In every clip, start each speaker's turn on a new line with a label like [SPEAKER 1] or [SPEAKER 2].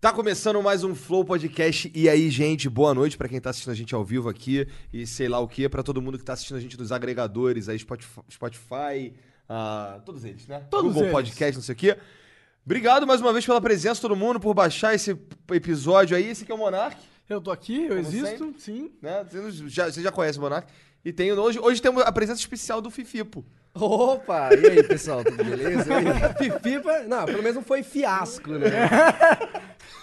[SPEAKER 1] Tá começando mais um Flow Podcast. E aí, gente, boa noite pra quem tá assistindo a gente ao vivo aqui e sei lá o que, pra todo mundo que tá assistindo a gente nos agregadores, aí Spotify, Spotify ah, todos eles, né?
[SPEAKER 2] Todos
[SPEAKER 1] Google
[SPEAKER 2] eles.
[SPEAKER 1] Podcast, não sei o quê. Obrigado mais uma vez pela presença, todo mundo, por baixar esse p- episódio aí. Esse aqui é o Monark,
[SPEAKER 2] Eu tô aqui, eu
[SPEAKER 1] Como
[SPEAKER 2] existo,
[SPEAKER 1] sempre.
[SPEAKER 2] sim.
[SPEAKER 1] né? Você já, você já conhece o Monark. E tem, hoje, hoje temos a presença especial do Fifipo.
[SPEAKER 3] Opa! E aí, pessoal, tudo beleza? E aí? Fifa, não, pelo menos não foi fiasco, né?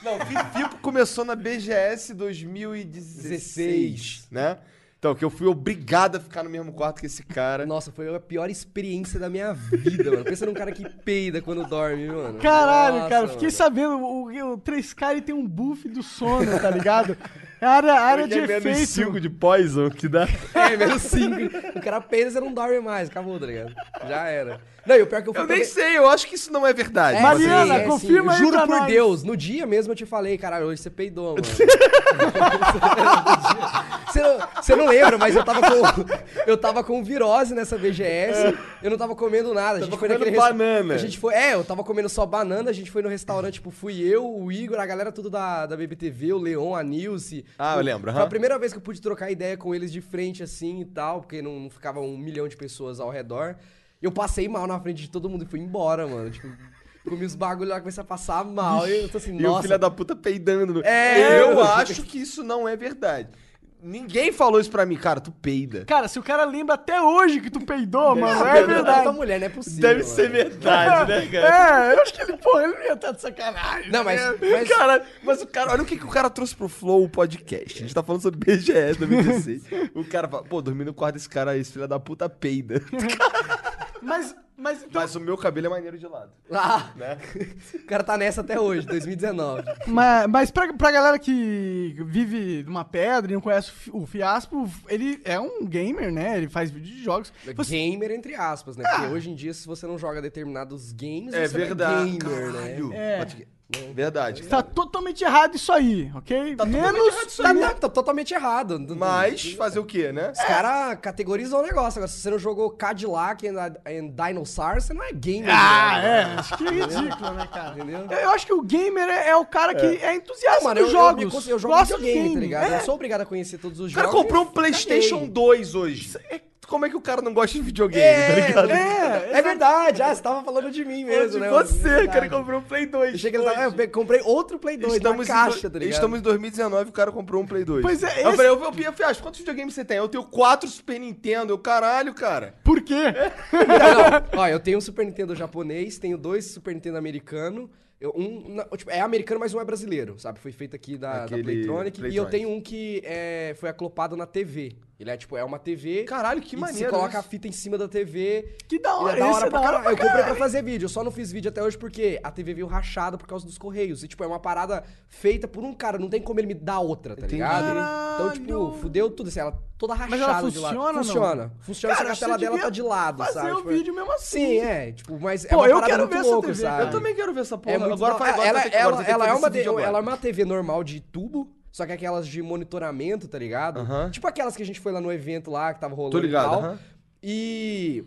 [SPEAKER 1] Não, Fifipo começou na BGS 2016, né? Então, que eu fui obrigado a ficar no mesmo quarto que esse cara.
[SPEAKER 3] Nossa, foi a pior experiência da minha vida, mano. Pensa num cara que peida quando dorme, mano.
[SPEAKER 2] Caralho,
[SPEAKER 3] Nossa,
[SPEAKER 2] cara, fiquei
[SPEAKER 3] mano.
[SPEAKER 2] sabendo, o, o 3K ele tem um buff do sono, tá ligado? É área, área de
[SPEAKER 1] Porque é menos
[SPEAKER 2] efeito.
[SPEAKER 1] 5 de poison que dá.
[SPEAKER 3] É, menos cinco. O cara peida, você não dorme mais. Acabou, tá ligado? Já era. Não, e o pior é que eu fui...
[SPEAKER 1] Eu nem
[SPEAKER 3] também-
[SPEAKER 1] sei, eu acho que isso não é verdade.
[SPEAKER 3] É,
[SPEAKER 1] mas
[SPEAKER 2] Mariana,
[SPEAKER 1] assim,
[SPEAKER 3] sim, sim.
[SPEAKER 2] confirma aí
[SPEAKER 3] Juro
[SPEAKER 2] pra
[SPEAKER 3] por
[SPEAKER 2] nós.
[SPEAKER 3] Deus, no dia mesmo eu te falei, caralho, hoje você peidou, mano. Você não, você não lembra, mas eu tava com eu tava com virose nessa BGS. Eu não tava comendo nada. A gente
[SPEAKER 1] Tava
[SPEAKER 3] foi
[SPEAKER 1] comendo
[SPEAKER 3] naquele resta-
[SPEAKER 1] banana.
[SPEAKER 3] A gente foi, é, eu tava comendo só banana. A gente foi no restaurante, tipo, fui eu, o Igor, a galera tudo da, da BBTV, o Leon, a Nilce.
[SPEAKER 1] Ah,
[SPEAKER 3] Tipo,
[SPEAKER 1] eu lembro,
[SPEAKER 3] Foi a
[SPEAKER 1] aham.
[SPEAKER 3] primeira vez que eu pude trocar ideia com eles de frente assim e tal, porque não, não ficava um milhão de pessoas ao redor. Eu passei mal na frente de todo mundo e fui embora, mano. Tipo, comi os bagulho lá, comecei a passar mal. E eu tô assim,
[SPEAKER 1] E
[SPEAKER 3] nossa.
[SPEAKER 1] o filho da puta peidando. no-
[SPEAKER 3] É.
[SPEAKER 1] Eu acho que isso não é verdade. Ninguém falou isso pra mim, cara, tu peida.
[SPEAKER 2] Cara, se o cara lembra até hoje que tu peidou, mano,
[SPEAKER 3] Ah,
[SPEAKER 2] é
[SPEAKER 3] pelo
[SPEAKER 1] né?"
[SPEAKER 3] menos
[SPEAKER 2] verdade.
[SPEAKER 3] da mulher, não é possível. mano.
[SPEAKER 1] verdade, né,
[SPEAKER 2] É, eu acho que ele, porra, ele não ia estar de sacanagem.
[SPEAKER 3] Não, mas-
[SPEAKER 2] né?
[SPEAKER 3] mas-
[SPEAKER 1] Cara, mas o cara, olha o que, que o cara trouxe pro Flow o podcast. A gente tá falando sobre BGS 2016. o cara fala, pô, dormi no quarto desse cara aí, esse filho da puta peida.
[SPEAKER 2] Mas, mas então...
[SPEAKER 1] Mas o meu cabelo é maneiro de lado.
[SPEAKER 3] Ah,
[SPEAKER 1] Né?
[SPEAKER 3] o cara tá nessa até hoje, 2019.
[SPEAKER 2] Mas, mas pra, pra galera que vive numa pedra e não conhece o Fi- o Fiaspo, ele é um gamer, né? Ele faz vídeo de jogos.
[SPEAKER 1] É
[SPEAKER 2] Você-
[SPEAKER 3] Gamer, entre aspas, né? Porque hoje em dia, se você não joga determinados games,
[SPEAKER 1] Ah. É
[SPEAKER 3] você não
[SPEAKER 1] verdade.
[SPEAKER 3] é gamer, né?
[SPEAKER 1] Caralho. Verdade.
[SPEAKER 2] Tá totalmente errado isso aí, ok?
[SPEAKER 1] errado isso
[SPEAKER 3] Tá, tá- tá totalmente errado.
[SPEAKER 1] Mas fazer o quê, né?
[SPEAKER 3] Os caras categorizam o negócio. Agora, se você não jogou Cadillac and, and Dinosaur, você não é gamer.
[SPEAKER 2] Ah,
[SPEAKER 3] né?
[SPEAKER 2] é. Acho que é ridículo, né, cara?
[SPEAKER 1] É,
[SPEAKER 3] Entendeu?
[SPEAKER 2] Eu acho que o gamer é, é o cara que é, entusiasta
[SPEAKER 3] Mano, eu,
[SPEAKER 2] dos
[SPEAKER 3] jogo,
[SPEAKER 2] jogos.
[SPEAKER 3] eu, me cons- eu jogo
[SPEAKER 2] Gosta de
[SPEAKER 3] videogame, tá
[SPEAKER 2] game.
[SPEAKER 3] ligado?
[SPEAKER 2] É.
[SPEAKER 3] Eu sou obrigado a conhecer todos os
[SPEAKER 1] O cara
[SPEAKER 3] jogos.
[SPEAKER 1] comprou um
[SPEAKER 3] Caguei.
[SPEAKER 1] PlayStation 2 hoje. Como é que o cara não gosta de videogame, tá
[SPEAKER 3] É,
[SPEAKER 1] ligado?
[SPEAKER 3] é, é verdade. Ah, você tava falando de mim mesmo,
[SPEAKER 1] de
[SPEAKER 3] né?
[SPEAKER 1] você, o
[SPEAKER 3] Verdade.
[SPEAKER 1] cara comprou um Play 2.
[SPEAKER 3] Eu achei que ele tava,
[SPEAKER 1] hoje.
[SPEAKER 3] eu pe- comprei outro Play 2
[SPEAKER 1] Estamos,
[SPEAKER 3] na caixa,
[SPEAKER 1] em,
[SPEAKER 3] tá
[SPEAKER 1] do-
[SPEAKER 3] ligado?
[SPEAKER 1] estamos em 2019 e o cara comprou um Play 2.
[SPEAKER 2] Pois é,
[SPEAKER 1] Eu
[SPEAKER 2] esse-
[SPEAKER 1] falei, eu, eu, eu, Fiasco, quantos videogames você tem? Eu tenho quatro Super Nintendo. Eu, caralho, cara.
[SPEAKER 2] Por quê?
[SPEAKER 3] Não, ó, eu tenho um Super Nintendo japonês, tenho dois Super Nintendo americano. Eu- um, na- tipo, é americano, mas um é brasileiro, sabe? Foi feito aqui da, da
[SPEAKER 1] Aquele
[SPEAKER 3] Playtronic. E eu
[SPEAKER 1] Playtronic.
[SPEAKER 3] tenho um que é, foi aclopado na TV. Ele é tipo, é uma TV.
[SPEAKER 1] Caralho, que
[SPEAKER 3] e Você
[SPEAKER 1] maneiro né?
[SPEAKER 3] coloca
[SPEAKER 1] isso.
[SPEAKER 3] a fita em cima da TV.
[SPEAKER 2] Que da
[SPEAKER 3] E
[SPEAKER 2] hora,
[SPEAKER 3] é da
[SPEAKER 2] esse
[SPEAKER 3] hora
[SPEAKER 2] é
[SPEAKER 3] pra
[SPEAKER 2] da hora
[SPEAKER 3] caralho. Eu
[SPEAKER 2] pra
[SPEAKER 3] comprei pra fazer vídeo, eu só não fiz vídeo até hoje porque a TV veio rachada por causa dos correios. E, tipo, é uma parada feita por um cara, não tem como ele me dar outra, tá ligado? Então, tipo, fudeu tudo, assim, ela toda rachada
[SPEAKER 2] ela
[SPEAKER 3] de lado.
[SPEAKER 2] funciona ou não?
[SPEAKER 3] Funciona. Funciona,
[SPEAKER 2] Cara,
[SPEAKER 3] só que a tela
[SPEAKER 2] você
[SPEAKER 3] dela
[SPEAKER 2] devia
[SPEAKER 3] tá de lado,
[SPEAKER 2] fazer
[SPEAKER 3] sabe?
[SPEAKER 2] o
[SPEAKER 3] Tipo,
[SPEAKER 2] vídeo mesmo assim.
[SPEAKER 3] Sim, é. Tipo, mas é
[SPEAKER 2] Pô,
[SPEAKER 3] uma
[SPEAKER 2] eu
[SPEAKER 3] parada
[SPEAKER 2] quero ver
[SPEAKER 3] muito
[SPEAKER 2] essa
[SPEAKER 3] louca,
[SPEAKER 2] TV,
[SPEAKER 3] sabe?
[SPEAKER 2] cara.
[SPEAKER 1] Eu também quero ver essa porra.
[SPEAKER 3] É muito
[SPEAKER 1] agora
[SPEAKER 3] da-
[SPEAKER 1] faz agora,
[SPEAKER 3] ela,
[SPEAKER 1] tem que- agora
[SPEAKER 3] ela-
[SPEAKER 1] tem que
[SPEAKER 3] ela é
[SPEAKER 1] fazer
[SPEAKER 3] uma
[SPEAKER 1] esse
[SPEAKER 3] de-
[SPEAKER 1] vídeo agora.
[SPEAKER 3] ela é uma TV normal de tubo, só que aquelas de monitoramento, tá ligado?
[SPEAKER 1] Aham.
[SPEAKER 3] Tipo aquelas que a gente foi lá no evento lá, que tava rolando
[SPEAKER 1] ligado,
[SPEAKER 3] e tal.
[SPEAKER 1] aham.
[SPEAKER 3] E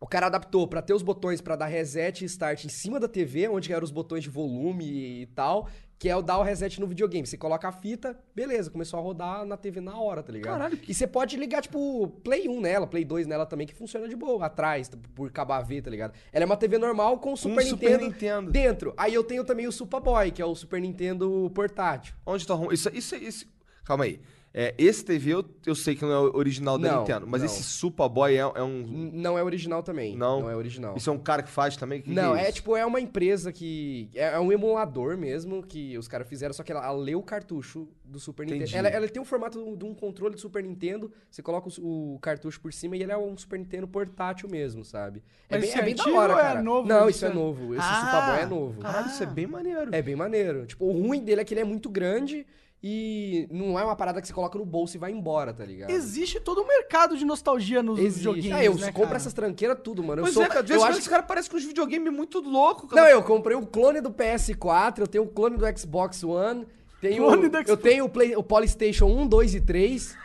[SPEAKER 3] o cara adaptou pra ter os botões pra dar reset e start em cima da TV, onde eram os botões de volume e tal, que é o dar o reset no videogame. Você coloca a fita, beleza, começou a rodar na TV na hora, tá ligado?
[SPEAKER 1] Caralho,
[SPEAKER 3] E você pode ligar, tipo, Play 1 nela, Play 2 nela também, que funciona de boa, atrás, t- por cabo V, tá ligado? Ela é uma TV normal com Super,
[SPEAKER 1] Um Super
[SPEAKER 3] Nintendo,
[SPEAKER 1] Nintendo.
[SPEAKER 3] dentro. Aí eu tenho também o Super Boy, que é o Super Nintendo portátil.
[SPEAKER 1] tá Onde tu arruma? Isso, isso, isso. Calma aí. É, esse TV eu, eu sei que não é original da
[SPEAKER 3] Não,
[SPEAKER 1] Nintendo, mas
[SPEAKER 3] não.
[SPEAKER 1] esse Super Boy é, é um.
[SPEAKER 3] N- Não é original também.
[SPEAKER 1] Não.
[SPEAKER 3] é original.
[SPEAKER 1] Isso é um cara que faz também? Que
[SPEAKER 3] Não,
[SPEAKER 1] que
[SPEAKER 3] é
[SPEAKER 1] isso?
[SPEAKER 3] tipo, é uma empresa que. É é um emulador mesmo que os caras fizeram, só que ela, ela lê o cartucho do Super
[SPEAKER 1] Entendi.
[SPEAKER 3] Nintendo. Ela, ela tem o formato de um controle do Super Nintendo, você coloca o su- o, cartucho por cima e ele é um Super Nintendo portátil mesmo, sabe? É
[SPEAKER 2] Mas
[SPEAKER 3] bem,
[SPEAKER 2] isso
[SPEAKER 3] é
[SPEAKER 2] é
[SPEAKER 3] bem da
[SPEAKER 2] antigo
[SPEAKER 3] hora,
[SPEAKER 2] ou é
[SPEAKER 3] cara.
[SPEAKER 2] novo?
[SPEAKER 3] Não,
[SPEAKER 2] Isso
[SPEAKER 3] isso é
[SPEAKER 2] é-
[SPEAKER 3] novo. Esse
[SPEAKER 2] Ah!
[SPEAKER 3] Super Boy é novo.
[SPEAKER 1] Caralho, isso é bem maneiro.
[SPEAKER 3] É bem maneiro. Tipo, o ruim dele é que ele é muito grande e não é uma parada que você coloca no bolso e vai embora, tá ligado?
[SPEAKER 2] Existe todo um mercado de nostalgia nos
[SPEAKER 3] Existe.
[SPEAKER 2] joguinhos,
[SPEAKER 3] Ah, eu
[SPEAKER 2] né,
[SPEAKER 3] compro
[SPEAKER 2] cara?
[SPEAKER 3] essmes tranqueiras tudo, mano. Eu
[SPEAKER 1] Pois
[SPEAKER 3] sou,
[SPEAKER 1] é, cara, de vez
[SPEAKER 3] eu
[SPEAKER 1] em
[SPEAKER 3] acho
[SPEAKER 1] quando esse cara parece com uns videogames muito loucos.
[SPEAKER 3] Não, é eu comprei o clone do PS4, eu tenho o clone do Xbox One, tenho,
[SPEAKER 2] Clone do
[SPEAKER 3] eu tenho o, Play, o Polystation 1, 2 e 3.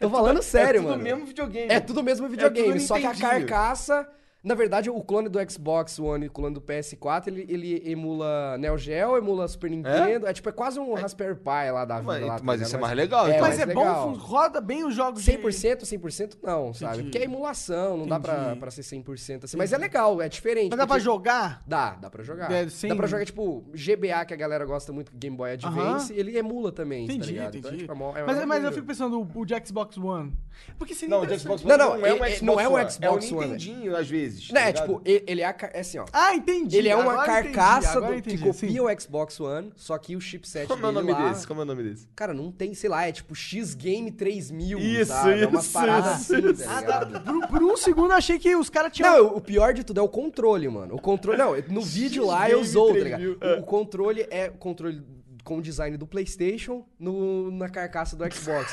[SPEAKER 3] Tô falando sério,
[SPEAKER 1] é tudo
[SPEAKER 3] mano.
[SPEAKER 1] mesmo videogame.
[SPEAKER 3] É tudo mesmo videogame,
[SPEAKER 1] tudo
[SPEAKER 3] só que a
[SPEAKER 1] Nintendinho.
[SPEAKER 3] carcaça... Na verdade, o clone do Xbox One e o clone do PS4, ele, ele emula Neo Geo, emula Super Nintendo. É, tipo, é quase um Raspberry Pi lá da vida.
[SPEAKER 1] Mas,
[SPEAKER 3] lá, tá
[SPEAKER 1] mas
[SPEAKER 3] ligado?
[SPEAKER 1] isso é mais legal. então.
[SPEAKER 2] Mas
[SPEAKER 3] mais
[SPEAKER 2] é
[SPEAKER 3] legal.
[SPEAKER 2] bom, fun- roda bem os jogos de-
[SPEAKER 3] 100%, 100% não, sabe? Porque é emulação, não dá pra, pra ser 100% assim. Mas é legal, é diferente.
[SPEAKER 2] Mas dá pra
[SPEAKER 3] porque-
[SPEAKER 2] jogar?
[SPEAKER 3] Dá, dá pra jogar.
[SPEAKER 2] É, sem-
[SPEAKER 3] Dá pra jogar, tipo, GBA, que a galera gosta muito, Game Boy Advance, ele emula também, tá
[SPEAKER 2] Entendi,
[SPEAKER 3] ligado?
[SPEAKER 2] entendi.
[SPEAKER 3] Então, é, tipo, é mó-
[SPEAKER 2] mas,
[SPEAKER 3] é mó
[SPEAKER 2] mas eu
[SPEAKER 3] maneiro.
[SPEAKER 2] fico pensando, o, o de Xbox One. Porque seria
[SPEAKER 1] Não, o de
[SPEAKER 2] interessante.
[SPEAKER 1] Xbox
[SPEAKER 3] Não,
[SPEAKER 1] One
[SPEAKER 3] não,
[SPEAKER 1] não, é um
[SPEAKER 3] é- é-
[SPEAKER 1] Xbox
[SPEAKER 3] não é um
[SPEAKER 1] One,
[SPEAKER 3] Xbox
[SPEAKER 1] É um
[SPEAKER 3] One.
[SPEAKER 1] Nintendinho, às vezes. tá
[SPEAKER 3] Não, é
[SPEAKER 1] ligado?
[SPEAKER 3] tipo, ele, ele é, a ca- é assim, ó.
[SPEAKER 2] Ah, entendi.
[SPEAKER 3] Ele é uma
[SPEAKER 2] agora entendi,
[SPEAKER 3] carcaça
[SPEAKER 2] agora
[SPEAKER 3] do-
[SPEAKER 2] entendi,
[SPEAKER 3] que copia
[SPEAKER 2] sim.
[SPEAKER 3] o Xbox One, só que o chipset
[SPEAKER 1] Como é o
[SPEAKER 3] dele
[SPEAKER 1] nome
[SPEAKER 3] lá...
[SPEAKER 1] desse? Como é o nome desse?
[SPEAKER 3] Cara, não tem, sei lá, é tipo X Game 3000,
[SPEAKER 1] Isso,
[SPEAKER 3] sabe? é umas
[SPEAKER 1] isso,
[SPEAKER 3] paradas
[SPEAKER 1] isso,
[SPEAKER 3] assim,
[SPEAKER 1] isso. Ah,
[SPEAKER 3] tá ligado?
[SPEAKER 2] Por, por um segundo eu achei que os caras tinham. um
[SPEAKER 3] Não, o pior de tudo é o controle, mano. O controle. Não, no vídeo lá eu usou, tá ligado? O, o controle é o controle com o design do PlayStation no, na carcaça do Xbox.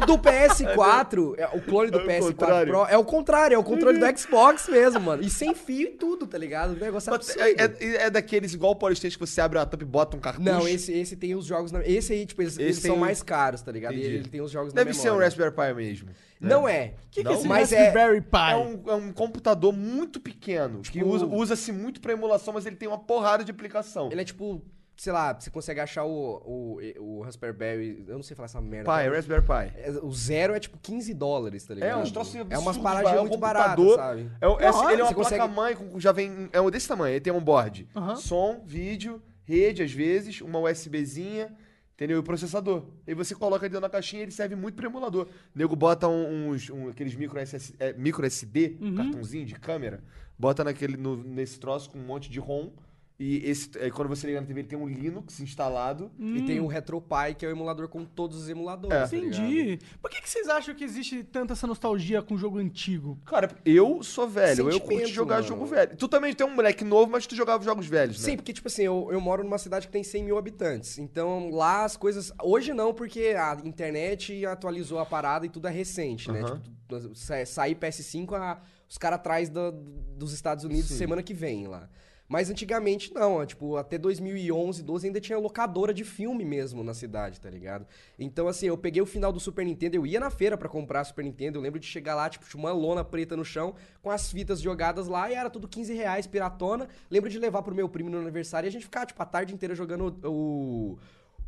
[SPEAKER 3] do PS4, é, o clone do
[SPEAKER 1] É o
[SPEAKER 3] PS4
[SPEAKER 1] contrário. Uhum.
[SPEAKER 3] Pro, é o contrário, é o controle do Xbox mesmo, mano. E sem fio e tudo, tá ligado? O negócio é
[SPEAKER 1] Mas
[SPEAKER 3] absurdo.
[SPEAKER 1] É, é- é daqueles igual o Polystation que você abre a tampa e bota um cartucho.
[SPEAKER 3] Não, esse, esse tem os jogos na. Esse aí, tipo, eles, eles
[SPEAKER 1] tem
[SPEAKER 3] são
[SPEAKER 1] os-
[SPEAKER 3] mais caros, tá ligado? E
[SPEAKER 1] Entendi.
[SPEAKER 3] ele, ele tem os jogos
[SPEAKER 1] Deve
[SPEAKER 3] na
[SPEAKER 1] ser um
[SPEAKER 3] memória.
[SPEAKER 1] Raspberry Pi mesmo.
[SPEAKER 3] Não é. O
[SPEAKER 2] que, que é
[SPEAKER 1] Não?
[SPEAKER 2] esse
[SPEAKER 3] Mas é-
[SPEAKER 2] Raspberry Pi?
[SPEAKER 1] É um, é um computador muito pequeno, que
[SPEAKER 3] Tipo-
[SPEAKER 1] usa- usa-se muito pra emulação, mas ele tem uma porrada de aplicação.
[SPEAKER 3] Ele é tipo, sei lá, você consegue achar o, o, o Raspberry. Eu não sei falar essa merda.
[SPEAKER 1] Pi, Raspberry Pi.
[SPEAKER 3] É, O zero é tipo 15 dólares, tá ligado?
[SPEAKER 1] É, uns troços
[SPEAKER 3] É umas
[SPEAKER 1] absurdos,
[SPEAKER 3] paradas
[SPEAKER 1] é um
[SPEAKER 3] muito baratas,
[SPEAKER 1] computador,
[SPEAKER 3] sabe?
[SPEAKER 1] É, um- é-
[SPEAKER 2] Não,
[SPEAKER 1] ele é
[SPEAKER 3] você
[SPEAKER 1] uma
[SPEAKER 3] consegue-
[SPEAKER 1] placa-mãe, com- já vem... É um desse tamanho, ele tem um board. Som, vídeo, rede, às vezes, uma USBzinha, entendeu? E o processador. E você coloca ele dentro da caixinha ele serve muito pra emulador. O nego bota um- uns... um- aqueles micro, SS, é, micro SD,
[SPEAKER 3] Uhum.
[SPEAKER 1] cartãozinho de câmera, bota naquele, no- nesse troço com um monte de ROM. E esse, é, quando você liga na TV, ele tem um Linux instalado.
[SPEAKER 3] E tem
[SPEAKER 1] Hum.
[SPEAKER 3] o RetroPie, que é o emulador com todos os emuladores.
[SPEAKER 1] É.
[SPEAKER 3] tá ligado?
[SPEAKER 2] Entendi. Por que, que vocês acham que existe tanta essa nostalgia com jogo antigo?
[SPEAKER 1] Cara, eu sou velho, eu curto
[SPEAKER 3] Sentimento,
[SPEAKER 1] jogar
[SPEAKER 3] mano.
[SPEAKER 1] jogo velho. Tu também tem um moleque novo, mas tu jogava jogos velhos, né?
[SPEAKER 3] Sim, porque, tipo assim, eu, eu moro numa cidade que tem 100 mil habitantes. Então, lá as coisas. Hoje não, porque a internet atualizou a parada e tudo é recente, né? Tipo, tu- tu- sa- sair PS5, a- os caras atrás da- dos Estados Unidos semana que vem lá. Mas antigamente não, é, tipo, até 2011, 12 ainda tinha locadora de filme mesmo na cidade, tá ligado? Então, assim, eu peguei o final do Super Nintendo, eu ia na feira pra comprar Super Nintendo, eu lembro de chegar lá, tipo, tinha uma lona preta no chão, com as fitas jogadas lá, e era tudo 15 reais, piratona. Lembro de levar pro meu primo no aniversário e a gente ficava, tipo, a tarde inteira jogando o...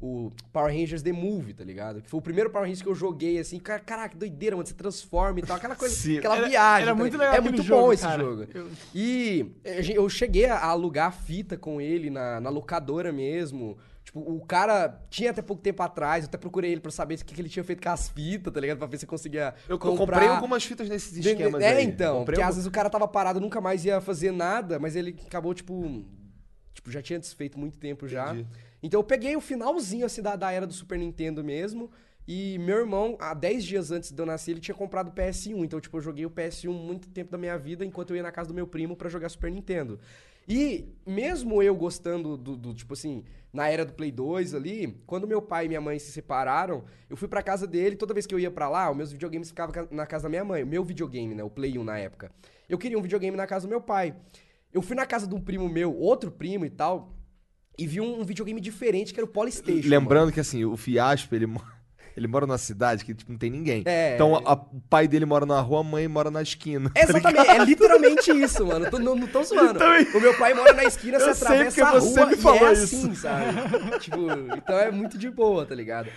[SPEAKER 3] o Power Rangers The Movie, tá ligado? Que foi o primeiro Power Rangers que eu joguei, assim, cara, caraca, que doideira, mano, você transforma e tal, aquela coisa,
[SPEAKER 1] Sim.
[SPEAKER 3] aquela
[SPEAKER 2] Era-
[SPEAKER 3] viagem.
[SPEAKER 2] era
[SPEAKER 3] tá
[SPEAKER 2] muito
[SPEAKER 3] ligado?
[SPEAKER 2] legal
[SPEAKER 3] É
[SPEAKER 2] aquele
[SPEAKER 3] muito
[SPEAKER 2] jogo,
[SPEAKER 3] bom esse
[SPEAKER 2] cara.
[SPEAKER 3] jogo.
[SPEAKER 2] Eu-
[SPEAKER 3] E é, a gen- eu cheguei a alugar fita com ele na, na locadora mesmo. Tipo, o cara tinha até pouco tempo atrás, eu até procurei ele pra saber o que, que ele tinha feito com as fitas, tá ligado? Pra ver se eu conseguia.
[SPEAKER 1] Eu, eu
[SPEAKER 3] comprar.
[SPEAKER 1] comprei algumas fitas nesses
[SPEAKER 3] De-
[SPEAKER 1] esquemas
[SPEAKER 3] É,
[SPEAKER 1] aí.
[SPEAKER 3] então.
[SPEAKER 1] Comprei
[SPEAKER 3] Porque
[SPEAKER 1] algum-
[SPEAKER 3] às vezes o cara tava parado, nunca mais ia fazer nada, mas ele acabou, tipo. Tipo, já tinha desfeito muito tempo já.
[SPEAKER 1] Entendi.
[SPEAKER 3] Então eu peguei o finalzinho, assim, da, da era do Super Nintendo mesmo. E meu irmão, há 10 dias antes de eu nascer, ele tinha comprado o PS1. Então, tipo, eu joguei o PS1 muito tempo da minha vida, enquanto eu ia na casa do meu primo pra jogar Super Nintendo. E mesmo eu gostando do, do, tipo assim, na era do Play 2 ali, quando meu pai e minha mãe se separaram, eu fui pra casa dele, toda vez que eu ia pra lá, os meus videogames ficavam ca- na casa da minha mãe, o meu videogame, né, o Play 1 na época. Eu queria um videogame na casa do meu pai. Eu fui na casa de um primo meu, outro primo e tal, e vi um, um videogame diferente que era o Polystation.
[SPEAKER 1] Lembrando que assim, o Fiaspo, ele, mo- ele mora numa cidade que tipo, não tem ninguém.
[SPEAKER 3] É.
[SPEAKER 1] Então a- a- o pai dele mora na rua, a mãe mora na esquina. tá
[SPEAKER 3] É Exatamente, é literalmente isso, mano. Tô- não, não tô zoando. O meu pai mora na esquina, você
[SPEAKER 1] Então, Eu sei
[SPEAKER 3] atravessa a
[SPEAKER 1] porque
[SPEAKER 3] rua
[SPEAKER 1] você me
[SPEAKER 3] e
[SPEAKER 1] falou
[SPEAKER 3] é
[SPEAKER 1] isso.
[SPEAKER 3] assim, sabe? tipo, então é muito de boa, tá ligado?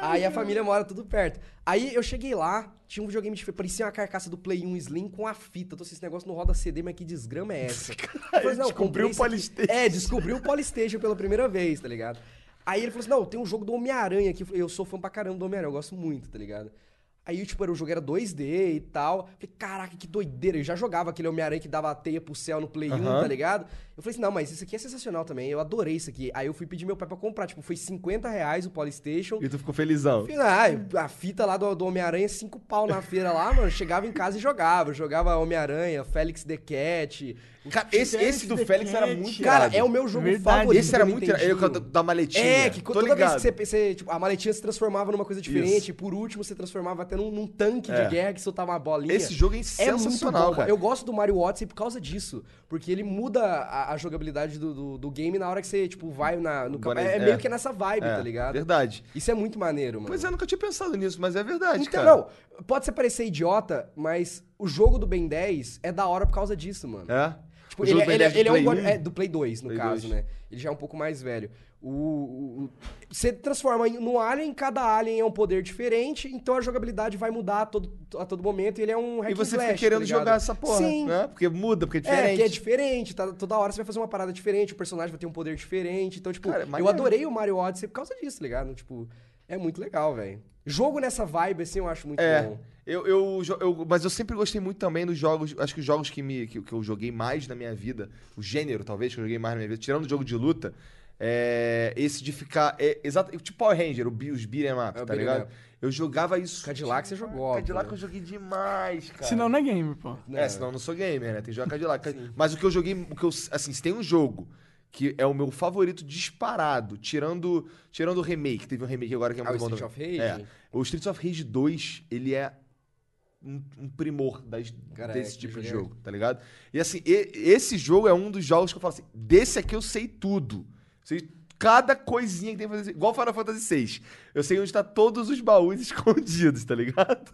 [SPEAKER 3] Aí a família mora tudo perto. Aí eu cheguei lá, tinha um videogame diferente, parecia uma carcaça do Play 1 Slim com a fita. Tô assim, esse negócio não roda CD, mas que desgrama é essa? Eu falei,
[SPEAKER 1] descobriu
[SPEAKER 3] comprei
[SPEAKER 1] o
[SPEAKER 3] isso aqui.
[SPEAKER 1] Polystation.
[SPEAKER 3] É, descobriu o Polystation pela primeira vez, tá ligado? Aí ele falou assim: não, tem um jogo do Homem-Aranha aqui. Eu falei, Eu sou fã pra caramba do Homem-Aranha, eu gosto muito, tá ligado? Aí, tipo, era, o jogo era 2D e tal. Eu falei, caraca, que doideira. Eu já jogava aquele Homem-Aranha que dava a teia pro céu no Play 1,
[SPEAKER 1] Aham.
[SPEAKER 3] tá ligado? Eu falei assim, não, mas isso aqui é sensacional também. Eu adorei isso aqui. Aí eu fui pedir meu pai pra comprar. Tipo, foi 50 reais o Polystation.
[SPEAKER 1] E tu ficou felizão.
[SPEAKER 3] Ah, a fita lá do, do Homem-Aranha, cinco pau na feira lá, mano. Chegava em casa e jogava. Jogava Homem-Aranha, Félix the Cat.
[SPEAKER 1] Cara, esse, esse do Félix era muito
[SPEAKER 3] Cara,
[SPEAKER 1] irado.
[SPEAKER 3] é o meu jogo
[SPEAKER 2] Verdade.
[SPEAKER 3] favorito.
[SPEAKER 1] Esse era
[SPEAKER 3] do
[SPEAKER 1] muito irado.
[SPEAKER 3] Nintendinho.
[SPEAKER 1] Eu, eu, da maletinha.
[SPEAKER 3] É, que
[SPEAKER 1] Tô
[SPEAKER 3] toda vez
[SPEAKER 1] ligado.
[SPEAKER 3] que você, você tipo, a maletinha se transformava numa coisa diferente, e por último você transformava até num, num tanque
[SPEAKER 1] É.
[SPEAKER 3] de guerra que soltava uma bolinha.
[SPEAKER 1] Esse jogo é
[SPEAKER 3] muito
[SPEAKER 1] sensacional,
[SPEAKER 3] bom,
[SPEAKER 1] cara.
[SPEAKER 3] Eu gosto do Mario Odyssey por causa disso, porque ele muda a, a jogabilidade do, do- do game na hora que você, tipo, vai na, no campo.
[SPEAKER 1] Bora-
[SPEAKER 3] É,
[SPEAKER 1] é.
[SPEAKER 3] meio que nessa vibe,
[SPEAKER 1] É,
[SPEAKER 3] tá ligado?
[SPEAKER 1] Verdade.
[SPEAKER 3] Isso é muito maneiro, mano.
[SPEAKER 1] Pois é, eu nunca tinha pensado nisso, mas é verdade,
[SPEAKER 3] Então,
[SPEAKER 1] cara.
[SPEAKER 3] não, pode ser parecer idiota, mas o jogo do Ben 10 é da hora por causa disso, mano.
[SPEAKER 1] É?
[SPEAKER 3] Tipo,
[SPEAKER 1] O
[SPEAKER 3] ele,
[SPEAKER 1] jogo
[SPEAKER 3] é-
[SPEAKER 1] do
[SPEAKER 3] ele, é-
[SPEAKER 1] Ben 10 do
[SPEAKER 3] ele é um
[SPEAKER 1] Play
[SPEAKER 3] guarda-
[SPEAKER 1] 1?
[SPEAKER 3] é, do Play 2, no
[SPEAKER 1] Play
[SPEAKER 3] caso,
[SPEAKER 1] 2.
[SPEAKER 3] né? Ele já é um pouco mais velho. O, o- o- você transforma em- no alien, cada alien é um poder diferente, então a jogabilidade vai mudar a todo, a todo momento e ele é um hack
[SPEAKER 1] E
[SPEAKER 3] and
[SPEAKER 1] você fica
[SPEAKER 3] slash, tá
[SPEAKER 1] querendo
[SPEAKER 3] ligado?
[SPEAKER 1] jogar essa porra,
[SPEAKER 3] Sim.
[SPEAKER 1] né? Porque muda, porque é
[SPEAKER 3] É,
[SPEAKER 1] diferente.
[SPEAKER 3] que é diferente, tá, toda hora você vai fazer uma parada diferente, o personagem vai ter um poder diferente. Então, tipo,
[SPEAKER 1] Cara, é
[SPEAKER 3] eu
[SPEAKER 1] maneiro.
[SPEAKER 3] adorei o Mario Odyssey por causa disso, tá ligado? Tipo, é muito legal, velho. Jogo nessa vibe, assim, eu acho muito
[SPEAKER 1] É.
[SPEAKER 3] bom.
[SPEAKER 1] Eu, eu, jo- eu- mas eu sempre gostei muito também dos jogos. Acho que os jogos que, me, que, que eu joguei mais na minha vida, o gênero talvez que eu joguei mais na minha vida, tirando o jogo de luta, é, esse de ficar. É, exato, tipo Power Ranger, o bi- os beat'em up,
[SPEAKER 3] É,
[SPEAKER 1] tá
[SPEAKER 3] o beat 'em
[SPEAKER 1] ligado?
[SPEAKER 3] up.
[SPEAKER 1] Eu jogava isso.
[SPEAKER 3] Cadillac você
[SPEAKER 1] demais.
[SPEAKER 3] jogou, óbvio,
[SPEAKER 1] Cadillac
[SPEAKER 3] né?
[SPEAKER 1] eu joguei demais, cara.
[SPEAKER 2] Senão não é game, pô.
[SPEAKER 1] É, senão eu não sou gamer, né? Tem que jogar Cadillac. Mas o que eu joguei, o que eu, assim, se tem um jogo que é o meu favorito disparado, tirando tirando o remake, teve um remake agora que é
[SPEAKER 3] Ah,
[SPEAKER 1] muito
[SPEAKER 3] o
[SPEAKER 1] bom
[SPEAKER 3] Streets
[SPEAKER 1] também.
[SPEAKER 3] of Rage?
[SPEAKER 1] É. O Streets of Rage 2, ele é um, um primor das-
[SPEAKER 3] Cara, é,
[SPEAKER 1] desse
[SPEAKER 3] que
[SPEAKER 1] tipo de
[SPEAKER 3] jogo é.
[SPEAKER 1] jogo, tá ligado? E assim, e- esse jogo é um dos jogos que eu falo assim, desse aqui eu sei tudo. Sei cada coisinha que tem que fazer, igual Final Fantasy VI. Eu sei onde tá todos os baús escondidos, tá ligado?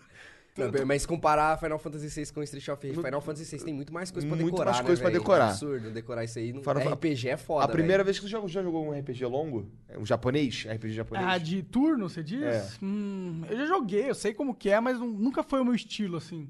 [SPEAKER 3] Não, mas comparar Final Fantasy VI com Street of Rage, Final Fantasy VI tem muito mais coisa pra
[SPEAKER 1] Muito
[SPEAKER 3] decorar,
[SPEAKER 1] mais
[SPEAKER 3] né,
[SPEAKER 1] coisa pra
[SPEAKER 3] velho?
[SPEAKER 1] decorar.
[SPEAKER 3] É absurdo decorar isso aí. Não...
[SPEAKER 1] Final-
[SPEAKER 3] RPG é foda,
[SPEAKER 1] a primeira vez que você jogou, já jogou um RPG longo? É, Um japonês? RPG japonês?
[SPEAKER 2] Ah, de turno, você diz?
[SPEAKER 1] É.
[SPEAKER 2] Hum, eu já joguei, eu sei como que é, mas nu- nunca foi o meu estilo, assim,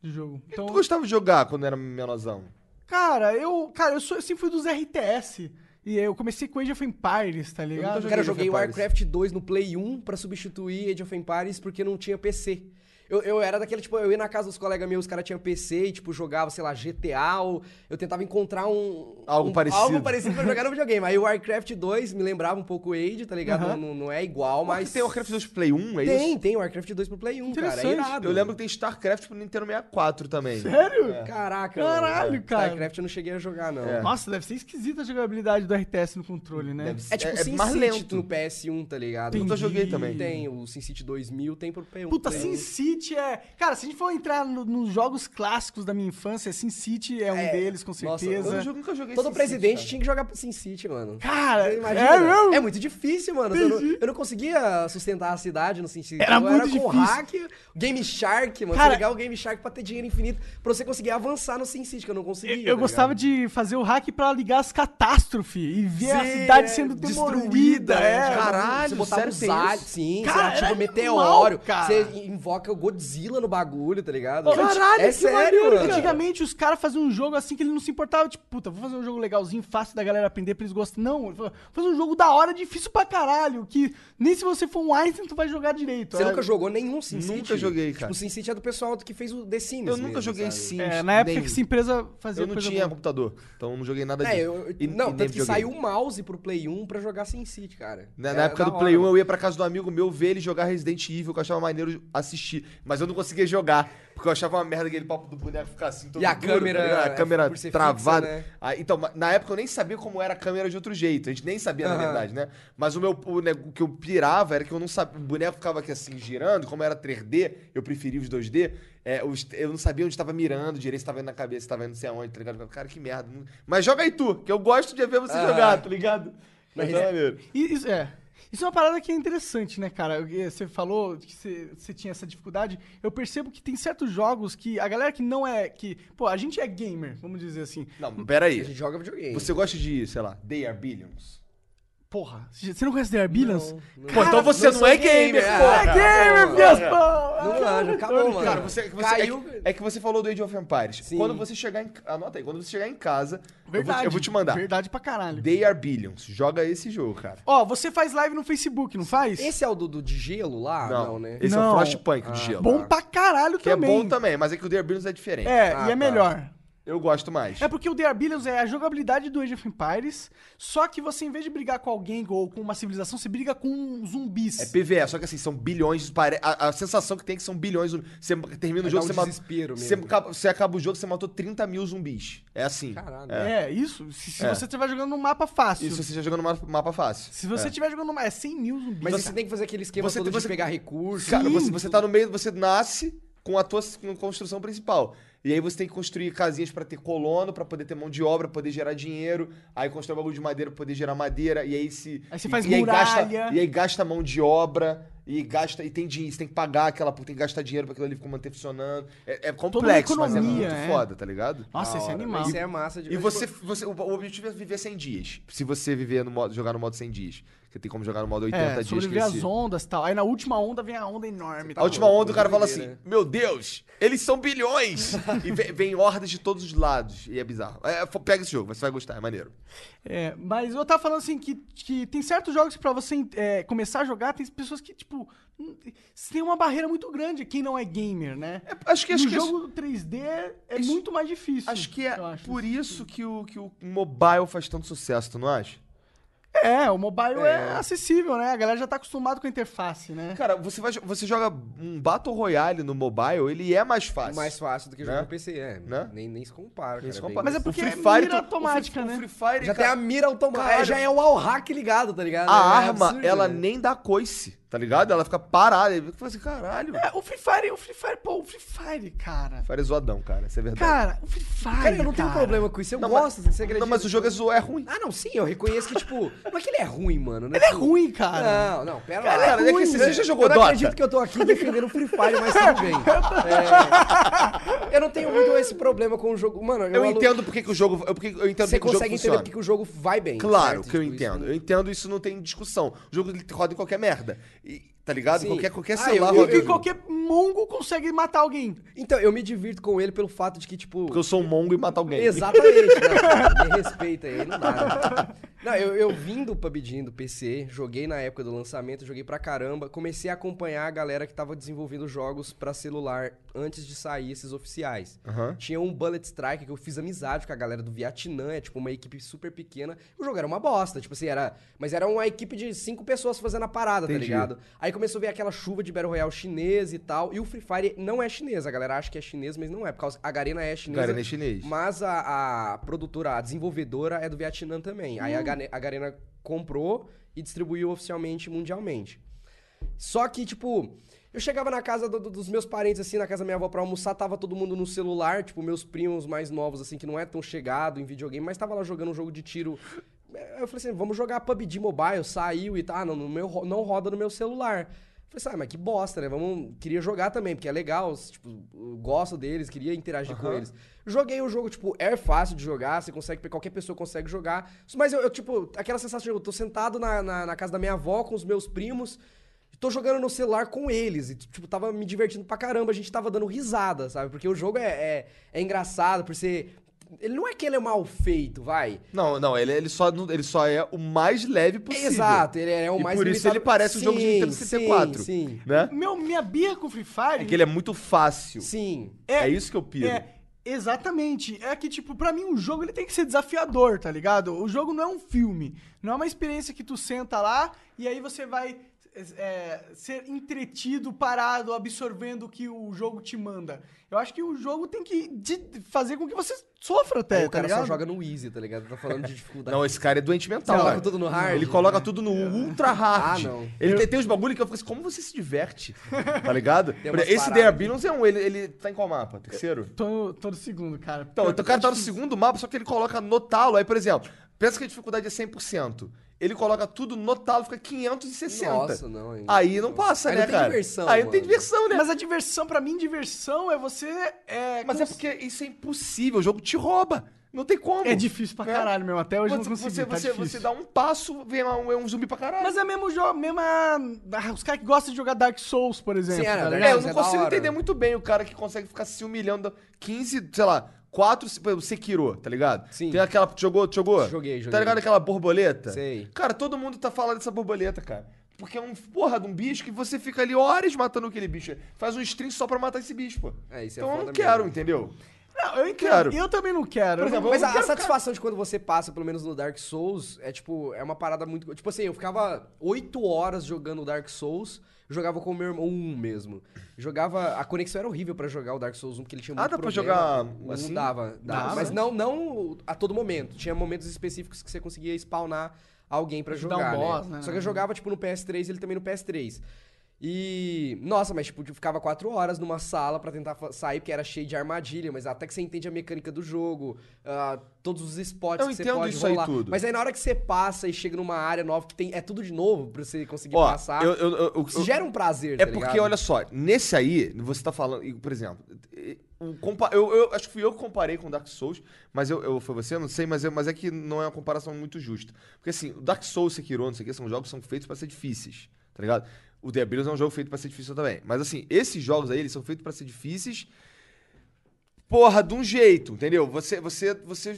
[SPEAKER 2] de jogo. Então,
[SPEAKER 1] Tu gostava de jogar quando era menorzão?
[SPEAKER 2] cara, eu, cara, eu, sou, eu sempre fui dos RTS. E eu comecei com Age of Empires, tá ligado?
[SPEAKER 1] nunca
[SPEAKER 3] Cara, eu
[SPEAKER 1] Age of
[SPEAKER 3] joguei
[SPEAKER 1] Empires.
[SPEAKER 3] Warcraft 2 no Play 1 pra substituir Age of Empires porque não tinha PC. Eu, eu era daquele, tipo, eu ia na casa dos colegas meus, os caras tinham PC e, tipo, jogava, sei lá, GTA, ou eu tentava encontrar um...
[SPEAKER 1] Algo
[SPEAKER 3] um-
[SPEAKER 1] parecido.
[SPEAKER 3] Algo parecido pra jogar no videogame. Aí o Warcraft 2 me lembrava um pouco o Age, tá ligado? Não, não é igual, mas...
[SPEAKER 1] Mas tem Warcraft 2 Play 1, é
[SPEAKER 3] Tem,
[SPEAKER 1] isso?
[SPEAKER 3] tem Warcraft 2 pro Play 1, cara, é
[SPEAKER 2] Interessante.
[SPEAKER 3] irado.
[SPEAKER 1] Eu lembro que tem StarCraft pro Nintendo 64 também.
[SPEAKER 2] Sério?
[SPEAKER 3] Caraca,
[SPEAKER 2] Caralho,
[SPEAKER 3] mano.
[SPEAKER 2] cara.
[SPEAKER 3] StarCraft eu não cheguei a jogar, não.
[SPEAKER 2] Nossa, deve ser esquisita a jogabilidade do RTS no controle, né?
[SPEAKER 1] Deve ser.
[SPEAKER 3] É tipo
[SPEAKER 1] É- é
[SPEAKER 3] Sin
[SPEAKER 1] mais
[SPEAKER 3] City
[SPEAKER 1] lento.
[SPEAKER 3] no PS1, tá ligado?
[SPEAKER 1] Nunca joguei também.
[SPEAKER 3] Tem, o Sin City 2000 tem pro PS1.
[SPEAKER 2] Puta, Sin City é. Cara, se a gente for entrar no- nos jogos clássicos da minha infância, Sin City é um
[SPEAKER 3] É.
[SPEAKER 2] deles, com
[SPEAKER 3] Nossa,
[SPEAKER 2] certeza.
[SPEAKER 1] Eu nunca joguei
[SPEAKER 3] Todo
[SPEAKER 1] Sin
[SPEAKER 3] presidente
[SPEAKER 1] City,
[SPEAKER 3] tinha que jogar pro Sin City, mano.
[SPEAKER 2] Cara,
[SPEAKER 3] Você imagina?
[SPEAKER 2] é mesmo?
[SPEAKER 3] É muito difícil, mano. Eu não, eu não conseguia sustentar a cidade no Sin City.
[SPEAKER 2] Era
[SPEAKER 3] Eu
[SPEAKER 2] muito difícil.
[SPEAKER 3] com hack, Game Shark, mano.
[SPEAKER 2] Cara-
[SPEAKER 3] você ligava o Game Shark pra ter dinheiro infinito, pra você conseguir avançar no Sin City, que eu não conseguia. tá
[SPEAKER 2] Eu, eu gostava de fazer o hack pra ligar as catástrofes e ver a
[SPEAKER 3] Sim,
[SPEAKER 2] cidade
[SPEAKER 3] é,
[SPEAKER 2] sendo
[SPEAKER 3] destruída,
[SPEAKER 2] demolida.
[SPEAKER 3] é.
[SPEAKER 2] É.
[SPEAKER 1] Caralho,
[SPEAKER 3] você botava
[SPEAKER 1] sério,
[SPEAKER 3] os
[SPEAKER 1] tem
[SPEAKER 3] aliens,
[SPEAKER 1] isso?
[SPEAKER 3] sim,
[SPEAKER 2] Cara,
[SPEAKER 3] você
[SPEAKER 1] é
[SPEAKER 3] ativa
[SPEAKER 2] era
[SPEAKER 3] o meteoro,
[SPEAKER 2] animal, cara.
[SPEAKER 3] você invoca o Godzilla no bagulho, tá ligado?
[SPEAKER 2] Caralho,
[SPEAKER 3] é
[SPEAKER 2] que
[SPEAKER 3] sério,
[SPEAKER 2] maneiro,
[SPEAKER 3] mano.
[SPEAKER 2] Antigamente os caras faziam um jogo assim que ele não se importava, tipo, puta, vou fazer um jogo legalzinho, fácil da galera aprender pra eles gostarem. Não, ele falou, vou fazer um jogo da hora, difícil pra caralho, que nem se você for um Einstein tu vai jogar direito.
[SPEAKER 3] Você
[SPEAKER 2] É,
[SPEAKER 3] nunca jogou nenhum Sin City?
[SPEAKER 1] Nunca joguei, cara.
[SPEAKER 3] Tipo, o Sin City é do pessoal que fez o The Sims
[SPEAKER 1] Eu nunca
[SPEAKER 3] mesmo,
[SPEAKER 1] joguei
[SPEAKER 3] sabe?
[SPEAKER 1] Sims.
[SPEAKER 2] é, na época
[SPEAKER 1] nem-
[SPEAKER 2] que essa empresa fazia
[SPEAKER 1] Eu não
[SPEAKER 2] coisa
[SPEAKER 1] tinha
[SPEAKER 2] boa.
[SPEAKER 1] computador, então eu não joguei nada
[SPEAKER 3] É,
[SPEAKER 1] disso.
[SPEAKER 3] eu, eu-
[SPEAKER 1] E- e
[SPEAKER 3] não,
[SPEAKER 1] nem
[SPEAKER 3] tanto que
[SPEAKER 1] videogame.
[SPEAKER 3] saiu o mouse pro Play 1 pra jogar Sin City, cara.
[SPEAKER 1] Na,
[SPEAKER 3] É,
[SPEAKER 1] na época
[SPEAKER 3] da
[SPEAKER 1] do Play
[SPEAKER 3] hora,
[SPEAKER 1] 1, eu ia pra casa do amigo meu ver ele jogar Resident Evil, que eu achava maneiro assistir. Mas eu não conseguia jogar, porque eu achava uma merda aquele papo do boneco ficar assim, todo
[SPEAKER 3] E a
[SPEAKER 1] duro, tá
[SPEAKER 3] câmera,
[SPEAKER 1] ligado? a
[SPEAKER 3] é,
[SPEAKER 1] câmera
[SPEAKER 3] por ser fixa,
[SPEAKER 1] travada.
[SPEAKER 3] né?
[SPEAKER 1] Ah, então, ma- na época eu nem sabia como era a câmera de outro jeito. A gente nem sabia, na
[SPEAKER 3] Aham.
[SPEAKER 1] verdade, né? Mas o meu o, ne- o que eu pirava era que eu não sabia. O boneco ficava aqui assim, girando, como era 3D, eu preferia os 2D. é, os- eu não sabia onde tava mirando direito, se tava indo na cabeça, se tava indo não sei aonde, tá ligado? Cara, que merda. não- Mas joga aí tu, que eu gosto de ver você
[SPEAKER 3] Ah.
[SPEAKER 1] jogar, tá ligado? Mas
[SPEAKER 3] Mas-
[SPEAKER 1] é maneiro.
[SPEAKER 2] E Isso, é. Isso é uma parada que é interessante, né, cara? Eu- Você falou que você, você tinha essa dificuldade. Eu percebo que tem certos jogos que a galera que não é. que Pô, a gente é gamer, vamos dizer assim.
[SPEAKER 1] Não, peraí.
[SPEAKER 3] A gente joga videogame.
[SPEAKER 1] Você gosta de, sei lá, They Are Billions?
[SPEAKER 2] Porra, você não conhece The Arbillions?
[SPEAKER 3] Não.
[SPEAKER 1] Pô, então você não, é gamer,
[SPEAKER 3] é.
[SPEAKER 1] porra.
[SPEAKER 2] Gamer, minhas pau!
[SPEAKER 3] Não manja, acabou, mano.
[SPEAKER 1] Cara, você, você-
[SPEAKER 3] Caiu.
[SPEAKER 1] É, que, é que você falou do Age of Empires.
[SPEAKER 3] Sim.
[SPEAKER 1] Quando você chegar em... Anota aí. Quando você chegar em casa, eu vou te-
[SPEAKER 2] Verdade.
[SPEAKER 1] eu vou te mandar.
[SPEAKER 2] Verdade pra caralho.
[SPEAKER 1] They Are Billions. Joga esse jogo, cara.
[SPEAKER 2] Ó, você faz live no Facebook, não faz?
[SPEAKER 3] Esse é o do, do de gelo lá? Não, né?
[SPEAKER 1] Esse é o
[SPEAKER 2] Não.
[SPEAKER 1] Frostpunk de gelo.
[SPEAKER 2] Bom pra caralho
[SPEAKER 1] Que
[SPEAKER 2] também.
[SPEAKER 1] é bom também, mas é que o The Billions é diferente.
[SPEAKER 2] É,
[SPEAKER 3] Ah,
[SPEAKER 2] e é
[SPEAKER 3] tá.
[SPEAKER 2] melhor.
[SPEAKER 1] Eu gosto mais.
[SPEAKER 2] É porque o The Arbillions é a jogabilidade do Age of Empires, só que você, em vez de brigar com alguém ou com uma civilização, você briga com zumbis.
[SPEAKER 1] É PVE, só que assim, são bilhões. pare- A, a sensação que tem é que são bilhões. Você termina o
[SPEAKER 3] É
[SPEAKER 1] jogo,
[SPEAKER 3] dar um
[SPEAKER 1] você mata.
[SPEAKER 3] desespero
[SPEAKER 1] Você
[SPEAKER 3] mesmo.
[SPEAKER 1] acaba, você acaba o jogo, você matou 30 mil zumbis. É assim.
[SPEAKER 3] Caralho.
[SPEAKER 1] É.
[SPEAKER 2] É, isso. Se, se
[SPEAKER 1] É.
[SPEAKER 2] você estiver jogando num mapa fácil.
[SPEAKER 1] Isso você já jogou no mapa, mapa fácil.
[SPEAKER 2] Se você estiver jogando num mapa. É 100 mil zumbis.
[SPEAKER 3] Mas
[SPEAKER 2] cara.
[SPEAKER 3] você tem que fazer aquele esquema
[SPEAKER 1] Você
[SPEAKER 3] todo
[SPEAKER 1] tem-
[SPEAKER 3] de
[SPEAKER 1] você-
[SPEAKER 3] pegar recursos.
[SPEAKER 1] Cara, você, você tá no meio, você nasce com a tua s- com a construção principal. E aí você tem que construir casinhas pra ter colono, pra poder ter mão de obra, pra poder gerar dinheiro. Aí constrói um bagulho de madeira pra poder gerar madeira. E aí se.
[SPEAKER 2] Aí você faz
[SPEAKER 1] e, e aí gasta,
[SPEAKER 2] muralha.
[SPEAKER 1] e aí gasta mão de obra. E gasta. E tem dinheiro. Você tem que pagar aquela. Tem que gastar dinheiro pra aquilo ali manter funcionando. É, é complexo, mas é
[SPEAKER 2] economia,
[SPEAKER 1] muito
[SPEAKER 2] é.
[SPEAKER 1] foda, tá ligado?
[SPEAKER 2] Nossa, esse é animal.
[SPEAKER 3] Isso é massa de
[SPEAKER 1] E você, você, o o objetivo é viver 100 dias. Se você viver no modo, jogar no modo 100 dias, você tem como jogar no modo 80
[SPEAKER 2] É,
[SPEAKER 1] dias. que
[SPEAKER 2] sobreviver às
[SPEAKER 1] esse-
[SPEAKER 2] ondas e tal. Aí na última onda vem a onda enorme.
[SPEAKER 1] a
[SPEAKER 2] tal.
[SPEAKER 1] última onda o cara fala assim:
[SPEAKER 3] doideira, né?
[SPEAKER 1] Meu Deus, eles são bilhões! e vem, vem hordas de todos os lados. E é bizarro. É, f- pega esse jogo, você vai gostar, é maneiro.
[SPEAKER 2] É, mas eu tava falando assim que, que tem certos jogos que pra você é, começar a jogar, tem pessoas que, tipo, hum, tem uma barreira muito grande, quem não é gamer, né? É,
[SPEAKER 1] Acho que, acho
[SPEAKER 2] no
[SPEAKER 1] que,
[SPEAKER 2] jogo 3D é
[SPEAKER 1] isso-
[SPEAKER 2] muito mais difícil.
[SPEAKER 1] acho que é
[SPEAKER 2] eu acho. assim.
[SPEAKER 1] por isso que o, que o mobile faz tanto sucesso, tu não acha?
[SPEAKER 2] É, o mobile é. acessível, né? A galera já tá acostumada com a interface, né?
[SPEAKER 1] Cara, você, vai, jo- você joga um Battle Royale no mobile, ele é mais fácil.
[SPEAKER 3] Mais fácil do que jogar
[SPEAKER 1] Né?
[SPEAKER 3] no PC, é.
[SPEAKER 1] Né?
[SPEAKER 3] Nem, nem se compara, cara.
[SPEAKER 1] Isso
[SPEAKER 3] é
[SPEAKER 1] compara-
[SPEAKER 3] bem-
[SPEAKER 2] Mas é
[SPEAKER 1] o
[SPEAKER 2] porque
[SPEAKER 1] Free
[SPEAKER 2] é
[SPEAKER 1] Fire,
[SPEAKER 2] mira
[SPEAKER 1] tu- o Free-
[SPEAKER 2] automática, né?
[SPEAKER 1] O Free Fire,
[SPEAKER 3] Já
[SPEAKER 1] cara,
[SPEAKER 3] tem a mira automática.
[SPEAKER 1] Caralho.
[SPEAKER 3] é, já é o all hack ligado, tá ligado?
[SPEAKER 1] A
[SPEAKER 3] É
[SPEAKER 1] arma,
[SPEAKER 3] absurdo,
[SPEAKER 1] ela
[SPEAKER 3] né?
[SPEAKER 1] nem dá coice, tá ligado? Ela fica parada. Eu fico assim, caralho.
[SPEAKER 2] É, o Free Fire, o Free Fire, pô, o Free Fire, cara.
[SPEAKER 1] Fire é zoadão, cara. Isso é verdade.
[SPEAKER 2] Cara, o Free Fire.
[SPEAKER 3] Cara, eu não tenho
[SPEAKER 2] cara.
[SPEAKER 3] problema com isso. Eu
[SPEAKER 1] Não,
[SPEAKER 3] gosto,
[SPEAKER 1] mas-
[SPEAKER 3] você acredita?
[SPEAKER 1] Não, mas o jogo é, zo- é ruim.
[SPEAKER 3] Ah, não, sim, eu reconheço que, tipo... não é que ele é ruim, mano. né?
[SPEAKER 2] Ele é ruim, cara.
[SPEAKER 3] Não, não, pera
[SPEAKER 1] Cara,
[SPEAKER 3] lá.
[SPEAKER 1] cara, é que
[SPEAKER 3] ruim,
[SPEAKER 1] você
[SPEAKER 3] né?
[SPEAKER 1] já jogou
[SPEAKER 3] Eu não
[SPEAKER 1] Dota?
[SPEAKER 3] acredito que eu tô aqui defendendo o Free Fire, mas tudo bem. É, eu não tenho muito esse problema com o jogo. Mano,
[SPEAKER 1] Eu
[SPEAKER 3] alu-
[SPEAKER 1] entendo porque que o jogo. Eu, porque, eu entendo
[SPEAKER 3] Você
[SPEAKER 1] porque
[SPEAKER 3] consegue
[SPEAKER 1] o jogo
[SPEAKER 3] entender
[SPEAKER 1] funciona.
[SPEAKER 3] porque que o jogo vai bem.
[SPEAKER 1] Claro
[SPEAKER 3] certo?
[SPEAKER 1] que eu
[SPEAKER 3] Tipo, isso
[SPEAKER 1] entendo.
[SPEAKER 3] não-
[SPEAKER 1] Eu entendo, isso não tem discussão. O jogo ele roda em qualquer merda. E, tá ligado?
[SPEAKER 3] Sim.
[SPEAKER 1] Qualquer, qualquer
[SPEAKER 3] Ah,
[SPEAKER 1] celular
[SPEAKER 3] eu- eu-
[SPEAKER 1] roda.
[SPEAKER 2] E
[SPEAKER 1] o jogo.
[SPEAKER 2] qualquer mongo consegue matar alguém.
[SPEAKER 3] Então, eu me divirto com ele pelo fato de que, tipo.
[SPEAKER 1] Porque eu sou um mongo e mato alguém.
[SPEAKER 3] Exatamente, né? Me respeita aí, não dá. né? Não, eu, eu vim do PUBG do PC, joguei na época do lançamento, joguei pra caramba, comecei a acompanhar a galera que tava desenvolvendo jogos pra celular antes de sair esses oficiais. Tinha um Bullet Strike que eu fiz amizade com a galera do Vietnã, é tipo uma equipe super pequena. O jogo era uma bosta, tipo assim, era. Mas era uma equipe de cinco pessoas fazendo a parada,
[SPEAKER 1] Entendi.
[SPEAKER 3] tá ligado? Aí começou a ver aquela chuva de Battle Royale chinesa e tal. E o Free Fire não é chinês, a galera acha que é chinês, mas não é, por causa. A Garena é chinesa.
[SPEAKER 1] Garena é chinês.
[SPEAKER 3] Mas a, a produtora, a desenvolvedora é do Vietnã também. Aí a, Gane- a Garena comprou e distribuiu oficialmente mundialmente. Só que, tipo, eu chegava na casa do- do- dos meus parentes, assim, na casa da minha avó pra almoçar, tava todo mundo no celular, tipo, meus primos mais novos, assim, que não é tão chegado em videogame, mas tava lá jogando um jogo de tiro. Eh, Eu falei assim, vamos jogar PUBG Mobile, saiu e tá, ah, não, no meu, ro- não roda no meu celular. Eu Falei assim, ah, mas que bosta, né? Vamos, queria jogar também, porque é legal, tipo, eu gosto deles, queria interagir com eles. Joguei o jogo, tipo, é fácil de jogar, você consegue, qualquer pessoa consegue jogar. Mas eu, eu, tipo, aquela sensação, de eu tô sentado na- na, na casa da minha avó com os meus primos, Tô jogando no celular com eles. E, tipo, tava me divertindo pra caramba. A gente tava dando risada, sabe? Porque o jogo é, é, é engraçado por ser. Ele não é que ele é mal feito, vai.
[SPEAKER 1] Não, não, ele, ele, só, não- ele só é o mais leve possível.
[SPEAKER 3] Exato, ele é o
[SPEAKER 1] E
[SPEAKER 3] mais
[SPEAKER 1] Por isso
[SPEAKER 3] limitado-
[SPEAKER 1] ele parece um jogo de
[SPEAKER 3] Sim,
[SPEAKER 1] Nintendo 64.
[SPEAKER 3] sim, sim.
[SPEAKER 1] Né?
[SPEAKER 2] Meu, minha birra com Free Fire.
[SPEAKER 1] É que ele é muito fácil.
[SPEAKER 3] Sim.
[SPEAKER 1] É, isso que eu piro.
[SPEAKER 2] É, exatamente. É que, tipo, pra mim um jogo ele tem que ser desafiador, tá ligado? O jogo não é um filme. Não é uma experiência que tu senta lá e aí você vai é, ser entretido, parado, absorvendo o que o jogo te manda. Eu acho que o jogo tem que de- fazer com que você sofra até,
[SPEAKER 3] Aí o
[SPEAKER 2] tá
[SPEAKER 3] cara
[SPEAKER 2] ligado?
[SPEAKER 3] só joga no Easy, tá ligado? Tá falando de dificuldade.
[SPEAKER 1] Não, esse cara é doente mental.
[SPEAKER 3] Você coloca
[SPEAKER 1] cara.
[SPEAKER 3] tudo no hard? É.
[SPEAKER 1] Ele coloca tudo no ultra hard.
[SPEAKER 3] Ah, não.
[SPEAKER 1] Ele tem, tem uns bagulho que eu fico assim, como você se diverte? Tá ligado?
[SPEAKER 3] umas
[SPEAKER 1] Esse
[SPEAKER 3] paradas.
[SPEAKER 1] The Abinons é um, ele, ele tá em qual mapa? Terceiro?
[SPEAKER 2] Tô, tô no segundo, cara.
[SPEAKER 1] Então, o cara tá no segundo mapa, só que ele coloca no talo. Aí, por exemplo, pensa que a dificuldade é 100%. Ele coloca tudo no talo, fica 560.
[SPEAKER 3] Nossa, não, hein?
[SPEAKER 1] Aí não passa,
[SPEAKER 3] Aí
[SPEAKER 1] né,
[SPEAKER 3] não tem
[SPEAKER 1] cara?
[SPEAKER 3] diversão,
[SPEAKER 1] Aí não tem
[SPEAKER 3] mano.
[SPEAKER 1] diversão, né?
[SPEAKER 2] Mas a diversão, pra mim, diversão é você. É,
[SPEAKER 1] Mas
[SPEAKER 2] cons-
[SPEAKER 1] é porque isso é impossível, o jogo te rouba. Não tem como.
[SPEAKER 2] É difícil pra
[SPEAKER 1] né?
[SPEAKER 2] caralho, meu. Até hoje eu não
[SPEAKER 1] Você,
[SPEAKER 2] consegui,
[SPEAKER 1] você,
[SPEAKER 2] tá
[SPEAKER 1] você,
[SPEAKER 2] difícil.
[SPEAKER 1] você dá um passo, vem um, é um zumbi pra caralho.
[SPEAKER 2] Mas é mesmo jogo, mesma... ah, os caras que gostam de jogar Dark Souls, por exemplo.
[SPEAKER 3] Sim, era,
[SPEAKER 2] tá
[SPEAKER 3] né?
[SPEAKER 2] ligado?
[SPEAKER 1] É, eu
[SPEAKER 3] Mas
[SPEAKER 1] não
[SPEAKER 3] é da
[SPEAKER 1] consigo
[SPEAKER 3] hora.
[SPEAKER 1] entender muito bem o cara que consegue ficar se humilhando 15, sei lá, 4, o Sekiro, tá ligado?
[SPEAKER 3] Sim.
[SPEAKER 1] Tem aquela. Jogou? Jogou?
[SPEAKER 3] Joguei,
[SPEAKER 1] Tá
[SPEAKER 3] joguei.
[SPEAKER 1] ligado aquela borboleta?
[SPEAKER 3] Sei.
[SPEAKER 1] Cara, todo mundo tá falando dessa borboleta, cara. Porque é um porra de um bicho que você fica ali horas matando aquele bicho. Faz um stream só pra matar esse bicho, pô.
[SPEAKER 3] É, isso é
[SPEAKER 1] então eu não
[SPEAKER 3] foda
[SPEAKER 1] quero,
[SPEAKER 3] mesmo.
[SPEAKER 1] entendeu?
[SPEAKER 2] Não, eu entendo.
[SPEAKER 1] Quero.
[SPEAKER 2] Eu também não quero.
[SPEAKER 1] Por
[SPEAKER 2] Eu
[SPEAKER 1] exemplo,
[SPEAKER 2] não-
[SPEAKER 3] Mas a, a
[SPEAKER 1] quero ficar-
[SPEAKER 3] satisfação de quando você passa, pelo menos no Dark Souls, é tipo, é uma parada muito. Tipo assim, eu ficava 8 horas jogando Dark Souls, jogava com o meu irmão um mesmo. Jogava. A conexão era horrível pra jogar o Dark Souls 1, porque ele tinha
[SPEAKER 1] Ah,
[SPEAKER 3] muito
[SPEAKER 1] dá pra
[SPEAKER 3] problema.
[SPEAKER 1] jogar
[SPEAKER 3] Um
[SPEAKER 1] assim?
[SPEAKER 3] Dava, dava.
[SPEAKER 1] Dava.
[SPEAKER 3] Mas não, não a todo momento. Tinha momentos específicos que você conseguia spawnar alguém pra
[SPEAKER 2] Ajudar um
[SPEAKER 3] jogar.
[SPEAKER 2] boss,
[SPEAKER 3] né?
[SPEAKER 2] né?
[SPEAKER 3] Só que eu jogava, tipo, no PS3 ele também no PS3. E. Nossa, mas tipo, eu ficava quatro horas numa sala pra tentar fa- sair, porque era cheio de armadilha, mas até que você entende a mecânica do jogo, ah, todos os spots
[SPEAKER 1] Eu
[SPEAKER 3] que você
[SPEAKER 1] entendo
[SPEAKER 3] pode
[SPEAKER 1] isso aí
[SPEAKER 3] rolar.
[SPEAKER 1] tudo.
[SPEAKER 3] Mas aí na hora que você passa e chega numa área nova que tem. É tudo de novo pra você conseguir
[SPEAKER 1] Ó,
[SPEAKER 3] passar.
[SPEAKER 1] eu- eu- eu-
[SPEAKER 3] isso
[SPEAKER 1] eu-
[SPEAKER 3] gera um prazer,
[SPEAKER 1] É
[SPEAKER 3] tá
[SPEAKER 1] porque,
[SPEAKER 3] ligado?
[SPEAKER 1] olha só, nesse aí, você tá falando, e, por exemplo, e, o compa- eu, eu- acho que fui eu que comparei com Dark Souls, mas eu, eu- foi você, eu não sei, mas é, mas é que não é uma comparação muito justa. Porque assim, o Dark Souls, Sekiro, não sei o que, são jogos que são feitos pra ser difíceis, tá ligado? O The Abuse é um jogo feito pra ser difícil também. Mas assim, esses jogos aí, eles são feitos pra ser difíceis, porra, de um jeito, entendeu? Você, você, você...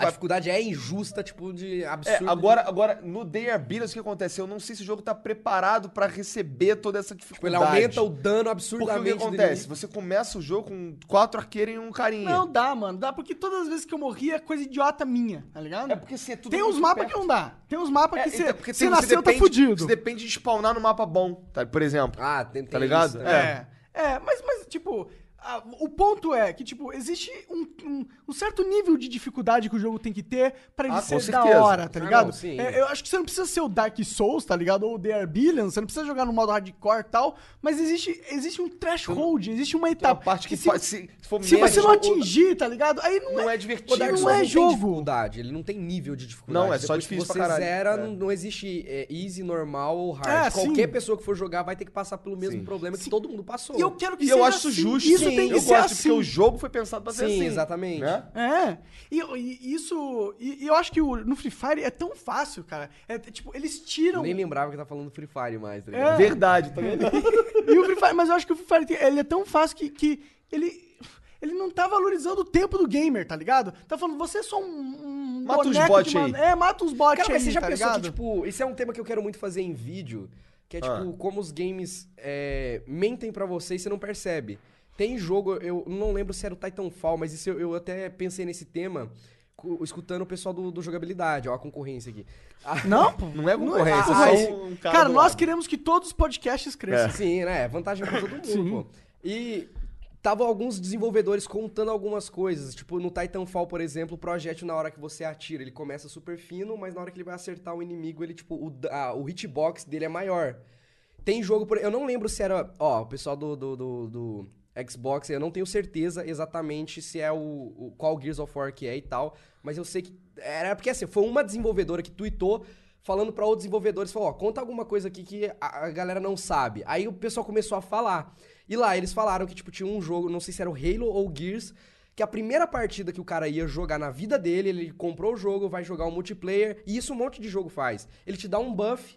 [SPEAKER 3] A dificuldade é injusta, tipo, de
[SPEAKER 1] É,
[SPEAKER 3] absurdo. né?
[SPEAKER 1] agora, agora, no Day Arbinos, o que acontece? Eu não sei se o jogo tá preparado pra receber toda essa
[SPEAKER 3] Tipo, ele
[SPEAKER 1] dificuldade.
[SPEAKER 3] aumenta o dano
[SPEAKER 1] Porque o
[SPEAKER 3] absurdamente.
[SPEAKER 1] que
[SPEAKER 3] do
[SPEAKER 1] acontece?
[SPEAKER 3] inimigo.
[SPEAKER 1] Você começa o jogo com quatro arqueiros e um carinha.
[SPEAKER 2] Não dá, mano. Dá porque todas as vezes que eu morri é coisa idiota minha, tá ligado?
[SPEAKER 1] É porque assim, é tudo
[SPEAKER 2] Tem uns
[SPEAKER 1] muito
[SPEAKER 2] mapas
[SPEAKER 1] perto.
[SPEAKER 2] que não dá. Tem uns mapas
[SPEAKER 1] É,
[SPEAKER 2] que
[SPEAKER 1] então,
[SPEAKER 2] você
[SPEAKER 1] porque
[SPEAKER 2] você
[SPEAKER 1] tem-
[SPEAKER 2] nasceu, tá
[SPEAKER 1] depende-
[SPEAKER 2] fudido.
[SPEAKER 1] Você depende de spawnar no mapa bom, tá? por exemplo.
[SPEAKER 3] Ah, tem, tem
[SPEAKER 1] Tá ligado?
[SPEAKER 3] isso, né?
[SPEAKER 1] É.
[SPEAKER 2] É. É, mas, mas tipo, a- o ponto é que, tipo, existe um, um- um certo nível de dificuldade que o jogo tem que ter pra ele
[SPEAKER 1] Ah, com
[SPEAKER 2] ser da
[SPEAKER 1] certeza.
[SPEAKER 2] hora, tá
[SPEAKER 3] Ah,
[SPEAKER 2] ligado?
[SPEAKER 3] não, sim.
[SPEAKER 2] É, eu acho que você não precisa ser o Dark Souls, tá ligado? Ou o The Arbillion, você não precisa jogar no modo hardcore e tal, mas existe, existe um threshold, existe uma
[SPEAKER 1] Tem uma
[SPEAKER 2] etapa.
[SPEAKER 1] parte que
[SPEAKER 2] tá. se,
[SPEAKER 1] pode- se, se for
[SPEAKER 2] se
[SPEAKER 1] médio,
[SPEAKER 2] você não
[SPEAKER 1] ou-
[SPEAKER 2] atingir, tá ligado? Aí não,
[SPEAKER 1] Não
[SPEAKER 2] é,
[SPEAKER 1] é
[SPEAKER 3] O
[SPEAKER 1] divertido.
[SPEAKER 3] Dark Souls
[SPEAKER 2] Não é
[SPEAKER 3] tem
[SPEAKER 2] jogo.
[SPEAKER 3] dificuldade, ele não tem nível de dificuldade.
[SPEAKER 1] Não, é só
[SPEAKER 3] Depois que
[SPEAKER 1] difícil
[SPEAKER 3] você
[SPEAKER 1] pra caralho.
[SPEAKER 3] zera,
[SPEAKER 1] É.
[SPEAKER 3] não, não existe é, easy, normal ou hard.
[SPEAKER 2] É, sim.
[SPEAKER 3] Qualquer pessoa que for jogar vai ter que passar pelo mesmo
[SPEAKER 1] Sim.
[SPEAKER 3] problema que todo mundo passou.
[SPEAKER 2] E eu quero que
[SPEAKER 1] E
[SPEAKER 2] seja
[SPEAKER 1] eu acho
[SPEAKER 2] assim.
[SPEAKER 1] justo.
[SPEAKER 2] Isso
[SPEAKER 1] sim.
[SPEAKER 2] tem que
[SPEAKER 1] eu
[SPEAKER 2] ser
[SPEAKER 1] gosto,
[SPEAKER 2] assim.
[SPEAKER 1] porque o jogo foi pensado pra ser
[SPEAKER 3] Sim,
[SPEAKER 1] assim.
[SPEAKER 3] exatamente.
[SPEAKER 1] né?
[SPEAKER 2] É. E, e isso. E, e eu acho que o- no Free Fire é tão fácil, cara. É, é, tipo, eles tiram.
[SPEAKER 3] Nem lembrava que tá falando Free Fire mais, tá
[SPEAKER 2] É.
[SPEAKER 3] ligado?
[SPEAKER 1] Verdade, tá vendo?
[SPEAKER 2] E o Free Fire, mas eu acho que o Free Fire tem- ele é tão fácil que, que ele. Ele não tá valorizando o tempo do gamer, tá ligado? Tá falando, você é só um. um
[SPEAKER 1] Mata uns
[SPEAKER 2] boneco de
[SPEAKER 1] bot
[SPEAKER 2] man-
[SPEAKER 1] aí.
[SPEAKER 2] É, mata uns bots
[SPEAKER 3] Cara,
[SPEAKER 2] aí,
[SPEAKER 3] mas você já
[SPEAKER 2] tá
[SPEAKER 3] pensou
[SPEAKER 2] ligado? Ah.
[SPEAKER 3] que, tipo, esse é um tema que eu quero muito fazer em vídeo, que é, tipo, como os games é, mentem pra você e você não percebe. Tem jogo, eu não lembro se era o Titanfall, mas isso eu, eu até pensei nesse tema, cu- escutando o pessoal do, do jogabilidade, ó, a concorrência aqui. Ah,
[SPEAKER 2] Não, pô.
[SPEAKER 1] Não é concorrência,
[SPEAKER 2] Não
[SPEAKER 3] é
[SPEAKER 1] só um cara
[SPEAKER 2] cara,
[SPEAKER 1] do
[SPEAKER 2] nós
[SPEAKER 1] lado.
[SPEAKER 2] queremos que todos os podcasts
[SPEAKER 1] É.
[SPEAKER 2] cresçam.
[SPEAKER 3] Sim, né? Vantagem pra todo mundo, pô. E estavam alguns desenvolvedores contando algumas coisas. Tipo, no Titanfall, por exemplo, o projétil, na hora que você atira, ele começa super fino, mas na hora que ele vai acertar o inimigo, ele, tipo, o, da- ah, o hitbox dele é maior. Tem jogo, por eu não lembro se era. Ó, o pessoal do, do, do, do Xbox, eu não tenho certeza exatamente se é o, o- qual Gears of War que é e tal, mas eu sei que. Era porque assim, foi uma desenvolvedora que tweetou falando pra outros desenvolvedores, falou, ó, conta alguma coisa aqui que a, a galera não sabe. Aí o pessoal começou a falar. E lá eles falaram que, tipo, tinha um jogo, não sei se era o Halo ou Gears, que a primeira partida que o cara ia jogar na vida dele, ele comprou o jogo, vai jogar o multiplayer, e isso um monte de jogo faz. Ele te dá um buff,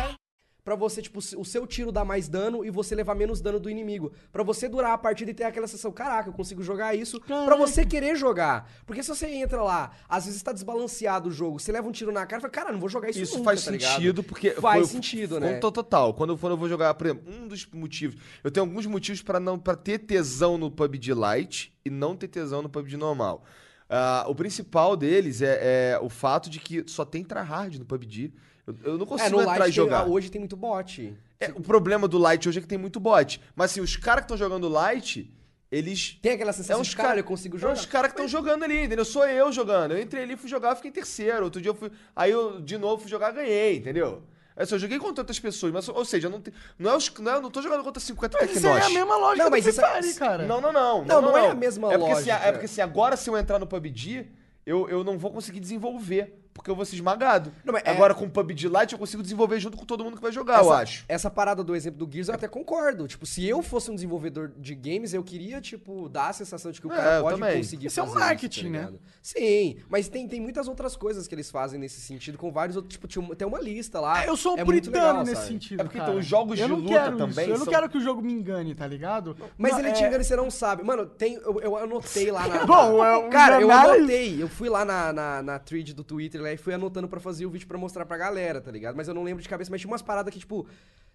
[SPEAKER 3] Pra você, tipo, se- o seu tiro dar mais dano e você levar menos dano do inimigo. Pra você durar a partida e ter aquela sensação, caraca, eu consigo jogar isso. Pra você querer jogar. Porque se você entra lá, às vezes tá desbalanceado o jogo, você leva um tiro na cara e fala, cara, não vou jogar isso
[SPEAKER 1] Isso
[SPEAKER 3] nunca,
[SPEAKER 1] faz
[SPEAKER 3] tá ligado?"
[SPEAKER 1] sentido, porque.
[SPEAKER 3] Faz
[SPEAKER 1] foi-
[SPEAKER 3] sentido,
[SPEAKER 1] foi
[SPEAKER 3] né?
[SPEAKER 1] to- Total. Quando, eu- quando eu vou jogar, por exemplo, um dos motivos. Eu tenho alguns motivos pra não para ter tesão no PUBG Lite e não ter tesão no PUBG normal. Ah, o principal deles é, é o fato de que só tem tryhard no PUBG. Eu, eu não
[SPEAKER 3] É,
[SPEAKER 1] consigo
[SPEAKER 3] no
[SPEAKER 1] entrar
[SPEAKER 3] Light
[SPEAKER 1] e jogar.
[SPEAKER 3] hoje tem muito bot.
[SPEAKER 1] É, o problema do Light hoje é que tem muito bot. Mas assim, os caras que estão jogando Light, eles.
[SPEAKER 3] Tem aquela sensação de, cara, eu consigo jogar.
[SPEAKER 1] É uns caras que estão jogando ali, entendeu? Sou eu jogando. Eu entrei ali, fui jogar, fiquei em terceiro. Outro dia eu fui. Aí eu de novo fui jogar, ganhei, entendeu? É só, eu joguei contra outras pessoas, mas, ou seja, eu não, te- não, é os, não, é- eu não tô jogando contra 50
[SPEAKER 2] Mas isso aí é a
[SPEAKER 1] tecnós.
[SPEAKER 2] mesma lógica
[SPEAKER 3] Não,
[SPEAKER 2] do
[SPEAKER 3] mas
[SPEAKER 2] Free
[SPEAKER 3] isso é-
[SPEAKER 2] Fire, cara.
[SPEAKER 1] Não, não, não.
[SPEAKER 3] Não, não é a mesma
[SPEAKER 1] é porque, assim,
[SPEAKER 3] lógica.
[SPEAKER 1] é porque assim, agora se eu entrar no PUBG, eu, eu não vou conseguir desenvolver, porque eu vou ser esmagado.
[SPEAKER 3] Não, mas é-
[SPEAKER 1] agora com o PUBG Lite eu consigo desenvolver junto com todo mundo que vai jogar, eu acho.
[SPEAKER 3] Essa parada do exemplo do Gears eu até concordo. Tipo, se eu fosse um desenvolvedor de games, eu queria, tipo, dar a sensação de que o
[SPEAKER 1] É,
[SPEAKER 3] cara
[SPEAKER 1] eu
[SPEAKER 3] pode
[SPEAKER 1] também.
[SPEAKER 3] conseguir
[SPEAKER 2] Isso é um
[SPEAKER 3] fazer tá
[SPEAKER 2] marketing, né?
[SPEAKER 3] ligado? Sim, mas tem, tem muitas outras coisas que eles fazem nesse sentido, com vários outros. Tipo, tinha uma- tem uma lista lá.
[SPEAKER 2] É, eu sou
[SPEAKER 3] é muito
[SPEAKER 2] puritano
[SPEAKER 3] legal,
[SPEAKER 2] nesse
[SPEAKER 3] sabe?
[SPEAKER 2] sentido.
[SPEAKER 1] É porque, então,
[SPEAKER 2] cara.
[SPEAKER 1] os jogos
[SPEAKER 2] eu
[SPEAKER 1] de
[SPEAKER 2] não
[SPEAKER 1] luta
[SPEAKER 2] quero
[SPEAKER 1] também
[SPEAKER 2] Isso. Eu não
[SPEAKER 1] são-
[SPEAKER 2] quero que o jogo me engane, tá ligado?
[SPEAKER 3] Mas
[SPEAKER 2] Não,
[SPEAKER 3] ele
[SPEAKER 2] é-
[SPEAKER 3] te engana e você não sabe. Mano, tem, eu, eu anotei lá na.
[SPEAKER 2] Bom, é um
[SPEAKER 3] Cara, eu
[SPEAKER 2] jornal-
[SPEAKER 3] anotei. Eu fui lá na, na, na thread do Twitter lá, e fui anotando pra fazer o vídeo pra mostrar pra galera, tá ligado? Mas eu não lembro de cabeça, mas tinha umas paradas que, tipo.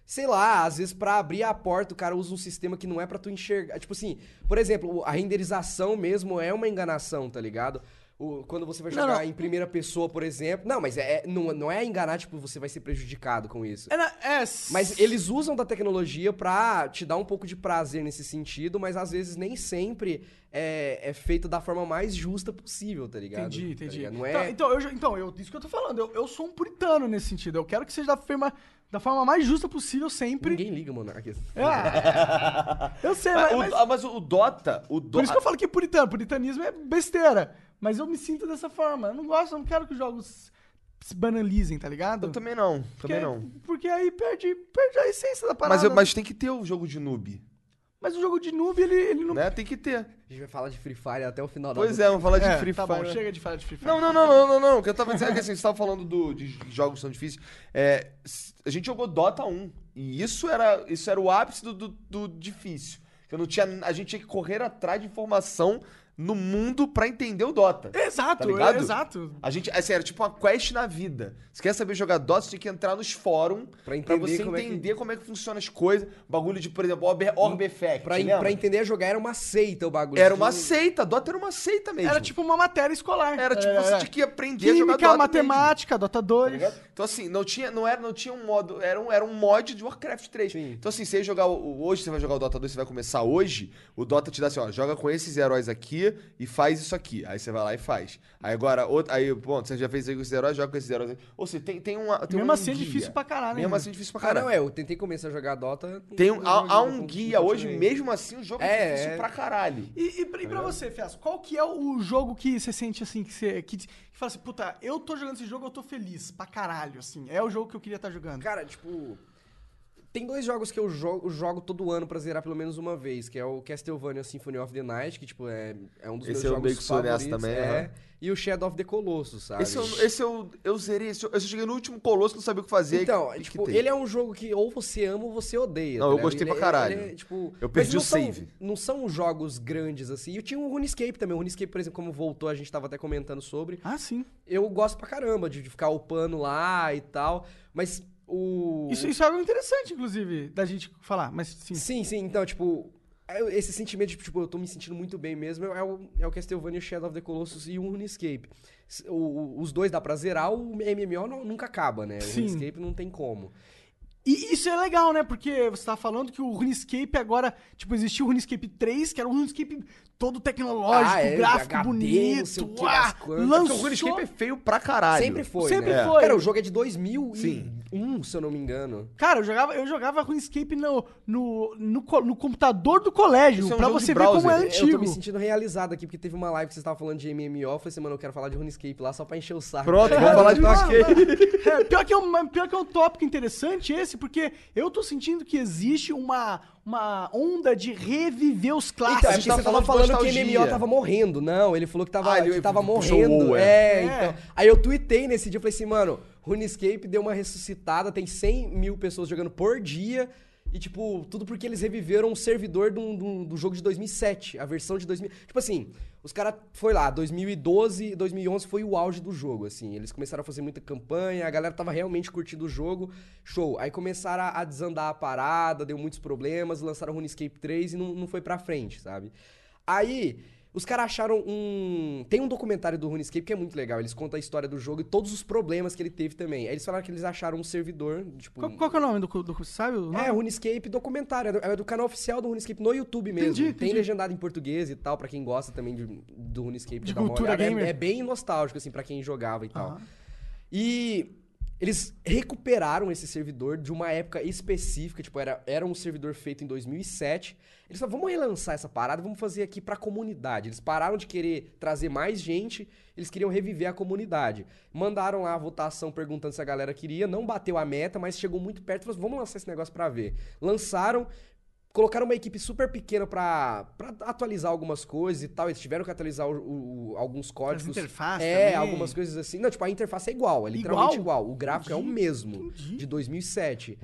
[SPEAKER 3] Sei lá, às vezes pra abrir a porta o cara usa um sistema que não é pra tu enxergar. Tipo assim, por exemplo, o- a renderização mesmo é uma enganação, tá ligado? O- quando você vai
[SPEAKER 2] Não,
[SPEAKER 3] jogar
[SPEAKER 2] não.
[SPEAKER 3] em primeira pessoa, por exemplo. Não, mas é, é- não, não é enganar, tipo, você vai ser prejudicado com isso.
[SPEAKER 2] É, na- é,
[SPEAKER 3] Mas eles usam da tecnologia pra te dar um pouco de prazer nesse sentido, mas às vezes nem sempre é, é feito da forma mais justa possível, tá ligado?
[SPEAKER 2] Entendi,
[SPEAKER 3] Tá
[SPEAKER 2] entendi.
[SPEAKER 3] ligado? Não
[SPEAKER 2] Então-
[SPEAKER 3] é...
[SPEAKER 2] então, eu, já- então, eu, isso que eu tô falando. Eu, eu sou um puritano nesse sentido. Eu quero que seja da forma, da forma mais justa possível sempre.
[SPEAKER 3] Ninguém liga, mano. Aqui.
[SPEAKER 2] É. Ah, eu sei,
[SPEAKER 1] Mas,
[SPEAKER 2] mas,
[SPEAKER 1] o-
[SPEAKER 2] mas-
[SPEAKER 1] ah, mas o Dota. O Dota
[SPEAKER 2] por isso que eu falo que é puritano. Puritanismo é besteira. Mas eu me sinto dessa forma. Eu não gosto, eu não quero que os jogos se banalizem, tá ligado?
[SPEAKER 1] eu também não,
[SPEAKER 2] porque,
[SPEAKER 1] também não.
[SPEAKER 2] Porque aí perde, perde a essência da parada.
[SPEAKER 1] Mas, eu- mas tem que ter o jogo de noob,
[SPEAKER 2] Mas o jogo de nuvem, ele, ele não...
[SPEAKER 1] né? Tem que ter.
[SPEAKER 3] A gente vai falar de Free Fire até o final
[SPEAKER 1] Pois
[SPEAKER 3] da...
[SPEAKER 1] é, vamos falar de
[SPEAKER 2] É,
[SPEAKER 1] Free
[SPEAKER 2] tá
[SPEAKER 1] Fire.
[SPEAKER 2] bom, chega de falar de Free Fire.
[SPEAKER 1] Não, não, não, não, não, não. O que eu tava dizendo é que assim, você tava falando do, de jogos que são difíceis. É, s- a gente jogou Dota 1. E isso era, isso era o ápice do, do, do difícil. Eu não tinha, a gente tinha que correr atrás de informação no mundo pra entender o Dota.
[SPEAKER 2] Exato,
[SPEAKER 1] Tá ligado?
[SPEAKER 2] é- exato.
[SPEAKER 1] A gente, assim, era tipo uma quest na vida. Se quer saber jogar Dota, você tem que entrar nos fóruns pra,
[SPEAKER 3] entender
[SPEAKER 1] você
[SPEAKER 3] como é que-
[SPEAKER 1] entender como é que funciona as coisas. Bagulho de, por exemplo, Orbe, Orbe Effect.
[SPEAKER 3] Pra, en-
[SPEAKER 1] é. lembra?
[SPEAKER 3] pra entender jogar era uma seita o bagulho. tipo,
[SPEAKER 1] Era uma
[SPEAKER 3] Não-
[SPEAKER 1] seita, Dota era uma seita mesmo.
[SPEAKER 2] Era tipo uma matéria escolar.
[SPEAKER 1] Era tipo,
[SPEAKER 2] É,
[SPEAKER 1] você
[SPEAKER 2] é.
[SPEAKER 1] tinha que aprender a jogar
[SPEAKER 2] Química,
[SPEAKER 1] Dota mesmo.
[SPEAKER 2] matemática, Dota 2.
[SPEAKER 1] ligado? Então, assim, não tinha, não era, não tinha um modo. Era um, era um mod de Warcraft 3.
[SPEAKER 3] Sim.
[SPEAKER 1] Então, assim, você ia jogar. o- o- hoje você vai jogar o Dota 2, você vai começar hoje. O Dota te dá assim, ó, joga com esses heróis aqui e faz isso aqui. Aí você vai lá e faz. Aí agora, outro, aí, bom, você já fez isso aí com esses heróis, joga com esses heróis aqui. Ou seja, tem, tem uma. Tem
[SPEAKER 2] Mesmo
[SPEAKER 1] um
[SPEAKER 2] assim é
[SPEAKER 1] guia.
[SPEAKER 2] difícil pra caralho,
[SPEAKER 1] Mesmo
[SPEAKER 2] né?
[SPEAKER 1] assim é difícil pra
[SPEAKER 3] Ah,
[SPEAKER 1] caralho.
[SPEAKER 3] não, é. Eu tentei começar a jogar Dota.
[SPEAKER 1] Tem um, há,
[SPEAKER 3] não-
[SPEAKER 1] há
[SPEAKER 3] não-
[SPEAKER 1] um
[SPEAKER 3] não
[SPEAKER 1] guia hoje,
[SPEAKER 3] continuei.
[SPEAKER 1] mesmo assim, o jogo é,
[SPEAKER 3] É,
[SPEAKER 1] difícil
[SPEAKER 3] é.
[SPEAKER 1] pra caralho.
[SPEAKER 2] E, e, pra- e pra você, Fiasco, qual que é o jogo que você sente assim, que você. Que, que fala assim, puta, eu tô jogando esse jogo, eu tô feliz pra caralho, assim. É o jogo que eu queria estar jogando.
[SPEAKER 3] Cara, tipo. Tem dois jogos que eu jogo, jogo todo ano pra zerar pelo menos uma vez, que é o Castlevania Symphony of the Night, que, tipo, é, é um dos
[SPEAKER 1] Esse
[SPEAKER 3] meus
[SPEAKER 1] eu
[SPEAKER 3] jogos
[SPEAKER 1] meio que sou
[SPEAKER 3] favoritos.
[SPEAKER 1] nessa também,
[SPEAKER 3] é,
[SPEAKER 1] aham.
[SPEAKER 3] E o Shadow of the Colossus, sabe?
[SPEAKER 1] Esse, eu, esse eu, eu zerei, esse eu, eu cheguei no último colosso, não sabia o que fazer.
[SPEAKER 3] Então,
[SPEAKER 1] e- e
[SPEAKER 3] tipo,
[SPEAKER 1] quitei.
[SPEAKER 3] ele é um jogo que ou você ama ou você
[SPEAKER 1] Não,
[SPEAKER 3] odeia. tá
[SPEAKER 1] eu
[SPEAKER 3] ligado?
[SPEAKER 1] gostei
[SPEAKER 3] Ele
[SPEAKER 1] pra
[SPEAKER 3] é- ele é,
[SPEAKER 1] caralho.
[SPEAKER 3] tipo,
[SPEAKER 1] Eu
[SPEAKER 3] mas
[SPEAKER 1] perdi
[SPEAKER 3] não
[SPEAKER 1] o
[SPEAKER 3] são-
[SPEAKER 1] save.
[SPEAKER 3] não são jogos grandes assim. E tinha o RuneScape também. O RuneScape, por exemplo, como voltou, a gente tava até comentando sobre.
[SPEAKER 2] Ah, sim.
[SPEAKER 3] Eu gosto pra caramba de, de ficar upando lá e tal. Mas o.
[SPEAKER 2] Isso, isso é algo interessante, inclusive, da gente falar, mas sim.
[SPEAKER 3] Sim, sim. Então, tipo, eu- esse sentimento de, tipo, eu tô me sentindo muito bem mesmo é o, é o Castlevania Shadow of the Colossus e o RuneScape. S- o- o- os dois dá pra zerar, o MMO não- nunca acaba, né? O
[SPEAKER 2] Sim.
[SPEAKER 3] RuneScape não tem como.
[SPEAKER 2] E isso é legal, né? Porque você tava falando que o RuneScape agora, tipo, existia o RuneScape 3, que era um RuneScape todo tecnológico,
[SPEAKER 3] Ah, é,
[SPEAKER 2] gráfico
[SPEAKER 3] HD, não sei o
[SPEAKER 2] bonito.
[SPEAKER 3] que,
[SPEAKER 2] ah,
[SPEAKER 3] das quantas.
[SPEAKER 1] Porque
[SPEAKER 2] lançou...
[SPEAKER 1] o RuneScape é feio pra caralho.
[SPEAKER 3] Sempre foi,
[SPEAKER 2] Sempre
[SPEAKER 3] né?
[SPEAKER 2] foi.
[SPEAKER 3] Cara, o jogo é de 2001,
[SPEAKER 1] Sim.
[SPEAKER 3] se eu não me engano.
[SPEAKER 2] Cara, eu jogava, eu jogava RuneScape no, no, no, co- no computador do colégio,
[SPEAKER 1] Isso é um
[SPEAKER 2] pra
[SPEAKER 1] jogo de
[SPEAKER 2] você ver como é
[SPEAKER 1] browser.
[SPEAKER 3] Eu tô
[SPEAKER 2] antigo.
[SPEAKER 3] me sentindo realizado aqui, porque teve uma live que vocês estavam falando de MMO. Eu falei assim, mano, eu quero falar de RuneScape lá só pra encher o saco.
[SPEAKER 1] Pronto,
[SPEAKER 3] Tá
[SPEAKER 1] vamos
[SPEAKER 3] ligado?
[SPEAKER 1] falar de
[SPEAKER 3] Não,
[SPEAKER 1] RuneScape.
[SPEAKER 2] É, pior, que é um, pior que é um tópico interessante esse, porque eu tô sentindo que existe uma, uma onda de reviver os clássicos.
[SPEAKER 1] a
[SPEAKER 2] Tá-
[SPEAKER 3] Então, é porque
[SPEAKER 1] gente
[SPEAKER 3] você
[SPEAKER 1] tava
[SPEAKER 3] tava
[SPEAKER 1] falando de
[SPEAKER 3] falando, que
[SPEAKER 1] nostalgia.
[SPEAKER 3] MMO tava morrendo. Não, ele falou que tava,
[SPEAKER 1] Ah, ele
[SPEAKER 3] que tava
[SPEAKER 1] puxou o
[SPEAKER 3] morrendo.
[SPEAKER 1] WoW,
[SPEAKER 3] é,
[SPEAKER 2] É.
[SPEAKER 3] então. Aí eu tuitei nesse dia, eu falei assim, mano, RuneScape deu uma ressuscitada, tem 100 mil pessoas jogando por dia. E, tipo, tudo porque eles reviveram um servidor de um- de um- do jogo de 2007, a versão de 2000. Tipo assim, os caras foi lá, 2012 2011 foi o auge do jogo, assim. Eles começaram a fazer muita campanha, a galera tava realmente curtindo o jogo, show. Aí começaram a, a desandar a parada, deu muitos problemas, lançaram RuneScape 3 e não, não foi pra frente, sabe? Aí, os caras acharam um. Tem um documentário do RuneScape que é muito legal. Eles contam a história do jogo e todos os problemas que ele teve também. Aí eles falaram que eles acharam um servidor, tipo.
[SPEAKER 2] Qual, qual que é o nome do, cu- do cu- sabe? o nome?
[SPEAKER 3] É, RuneScape documentário. é do- É do canal oficial do RuneScape no YouTube mesmo.
[SPEAKER 2] Entendi,
[SPEAKER 3] Tem
[SPEAKER 2] entendi.
[SPEAKER 3] legendado em português e tal, pra quem gosta também de, do RuneScape.
[SPEAKER 2] De
[SPEAKER 3] dá uma
[SPEAKER 2] cultura
[SPEAKER 3] olhada. É-
[SPEAKER 2] gamer.
[SPEAKER 3] É, bem nostálgico, assim, pra quem jogava e tal. E eles recuperaram esse servidor de uma época específica, tipo, era, era um servidor feito em 2007. Eles falaram, vamos relançar essa parada, vamos fazer aqui pra comunidade. Eles pararam de querer trazer mais gente, eles queriam reviver a comunidade. Mandaram lá a votação perguntando se a galera queria, não bateu a meta, mas chegou muito perto e falou, vamos lançar esse negócio pra ver. Lançaram, Colocaram uma equipe super pequena pra, pra atualizar algumas coisas e tal. Eles tiveram que atualizar o- o- o- alguns códigos.
[SPEAKER 2] interfaces
[SPEAKER 3] É,
[SPEAKER 2] também.
[SPEAKER 3] algumas coisas assim. Não, tipo, a interface é igual, é literalmente
[SPEAKER 2] Igual?
[SPEAKER 3] igual. O gráfico é o mesmo,
[SPEAKER 2] entendi.
[SPEAKER 3] de 2007.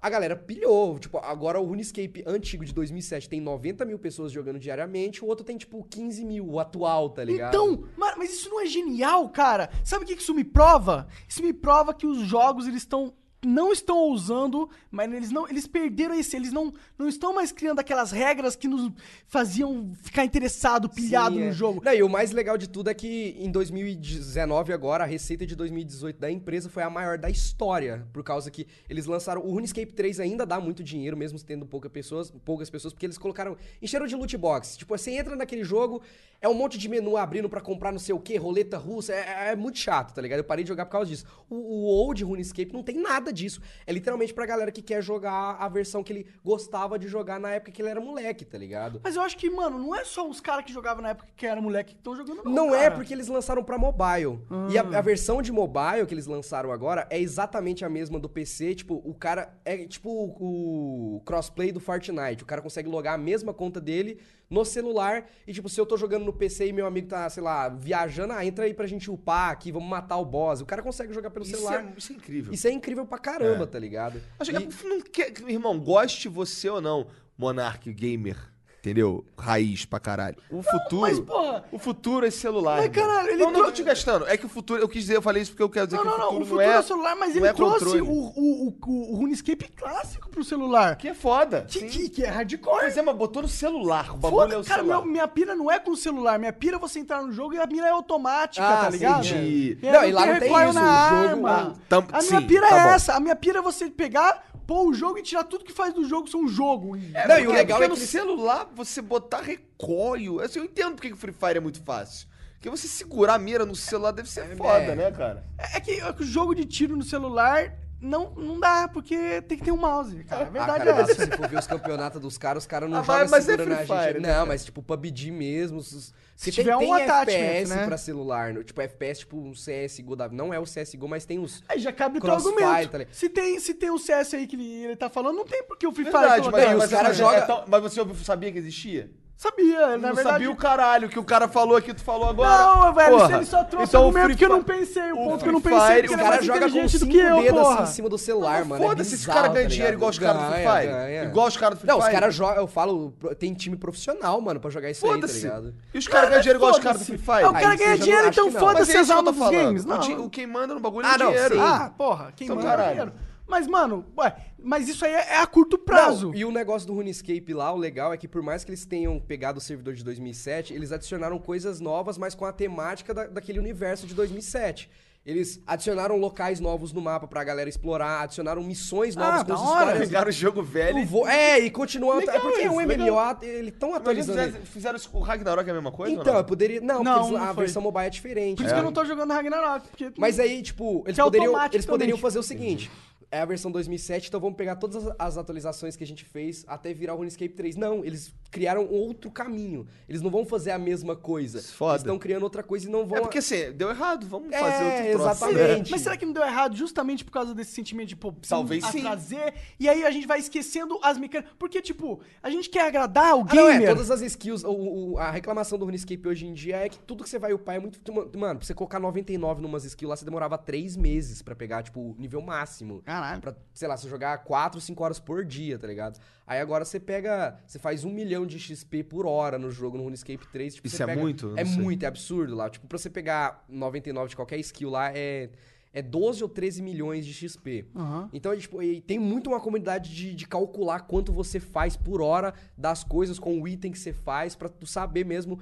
[SPEAKER 3] A galera pilhou. Tipo, agora o RuneScape antigo de 2007 tem 90 mil pessoas jogando diariamente. O outro tem, tipo, 15 mil, o atual, tá ligado?
[SPEAKER 2] Então, ma- mas isso não é genial, cara? Sabe o que que isso me prova? Isso me prova que os jogos eles estão não estão ousando, mas eles não eles perderam esse, eles não não estão mais criando aquelas regras que nos faziam ficar interessado, pilhado
[SPEAKER 3] Sim,
[SPEAKER 2] no
[SPEAKER 3] é.
[SPEAKER 2] jogo.
[SPEAKER 3] Não, e o mais legal de tudo é que em 2019 agora, a receita de 2018 da empresa foi a maior da história, por causa que eles lançaram o RuneScape 3 ainda dá muito dinheiro mesmo tendo pouca pessoas, poucas pessoas, porque eles colocaram encheram de loot box. Tipo, você entra naquele jogo, é um monte de menu abrindo pra comprar não sei o que, roleta russa, é, é muito chato, tá ligado? Eu parei de jogar por causa disso. O, o old RuneScape não tem nada disso. É literalmente pra galera que quer jogar a versão que ele gostava de jogar na época que ele era moleque, tá ligado?
[SPEAKER 2] Mas eu acho que, mano, não é só os caras que jogavam na época que era moleque que estão jogando
[SPEAKER 3] Não
[SPEAKER 2] cara.
[SPEAKER 3] é porque eles lançaram pra mobile. E a, a versão de mobile que eles lançaram agora é exatamente a mesma do PC. Tipo, o cara. É tipo o, o crossplay do Fortnite. O cara consegue logar a mesma conta dele no celular. E, tipo, se eu tô jogando no PC e meu amigo tá, sei lá, viajando, ah, entra aí pra gente upar aqui, vamos matar o boss. O cara consegue jogar pelo
[SPEAKER 1] Isso
[SPEAKER 3] celular.
[SPEAKER 1] é, isso é incrível.
[SPEAKER 3] Isso é incrível pra caramba, tá ligado?
[SPEAKER 1] Acho que é- não quer- irmão, goste você ou não, Monark Gamer, entendeu? Raiz pra caralho. O futuro.
[SPEAKER 2] mas, porra-
[SPEAKER 1] o futuro é celular.
[SPEAKER 2] Mas,
[SPEAKER 1] irmão.
[SPEAKER 2] caralho, ele
[SPEAKER 1] não, não tô
[SPEAKER 2] trou-
[SPEAKER 1] te gastando. É que o futuro. Eu quis dizer, eu falei isso porque eu quero dizer
[SPEAKER 2] Não,
[SPEAKER 1] que
[SPEAKER 2] não, não. O futuro
[SPEAKER 1] é,
[SPEAKER 2] é, celular, mas
[SPEAKER 1] não
[SPEAKER 2] ele
[SPEAKER 1] é
[SPEAKER 2] trouxe
[SPEAKER 1] controle.
[SPEAKER 2] o, o, o, o RuneScape clássico pro celular.
[SPEAKER 1] Que é foda.
[SPEAKER 2] Que,
[SPEAKER 1] sim.
[SPEAKER 2] que, que é hardcore.
[SPEAKER 1] Pois é, mas botou no celular. O bagulho é o
[SPEAKER 2] Foda, cara,
[SPEAKER 1] celular.
[SPEAKER 2] meu- minha pira não é com o celular. Minha pira é você entrar no jogo e a mira é automática,
[SPEAKER 3] Ah,
[SPEAKER 2] tá ligado?
[SPEAKER 1] entendi.
[SPEAKER 2] É,
[SPEAKER 3] Não, e lá não tem
[SPEAKER 2] recoil
[SPEAKER 3] isso,
[SPEAKER 2] na
[SPEAKER 3] o jogo-
[SPEAKER 2] arma.
[SPEAKER 1] Tam-
[SPEAKER 2] a minha
[SPEAKER 1] sim,
[SPEAKER 2] pira
[SPEAKER 1] tá
[SPEAKER 2] é
[SPEAKER 1] bom.
[SPEAKER 2] essa. A minha pira é você pegar, pôr o jogo e tirar tudo que faz do jogo ser um jogo.
[SPEAKER 1] É,
[SPEAKER 3] Não, e
[SPEAKER 1] porque,
[SPEAKER 3] o legal
[SPEAKER 1] porque
[SPEAKER 3] é
[SPEAKER 1] no
[SPEAKER 3] que eles-
[SPEAKER 1] celular você botar recoil. Assim, eu entendo porque que o Free Fire é muito fácil. Porque você segurar a mira no celular deve ser foda, né, cara?
[SPEAKER 2] É, que, é que o jogo de tiro no celular não, não dá, porque tem que ter um mouse, cara. A
[SPEAKER 3] Ah,
[SPEAKER 2] verdade
[SPEAKER 3] cara,
[SPEAKER 2] é
[SPEAKER 3] mas
[SPEAKER 2] essa.
[SPEAKER 3] se for ver os campeonatos dos caras, os caras não
[SPEAKER 1] Ah,
[SPEAKER 3] jogam
[SPEAKER 1] mas- mas é
[SPEAKER 3] segurando
[SPEAKER 1] Free
[SPEAKER 3] a
[SPEAKER 1] Fire,
[SPEAKER 3] gente.
[SPEAKER 1] né,
[SPEAKER 3] não,
[SPEAKER 1] cara?
[SPEAKER 3] mas tipo, PUBG mesmo. Se
[SPEAKER 2] tiver um attachment,
[SPEAKER 3] FPS
[SPEAKER 2] né?
[SPEAKER 3] pra celular, no- tipo, FPS tipo um CSGO, da- não é o CSGO, mas tem os...
[SPEAKER 2] Aí já cabe o teu
[SPEAKER 3] Crossfire,
[SPEAKER 2] argumento.
[SPEAKER 3] tá ligado?
[SPEAKER 2] se, tem, se tem o CS aí que ele, ele tá falando, não tem porque o Free Fire
[SPEAKER 1] Verdade,
[SPEAKER 2] colocar. né?
[SPEAKER 1] mas,
[SPEAKER 3] Não, e
[SPEAKER 1] mas,
[SPEAKER 3] os caras
[SPEAKER 1] mas-
[SPEAKER 3] jogam-
[SPEAKER 1] é tão- mas você ouviu- sabia que existia?
[SPEAKER 2] Sabia,
[SPEAKER 1] Eu
[SPEAKER 2] na
[SPEAKER 1] não
[SPEAKER 2] verdade...
[SPEAKER 1] sabia o caralho que o cara falou aqui, tu falou agora.
[SPEAKER 2] Não, velho,
[SPEAKER 1] Porra.
[SPEAKER 2] se ele só trouxe
[SPEAKER 1] Então,
[SPEAKER 2] o
[SPEAKER 1] o
[SPEAKER 2] argumento
[SPEAKER 1] Free
[SPEAKER 2] que eu não
[SPEAKER 1] Fi-
[SPEAKER 2] pensei, o
[SPEAKER 1] o
[SPEAKER 2] ponto que
[SPEAKER 1] Free
[SPEAKER 2] eu não pensei,
[SPEAKER 1] Fire,
[SPEAKER 2] porque
[SPEAKER 3] Os
[SPEAKER 2] ele é
[SPEAKER 3] caras
[SPEAKER 2] mais
[SPEAKER 3] jogam com
[SPEAKER 2] inteligente do
[SPEAKER 3] cinco
[SPEAKER 2] que eu,
[SPEAKER 3] dedos
[SPEAKER 2] porra.
[SPEAKER 3] assim em cima do celular, mano. é
[SPEAKER 1] Foda-se, esse
[SPEAKER 3] bizarro,
[SPEAKER 1] cara ganha
[SPEAKER 3] tá
[SPEAKER 1] dinheiro
[SPEAKER 3] ligado?
[SPEAKER 1] igual os caras do Free
[SPEAKER 3] Ganha,
[SPEAKER 1] Fire.
[SPEAKER 3] ganha.
[SPEAKER 1] Igual os caras do Free
[SPEAKER 3] Não, os
[SPEAKER 1] Fire.
[SPEAKER 3] caras jogam, eu falo, pro- tem time profissional, mano, pra jogar isso aí, tá
[SPEAKER 1] Foda-se.
[SPEAKER 3] ligado?
[SPEAKER 1] assim, e os caras ganham dinheiro igual os caras do Free
[SPEAKER 2] Foda-se.
[SPEAKER 1] Fire.
[SPEAKER 2] Ah, o cara
[SPEAKER 3] Aí
[SPEAKER 2] ganha
[SPEAKER 3] você já
[SPEAKER 2] dinheiro,
[SPEAKER 3] não- acho
[SPEAKER 2] então
[SPEAKER 3] que não.
[SPEAKER 1] Mas
[SPEAKER 2] foda-se
[SPEAKER 1] é isso
[SPEAKER 2] as
[SPEAKER 1] que eu tô
[SPEAKER 2] almas dos
[SPEAKER 1] falando.
[SPEAKER 2] games.
[SPEAKER 1] O,
[SPEAKER 2] Não,
[SPEAKER 1] di- o quem manda no bagulho
[SPEAKER 3] Ah,
[SPEAKER 1] é
[SPEAKER 3] não,
[SPEAKER 1] dinheiro.
[SPEAKER 3] sim.
[SPEAKER 2] Ah, porra, quem
[SPEAKER 1] Então,
[SPEAKER 2] manda
[SPEAKER 1] caralho.
[SPEAKER 2] dinheiro. Mas, mano, ué, mas isso aí é, é a curto prazo.
[SPEAKER 3] Não, e o negócio do RuneScape lá, o legal é que por mais que eles tenham pegado o servidor de 2007, eles adicionaram coisas novas, mas com a temática da- daquele universo de 2007. Eles adicionaram locais novos no mapa pra galera explorar, adicionaram missões novas
[SPEAKER 2] Ah,
[SPEAKER 3] com
[SPEAKER 2] da
[SPEAKER 3] as
[SPEAKER 2] hora.
[SPEAKER 3] histórias.
[SPEAKER 1] Pegaram o jogo velho.
[SPEAKER 3] Eu vou- É, e continuam.
[SPEAKER 1] Legal
[SPEAKER 3] É porque
[SPEAKER 1] isso,
[SPEAKER 3] o MMO,
[SPEAKER 1] legal.
[SPEAKER 3] ele tão
[SPEAKER 1] Mas eles
[SPEAKER 3] atualizando. ele.
[SPEAKER 1] fizeram, fizeram isso- o Ragnarok é a mesma coisa?
[SPEAKER 3] Então,
[SPEAKER 1] ou
[SPEAKER 3] eu poderia. Não,
[SPEAKER 2] Não,
[SPEAKER 3] porque eles-
[SPEAKER 2] não
[SPEAKER 3] a
[SPEAKER 2] foi.
[SPEAKER 3] versão mobile é diferente.
[SPEAKER 2] Por isso que eu não tô jogando Ragnarok, porque...
[SPEAKER 3] Mas aí, tipo, eles,
[SPEAKER 2] Que é
[SPEAKER 3] poderiam,
[SPEAKER 2] automático
[SPEAKER 3] eles poderiam
[SPEAKER 2] também.
[SPEAKER 3] fazer o seguinte. É a versão 2007, então vamos pegar todas as- as atualizações que a gente fez até virar o RuneScape 3. Não, eles criaram outro caminho. Eles não vão fazer a mesma coisa.
[SPEAKER 1] Foda.
[SPEAKER 3] Eles estão criando outra coisa e não vão.
[SPEAKER 1] É porque assim, deu errado, vamos
[SPEAKER 3] É,
[SPEAKER 1] fazer outro troço. É.
[SPEAKER 3] exatamente.
[SPEAKER 2] Mas será que não deu errado justamente por causa desse sentimento de, pô, precisamos
[SPEAKER 1] Talvez sim.
[SPEAKER 2] atraser? E aí a gente vai esquecendo as mecânicas. Porque, tipo, a gente quer agradar o
[SPEAKER 3] Ah, não,
[SPEAKER 2] gamer.
[SPEAKER 3] é, todas as skills, o- o- a reclamação do RuneScape hoje em dia é que tudo que você vai upar é muito. Mano, pra você colocar 99 numas skills lá, você demorava 3 meses pra pegar, tipo, o nível máximo.
[SPEAKER 2] Caralho.
[SPEAKER 3] Pra, sei lá, você jogar 4, 5 horas por dia, tá ligado? Aí agora você pega. Você faz 1 milhão de XP por hora no jogo, no RuneScape 3. Tipo,
[SPEAKER 1] Isso
[SPEAKER 3] você
[SPEAKER 1] é
[SPEAKER 3] pega-
[SPEAKER 1] muito? Eu
[SPEAKER 3] É
[SPEAKER 1] não sei.
[SPEAKER 3] muito, é absurdo lá. Tipo, pra você pegar 99 de qualquer skill lá, é. É 12 ou 13 milhões de XP. Então, é, tipo, e tem muito uma comunidade de, de calcular quanto você faz por hora das coisas com o item que você faz, pra tu saber mesmo,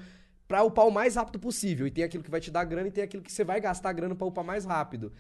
[SPEAKER 3] pra upar o mais rápido possível. E tem aquilo que vai te dar grana e tem aquilo que você vai gastar grana pra upar mais rápido.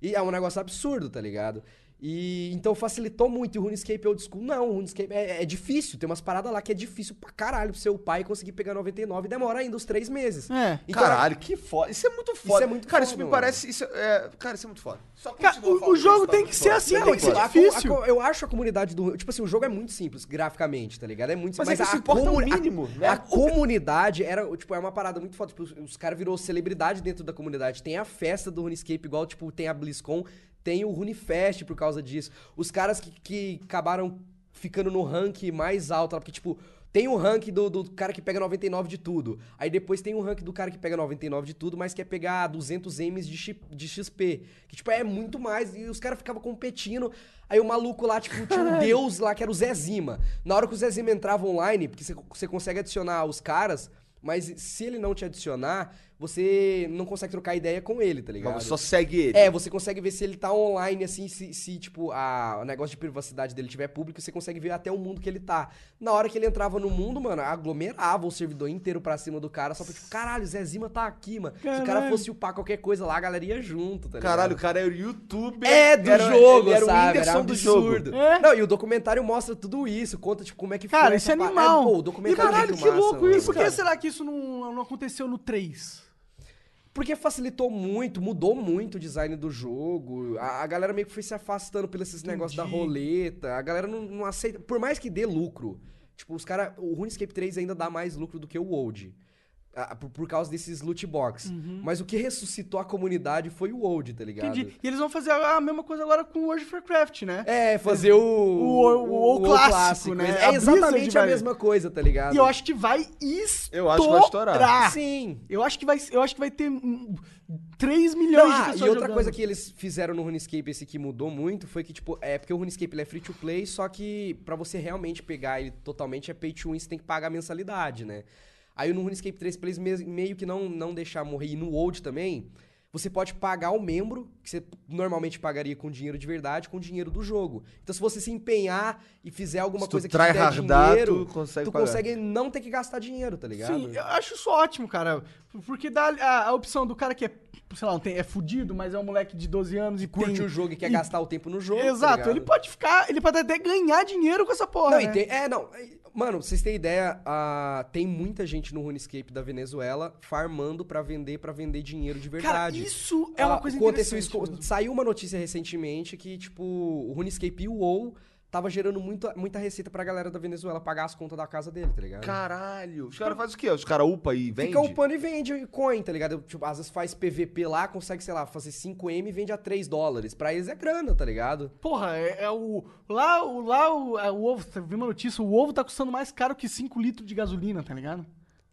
[SPEAKER 3] E é um negócio absurdo, tá ligado? E então facilitou muito. E o RuneScape Old School, não. O RuneScape é, é difícil. Tem umas paradas lá que é difícil pra caralho pra você upar e conseguir pegar 99. Demora ainda uns três meses.
[SPEAKER 2] É.
[SPEAKER 3] Então,
[SPEAKER 1] Caralho, que foda. Isso é muito foda.
[SPEAKER 3] é muito
[SPEAKER 1] cara, isso
[SPEAKER 3] foda,
[SPEAKER 1] me
[SPEAKER 3] mano.
[SPEAKER 1] parece. Isso é... Cara, isso é muito foda. Só
[SPEAKER 2] Cara,
[SPEAKER 1] continua
[SPEAKER 2] o- o
[SPEAKER 1] falando,
[SPEAKER 2] jogo
[SPEAKER 1] isso tá
[SPEAKER 2] tem
[SPEAKER 1] muito
[SPEAKER 2] que ser
[SPEAKER 1] foda.
[SPEAKER 2] assim,
[SPEAKER 1] Não,
[SPEAKER 2] tem
[SPEAKER 3] Não,
[SPEAKER 1] que
[SPEAKER 2] ser
[SPEAKER 1] ser
[SPEAKER 3] a- a-
[SPEAKER 2] difícil.
[SPEAKER 3] a- eu acho a comunidade do. Tipo assim, o jogo é muito simples, graficamente, tá ligado? É muito
[SPEAKER 1] Mas
[SPEAKER 3] simples.
[SPEAKER 1] é que isso
[SPEAKER 3] a
[SPEAKER 1] importa o
[SPEAKER 3] comuni- a-
[SPEAKER 1] mínimo, né?
[SPEAKER 3] A comunidade era, tipo, é uma parada muito foda. Tipo, os, os caras virou celebridade dentro da comunidade. Tem a festa do RuneScape, igual, tipo, tem a BlizzCon, tem o RuneFest por causa disso. Os caras que, que acabaram ficando no rank mais alto, lá, porque, tipo. Tem o rank do, do cara que pega 99 de tudo. Aí depois tem o rank do cara que pega 99 de tudo, mas quer pegar 200 M's de, chi- de XP. Que, tipo, é muito mais. E os caras ficavam competindo. Aí o maluco lá, tipo, tinha um deus lá que era o Zezima. Na hora que o Zezima entrava online, porque você- você consegue adicionar os caras, mas se ele não te adicionar, você não consegue trocar ideia com ele, tá ligado?
[SPEAKER 1] Mas só segue ele.
[SPEAKER 3] É, você consegue ver se ele tá online, assim, se, se, tipo, a, o negócio de privacidade dele tiver público, você consegue ver até o mundo que ele tá. Na hora que ele entrava no mundo, mano, aglomerava o servidor inteiro pra cima do cara, só pra tipo, caralho, o Zezima tá aqui, mano. Se o cara
[SPEAKER 2] Caralho.
[SPEAKER 3] fosse upar qualquer coisa lá, a galera ia junto, tá ligado?
[SPEAKER 1] Caralho, o cara era o youtuber.
[SPEAKER 3] É do
[SPEAKER 1] era- ele
[SPEAKER 3] jogo,
[SPEAKER 2] um
[SPEAKER 1] era
[SPEAKER 3] sabe?
[SPEAKER 1] o Whindersson
[SPEAKER 3] era um
[SPEAKER 1] do jogo.
[SPEAKER 3] absurdo.
[SPEAKER 2] É.
[SPEAKER 3] Não, e o documentário mostra tudo isso, conta tipo como é que
[SPEAKER 2] Cara,
[SPEAKER 3] foi.
[SPEAKER 2] isso é
[SPEAKER 3] essa pa-
[SPEAKER 2] animal.
[SPEAKER 3] É, pô, o
[SPEAKER 2] E
[SPEAKER 3] documentário é
[SPEAKER 2] caralho,
[SPEAKER 3] muito
[SPEAKER 2] que
[SPEAKER 3] massa,
[SPEAKER 2] louco
[SPEAKER 3] mano.
[SPEAKER 2] isso, Por que
[SPEAKER 3] Cara,
[SPEAKER 2] será que isso não, não aconteceu no 3?
[SPEAKER 3] Porque facilitou muito, mudou muito o design do jogo. A, a galera meio que foi se afastando pelos esses negócios da roleta. A galera não, não aceita. Por mais que dê lucro. Tipo, os caras. O RuneScape 3 ainda dá mais lucro do que o Old. ah, Por, por causa desses loot box. Mas o que ressuscitou a comunidade foi o Old, tá ligado?
[SPEAKER 2] Uhum. Entendi. E eles vão fazer a a mesma coisa agora com World of Warcraft, né?
[SPEAKER 3] É, fazer o.
[SPEAKER 2] O- o- o clássico, né?
[SPEAKER 3] ex-
[SPEAKER 2] A
[SPEAKER 3] É
[SPEAKER 2] Blizzard
[SPEAKER 3] exatamente a
[SPEAKER 2] vai-
[SPEAKER 3] mesma coisa, tá ligado?
[SPEAKER 2] E eu acho que ah, vai estourar.
[SPEAKER 1] Eu acho que vai estourar.
[SPEAKER 3] Sim.
[SPEAKER 2] Eu acho que vai, eu acho que vai ter hum, 3
[SPEAKER 3] Não,
[SPEAKER 2] milhões de
[SPEAKER 3] ah,
[SPEAKER 2] pessoas
[SPEAKER 3] e outra
[SPEAKER 2] tá jogando.
[SPEAKER 3] coisa que eles fizeram no RuneScape, esse que mudou muito, foi que, tipo, é porque o RuneScape ele é free to play, só que pra você realmente pegar ele totalmente é pay to win, você tem que pagar a mensalidade, né? Aí no RuneScape 3 Plays mes- meio que não, não deixar morrer. E no Old também, você pode pagar o membro, que você normalmente pagaria com dinheiro de verdade, com dinheiro do jogo. Então se você se empenhar e fizer alguma
[SPEAKER 1] Se tu
[SPEAKER 3] coisa que te
[SPEAKER 1] try
[SPEAKER 3] der
[SPEAKER 1] hardar,
[SPEAKER 3] dinheiro,
[SPEAKER 1] tu consegue
[SPEAKER 3] tu
[SPEAKER 1] pagar.
[SPEAKER 3] consegue não ter que gastar dinheiro, tá ligado?
[SPEAKER 2] Sim, eu acho isso ótimo, cara. Porque dá a, a opção do cara que é, sei lá, não tem- é fudido, mas é um moleque de 12 anos e
[SPEAKER 3] Curte
[SPEAKER 2] tem-
[SPEAKER 3] o jogo e quer
[SPEAKER 2] e-
[SPEAKER 3] gastar o tempo no jogo. tá
[SPEAKER 2] Exato,
[SPEAKER 3] ligado?
[SPEAKER 2] ele pode ficar, ele pode até ganhar dinheiro com essa porra.
[SPEAKER 3] Não, e
[SPEAKER 2] né?
[SPEAKER 3] tem- é, não. Mano, vocês têm ideia, ah, tem muita gente no RuneScape da Venezuela farmando pra vender, pra vender dinheiro de
[SPEAKER 2] Cara,
[SPEAKER 3] verdade.
[SPEAKER 2] isso é uma
[SPEAKER 3] Ah,
[SPEAKER 2] coisa
[SPEAKER 3] aconteceu
[SPEAKER 2] interessante.
[SPEAKER 3] isso-
[SPEAKER 2] mesmo.
[SPEAKER 3] Saiu uma notícia recentemente que, tipo, o RuneScape e o WoW tava gerando muita, muita receita pra galera da Venezuela pagar as contas da casa dele, tá ligado?
[SPEAKER 1] Caralho. Os caras fazem o quê? Os caras upa e vende?
[SPEAKER 3] Fica upando e vende coin, tá ligado? Tipo, às vezes faz PVP lá, consegue, sei lá, fazer 5M e vende a 3 dólares. Pra eles é grana, tá ligado?
[SPEAKER 2] Porra, é, é o. Lá, o, lá o, é, o ovo, você viu uma notícia? O ovo tá custando mais caro que 5 litros de gasolina, tá ligado?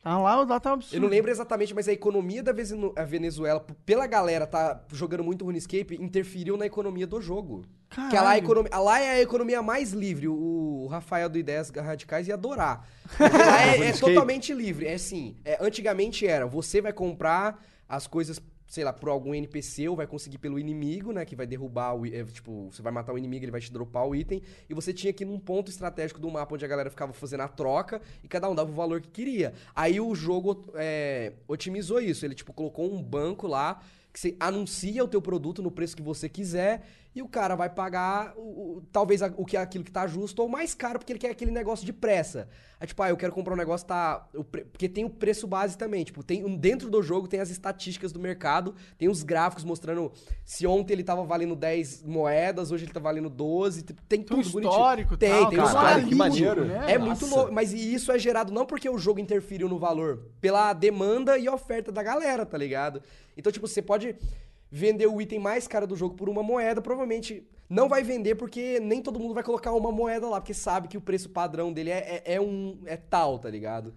[SPEAKER 2] Tá lá, lá tá um absurdo.
[SPEAKER 3] Eu não lembro exatamente, mas a economia da Vezenu- a Venezuela, p- pela galera tá jogando muito RuneScape, interferiu na economia do jogo.
[SPEAKER 2] Caralho.
[SPEAKER 3] Que lá, a economia, lá é a economia mais livre. O o Rafael do Ideias Radicais ia adorar. Porque lá é, é totalmente livre. É assim, é, antigamente era, você vai comprar as coisas, sei lá, por algum NPC ou vai conseguir pelo inimigo, né? Que vai derrubar o. i- é, tipo, você vai matar o inimigo, ele vai te dropar o item. E você tinha que ir num ponto estratégico do mapa onde a galera ficava fazendo a troca e cada um dava o valor que queria. Aí o jogo é, otimizou isso. Ele, tipo, colocou um banco lá que você anuncia o teu produto no preço que você quiser e o cara vai pagar o, o- talvez a- o que é aquilo que tá justo ou mais caro, porque ele quer aquele negócio de pressa. Aí, tipo, ah, eu quero comprar um negócio tá o pre- porque tem o preço base também, tipo, tem um- dentro do jogo tem as estatísticas do mercado, tem os gráficos mostrando se ontem ele tava valendo 10 moedas, hoje ele tá valendo 12, tem, tem
[SPEAKER 2] Tem um
[SPEAKER 3] tudo bonitinho.
[SPEAKER 2] histórico e
[SPEAKER 3] tem,
[SPEAKER 2] tal,
[SPEAKER 3] tem
[SPEAKER 2] cara.
[SPEAKER 3] os
[SPEAKER 1] Caralho, que
[SPEAKER 3] paralíticos,
[SPEAKER 1] maneiro.
[SPEAKER 3] é
[SPEAKER 2] Nossa.
[SPEAKER 3] muito louco, mas e isso é gerado não porque o jogo interferiu no valor, pela demanda e oferta da galera, tá ligado? Então, tipo, você pode vender o item mais caro do jogo por uma moeda, provavelmente não vai vender porque nem todo mundo vai colocar uma moeda lá, porque sabe que o preço padrão dele é, é, é um é tal, tá ligado?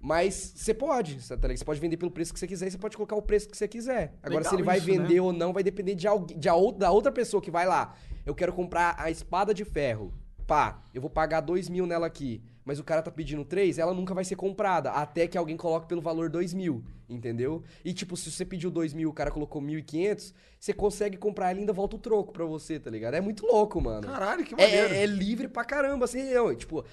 [SPEAKER 3] Mas você pode, tá ligado? Você pode vender pelo preço que você quiser e você pode colocar o preço que você quiser. Agora,
[SPEAKER 2] Legal
[SPEAKER 3] se ele vai
[SPEAKER 2] isso, né?
[SPEAKER 3] vender ou não vai depender de, alguém, de a ou- da outra pessoa que vai lá. Eu quero comprar a espada de ferro. Pá, eu vou pagar dois mil nela aqui. Mas o cara tá pedindo três, ela nunca vai ser comprada. Até que alguém coloque pelo valor dois mil, entendeu? E tipo, se você pediu dois mil o cara colocou mil e quinhentos, você consegue comprar ela e ainda volta o troco pra você, tá ligado? É muito louco, mano.
[SPEAKER 1] Caralho, que
[SPEAKER 3] É-
[SPEAKER 1] maneiro.
[SPEAKER 3] É, é livre pra caramba, assim, eu, tipo...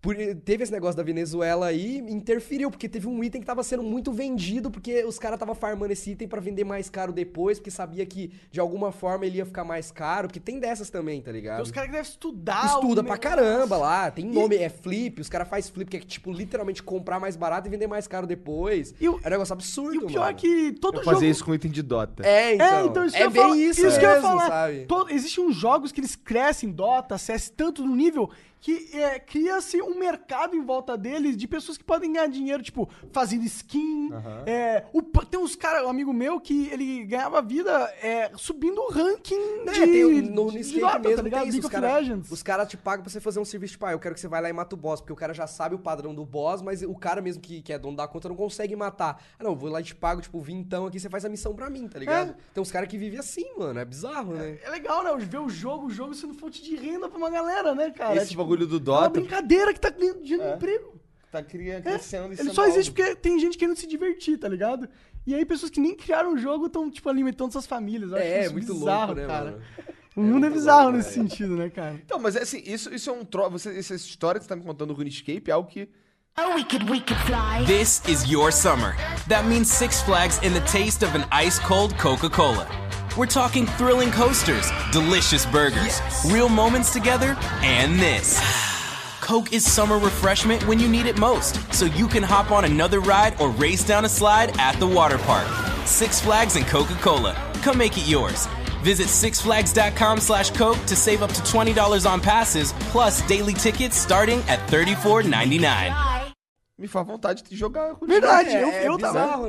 [SPEAKER 3] por- teve esse negócio da Venezuela aí, interferiu, porque teve um item que tava sendo muito vendido, porque os caras tava farmando esse item pra vender mais caro depois, porque sabia que de alguma forma ele ia ficar mais caro, porque tem dessas também, tá ligado?
[SPEAKER 2] Tem os caras que devem estudar.
[SPEAKER 3] Estuda
[SPEAKER 2] o
[SPEAKER 3] pra
[SPEAKER 2] negócio.
[SPEAKER 3] caramba lá, tem nome, é flip, os caras fazem flip, que é tipo literalmente comprar mais barato e vender mais caro depois.
[SPEAKER 2] E o-
[SPEAKER 3] é um negócio absurdo,
[SPEAKER 2] E o pior
[SPEAKER 3] mano.
[SPEAKER 2] é que todo
[SPEAKER 1] Eu
[SPEAKER 2] jogo.
[SPEAKER 1] fazer isso com item de Dota.
[SPEAKER 3] É, então.
[SPEAKER 2] é, então isso que eu
[SPEAKER 3] bem
[SPEAKER 2] falo-
[SPEAKER 3] isso,
[SPEAKER 2] isso que eu ia
[SPEAKER 3] mesmo,
[SPEAKER 2] falar.
[SPEAKER 3] sabe?
[SPEAKER 2] To- Existem uns jogos que eles crescem, Dota, CS, tanto no nível que é, cria-se um mercado em volta deles de pessoas que podem ganhar dinheiro, tipo, fazendo skin. é, o pa- tem uns caras, um amigo meu, que ele ganhava vida é, subindo o ranking
[SPEAKER 3] É,
[SPEAKER 2] de,
[SPEAKER 3] tem o- no
[SPEAKER 2] de
[SPEAKER 3] no Escape
[SPEAKER 2] Dota,
[SPEAKER 3] mesmo
[SPEAKER 2] tá ligado?
[SPEAKER 3] tem
[SPEAKER 2] League
[SPEAKER 3] isso, os
[SPEAKER 2] of
[SPEAKER 3] caras
[SPEAKER 2] Legends.
[SPEAKER 3] cara te pagam pra você fazer um serviço, tipo, ah, eu quero que você vá lá e mata o boss, porque o cara já sabe o padrão do boss, mas o cara mesmo que, que é dono da conta não consegue matar. Ah, não, eu vou lá e te pago, tipo, vintão aqui, você faz a missão pra mim, tá ligado? Tem uns caras que vivem assim, mano, é bizarro, né?
[SPEAKER 2] É legal, né? Ver o jogo, o jogo sendo fonte de renda pra uma galera, né, cara?
[SPEAKER 1] Esse
[SPEAKER 2] É, tipo,
[SPEAKER 1] bagulho do
[SPEAKER 2] é uma
[SPEAKER 1] Dota
[SPEAKER 2] brincadeira que tá dando
[SPEAKER 3] É.
[SPEAKER 2] emprego.
[SPEAKER 1] tá cria-
[SPEAKER 2] É,
[SPEAKER 1] crescendo em
[SPEAKER 2] ele
[SPEAKER 1] São
[SPEAKER 2] só existe
[SPEAKER 1] Paulo.
[SPEAKER 2] porque tem gente querendo se divertir, tá ligado? E aí pessoas que nem criaram o jogo estão, tipo, alimentando suas famílias. Eu acho
[SPEAKER 3] É,
[SPEAKER 2] isso
[SPEAKER 3] muito
[SPEAKER 2] bizarro,
[SPEAKER 3] louco, né,
[SPEAKER 2] cara.
[SPEAKER 3] mano?
[SPEAKER 2] O mundo é, bizarro nesse sentido, né, cara?
[SPEAKER 1] Então, mas é assim, isso, isso é um tro... você- essa história que você tá me contando do RuneScape é algo que
[SPEAKER 4] Oh, we could, we could fly.
[SPEAKER 5] This is your summer. That means Six Flags and the taste of an ice cold Coca Cola. We're talking thrilling coasters, delicious burgers, real moments together, and this. Coke is summer refreshment when you need it most, so you can hop on another ride or race down a slide at the water park. Six Flags and Coca Cola. Come make it yours. Visit sixflags.com slash Coke to save up to $20 on passes, plus daily tickets starting at $34.99.
[SPEAKER 4] Fly.
[SPEAKER 1] me faz vontade de jogar RuneScape.
[SPEAKER 2] Verdade,
[SPEAKER 3] é,
[SPEAKER 2] eu,
[SPEAKER 3] é
[SPEAKER 2] eu
[SPEAKER 3] bizarro,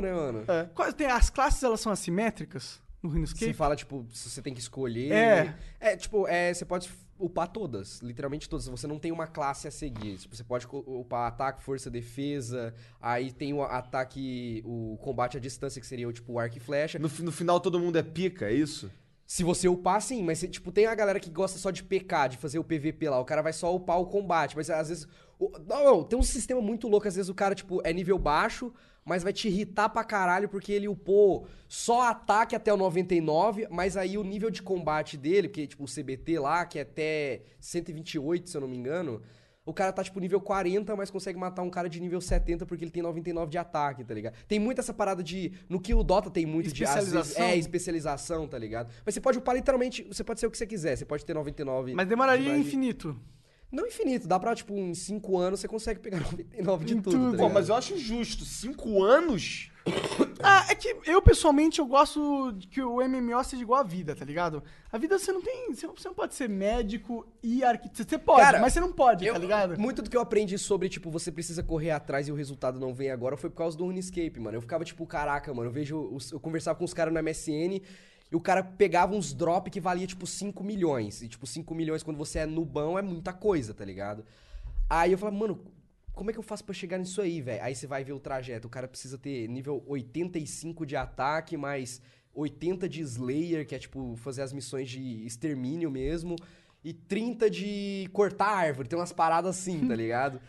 [SPEAKER 2] tava...
[SPEAKER 3] né, mano?
[SPEAKER 2] Quais- tem- as classes, elas são assimétricas no
[SPEAKER 3] Você
[SPEAKER 2] RuneScape?
[SPEAKER 3] fala, tipo, se você tem que escolher.
[SPEAKER 2] É.
[SPEAKER 3] É, tipo, é, você pode upar todas, literalmente todas. Você não tem uma classe a seguir. Tipo, você pode co- upar ataque, força, defesa. Aí tem o ataque, o combate à distância, que seria o tipo o arco e flecha.
[SPEAKER 1] No, fi- no final todo mundo é pica, é isso?
[SPEAKER 3] Se você upar, sim, mas tipo, tem a galera que gosta só de PK, de fazer o PVP lá. O cara vai só upar o combate, mas às vezes. o- Não, não, tem um sistema muito louco, às vezes o cara, tipo, é nível baixo, mas vai te irritar pra caralho, porque ele upou só ataque até o 99, mas aí o nível de combate dele, porque, tipo, o CBT lá, que é até 128, se eu não me engano. O cara tá, tipo, nível 40, mas consegue matar um cara de nível 70 porque ele tem 99 de ataque, tá ligado? Tem muito essa parada de. No que o Dota tem muito de. às vezes,
[SPEAKER 2] Especialização.
[SPEAKER 3] é, especialização, tá ligado? Mas você pode upar literalmente, você pode ser o que você quiser, você pode ter 99.
[SPEAKER 2] Mas demoraria
[SPEAKER 3] de-
[SPEAKER 2] infinito.
[SPEAKER 3] Não infinito, dá pra, tipo, em 5 anos você consegue pegar 99 de
[SPEAKER 2] Em
[SPEAKER 3] tudo.
[SPEAKER 2] tudo.
[SPEAKER 3] tá
[SPEAKER 1] Pô,
[SPEAKER 3] ligado?
[SPEAKER 1] mas eu acho justo. Cinco anos?
[SPEAKER 2] Ah, é que eu, pessoalmente, eu gosto de que o MMO seja igual à vida, tá ligado? A vida você não tem... Você você não pode ser médico e arquiteto. Você pode,
[SPEAKER 3] Cara,
[SPEAKER 2] mas você não pode,
[SPEAKER 3] Eu-
[SPEAKER 2] tá ligado?
[SPEAKER 3] Muito do que eu aprendi sobre, tipo, você precisa correr atrás e o resultado não vem agora foi por causa do RuneScape, mano. Eu ficava tipo, caraca, mano, eu vejo. os- Eu conversava com os caras no MSN e o cara pegava uns drop que valia, tipo, 5 milhões. E, tipo, 5 milhões quando você é nubão é muita coisa, tá ligado? Aí eu falava, mano. Como é que eu faço pra chegar nisso aí, velho? Aí você vai ver o trajeto. O cara precisa ter nível 85 de ataque, mais 80 de Slayer, que é tipo fazer as missões de extermínio mesmo e 30 de cortar árvore. Tem umas paradas assim, tá ligado?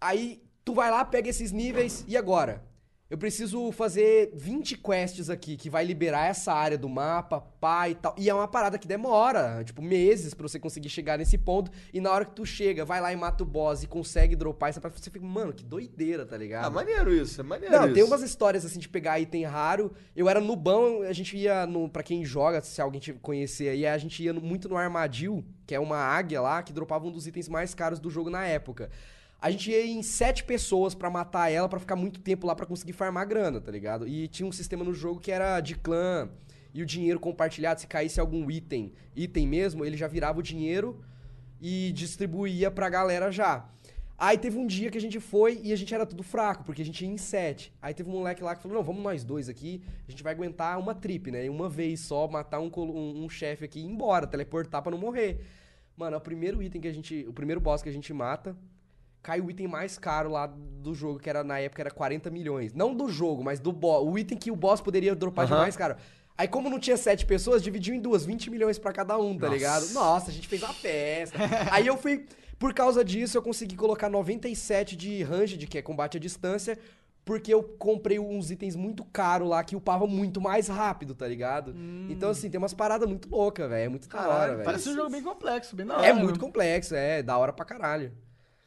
[SPEAKER 3] Aí tu vai lá, pega esses níveis e agora? Eu preciso fazer 20 quests aqui, que vai liberar essa área do mapa, pá e tal. E é uma parada que demora, tipo, meses pra você conseguir chegar nesse ponto. E na hora que tu chega, vai lá e mata o boss e consegue dropar essa parada, você fica, mano, que doideira, tá ligado?
[SPEAKER 1] Ah, maneiro isso, é maneiro
[SPEAKER 3] Não,
[SPEAKER 1] isso.
[SPEAKER 3] tem umas histórias assim de pegar item raro. Eu era nubão, a gente ia no. Pra quem joga, se alguém te conhecer aí, a gente ia no- muito no Armadil, que é uma águia lá, que dropava um dos itens mais caros do jogo na época. A gente ia em sete pessoas pra matar ela, pra ficar muito tempo lá pra conseguir farmar grana, tá ligado? E tinha um sistema no jogo que era de clã e o dinheiro compartilhado. Se caísse algum item, item mesmo, ele já virava o dinheiro e distribuía pra galera já. Aí teve um dia que a gente foi e a gente era tudo fraco, porque a gente ia em sete. Aí teve um moleque lá que falou: não, vamos nós dois aqui, a gente vai aguentar uma trip, né? E Uma vez só, matar um, colo- um, um chefe aqui e ir embora, teleportar pra não morrer. Mano, é o primeiro item que a gente. O primeiro boss que a gente mata. Cai o item mais caro lá do jogo, que era na época era 40 milhões. Não do jogo, mas do boss. O item que o boss poderia dropar de mais caro. Aí, como não tinha sete pessoas, dividiu em duas, 20 milhões pra cada um, tá ligado? Nossa, a gente fez uma festa. Aí eu fui. Por causa disso, eu consegui colocar 97 de ranged, que é combate à distância, porque eu comprei uns itens muito caros lá que upava muito mais rápido, tá ligado? Então, assim, tem umas paradas muito loucas, velho. É muito da hora,
[SPEAKER 2] Caralho,
[SPEAKER 3] velho.
[SPEAKER 2] parece um jogo bem complexo, bem da hora.
[SPEAKER 3] É muito
[SPEAKER 2] complexo.
[SPEAKER 3] complexo, é da hora pra caralho.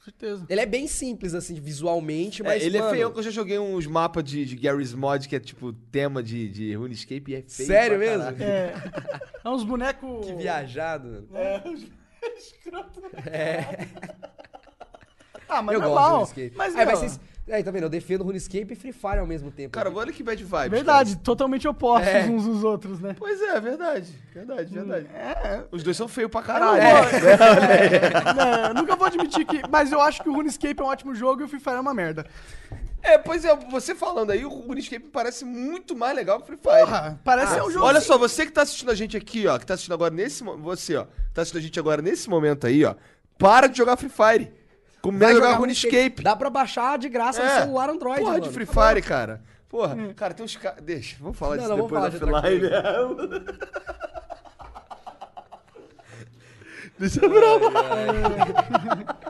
[SPEAKER 2] Com certeza.
[SPEAKER 3] Ele é bem simples, assim, visualmente,
[SPEAKER 1] É,
[SPEAKER 3] mas.
[SPEAKER 1] ele é
[SPEAKER 3] mano,
[SPEAKER 1] feio, que eu já joguei uns mapas de, de Gary's Mod, que é tipo tema de, de RuneScape e é feio.
[SPEAKER 3] Sério
[SPEAKER 1] pra
[SPEAKER 3] mesmo?
[SPEAKER 1] caralho.
[SPEAKER 2] É, é uns bonecos...
[SPEAKER 3] Que viajado. mano.
[SPEAKER 2] É, escroto.
[SPEAKER 3] É,
[SPEAKER 2] Ah, mas
[SPEAKER 3] eu gosto do
[SPEAKER 2] normal.
[SPEAKER 3] RuneScape.
[SPEAKER 2] Mas,
[SPEAKER 3] é,
[SPEAKER 2] meu,
[SPEAKER 3] mas vocês- é, tá vendo? Eu defendo RuneScape e Free Fire ao mesmo tempo.
[SPEAKER 1] Cara, olha que bad vibes.
[SPEAKER 2] é verdade,
[SPEAKER 1] cara.
[SPEAKER 2] totalmente opostos
[SPEAKER 3] É.
[SPEAKER 2] uns dos outros, né? É,
[SPEAKER 1] Pois é, verdade. Verdade,
[SPEAKER 3] Hum.
[SPEAKER 1] verdade.
[SPEAKER 3] é,
[SPEAKER 1] Os dois são feios pra
[SPEAKER 2] Eu não
[SPEAKER 1] caralho.
[SPEAKER 3] né?
[SPEAKER 2] vou- tá, Não, eu nunca vou admitir que. Mas eu acho que o RuneScape é um ótimo jogo e o Free Fire é uma merda.
[SPEAKER 1] É, pois é, você falando aí, o RuneScape parece muito mais legal que Free Fire. É.
[SPEAKER 2] Porra, parece ser um jogo.
[SPEAKER 1] Olha só, você que tá assistindo a gente aqui, ó, que tá assistindo agora nesse mo- você, ó, que tá assistindo a gente agora nesse momento aí, ó, para de jogar Free Fire. Começa a jogar RuneScape.
[SPEAKER 3] Dá pra baixar de graça
[SPEAKER 1] É.
[SPEAKER 3] no celular Android.
[SPEAKER 1] Porra de
[SPEAKER 3] mano. Tá
[SPEAKER 1] Free
[SPEAKER 3] É.
[SPEAKER 1] Fire, cara. Porra, cara, tem uns caras. Deixa, vamos falar
[SPEAKER 3] Não,
[SPEAKER 1] disso
[SPEAKER 3] não, vamos
[SPEAKER 1] depois
[SPEAKER 3] falar tá
[SPEAKER 1] da
[SPEAKER 3] de outra
[SPEAKER 1] offline. Deixa eu gravar.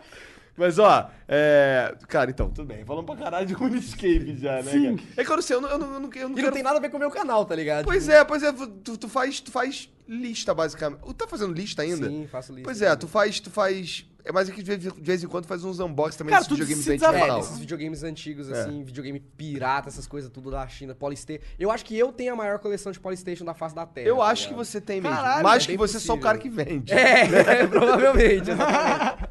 [SPEAKER 1] Mas ó, é. Cara, então, tudo bem. Falamos pra caralho de RuneScape já, né?
[SPEAKER 2] Sim.
[SPEAKER 1] cara? É que eu não sei, eu não, eu não, eu não, eu não
[SPEAKER 3] E
[SPEAKER 1] quero
[SPEAKER 3] não tem nada a ver com o meu canal, tá ligado?
[SPEAKER 1] Pois é, pois é, tu, tu faz, tu faz lista, basicamente. Tu tá fazendo lista ainda?
[SPEAKER 3] Sim, faço lista.
[SPEAKER 1] Pois é, tu faz, tu faz. É mais que de vez- de vez em quando faz uns unboxing também
[SPEAKER 2] Cara,
[SPEAKER 1] desses
[SPEAKER 2] tu
[SPEAKER 1] videogames
[SPEAKER 2] se
[SPEAKER 1] que a gente vai
[SPEAKER 3] É,
[SPEAKER 1] falar.
[SPEAKER 3] esses videogames antigos,
[SPEAKER 1] É.
[SPEAKER 3] assim, videogame pirata, essas coisas tudo da China, Polystation. Eu acho que eu tenho a maior coleção de Polystation da face da Terra.
[SPEAKER 1] Eu
[SPEAKER 3] tá
[SPEAKER 1] acho que
[SPEAKER 3] ligado?
[SPEAKER 1] você tem mesmo.
[SPEAKER 2] Caralho,
[SPEAKER 1] mas
[SPEAKER 3] é
[SPEAKER 1] que
[SPEAKER 3] bem
[SPEAKER 1] você é só o
[SPEAKER 3] possível.
[SPEAKER 1] cara que vende.
[SPEAKER 3] É, provavelmente, exatamente.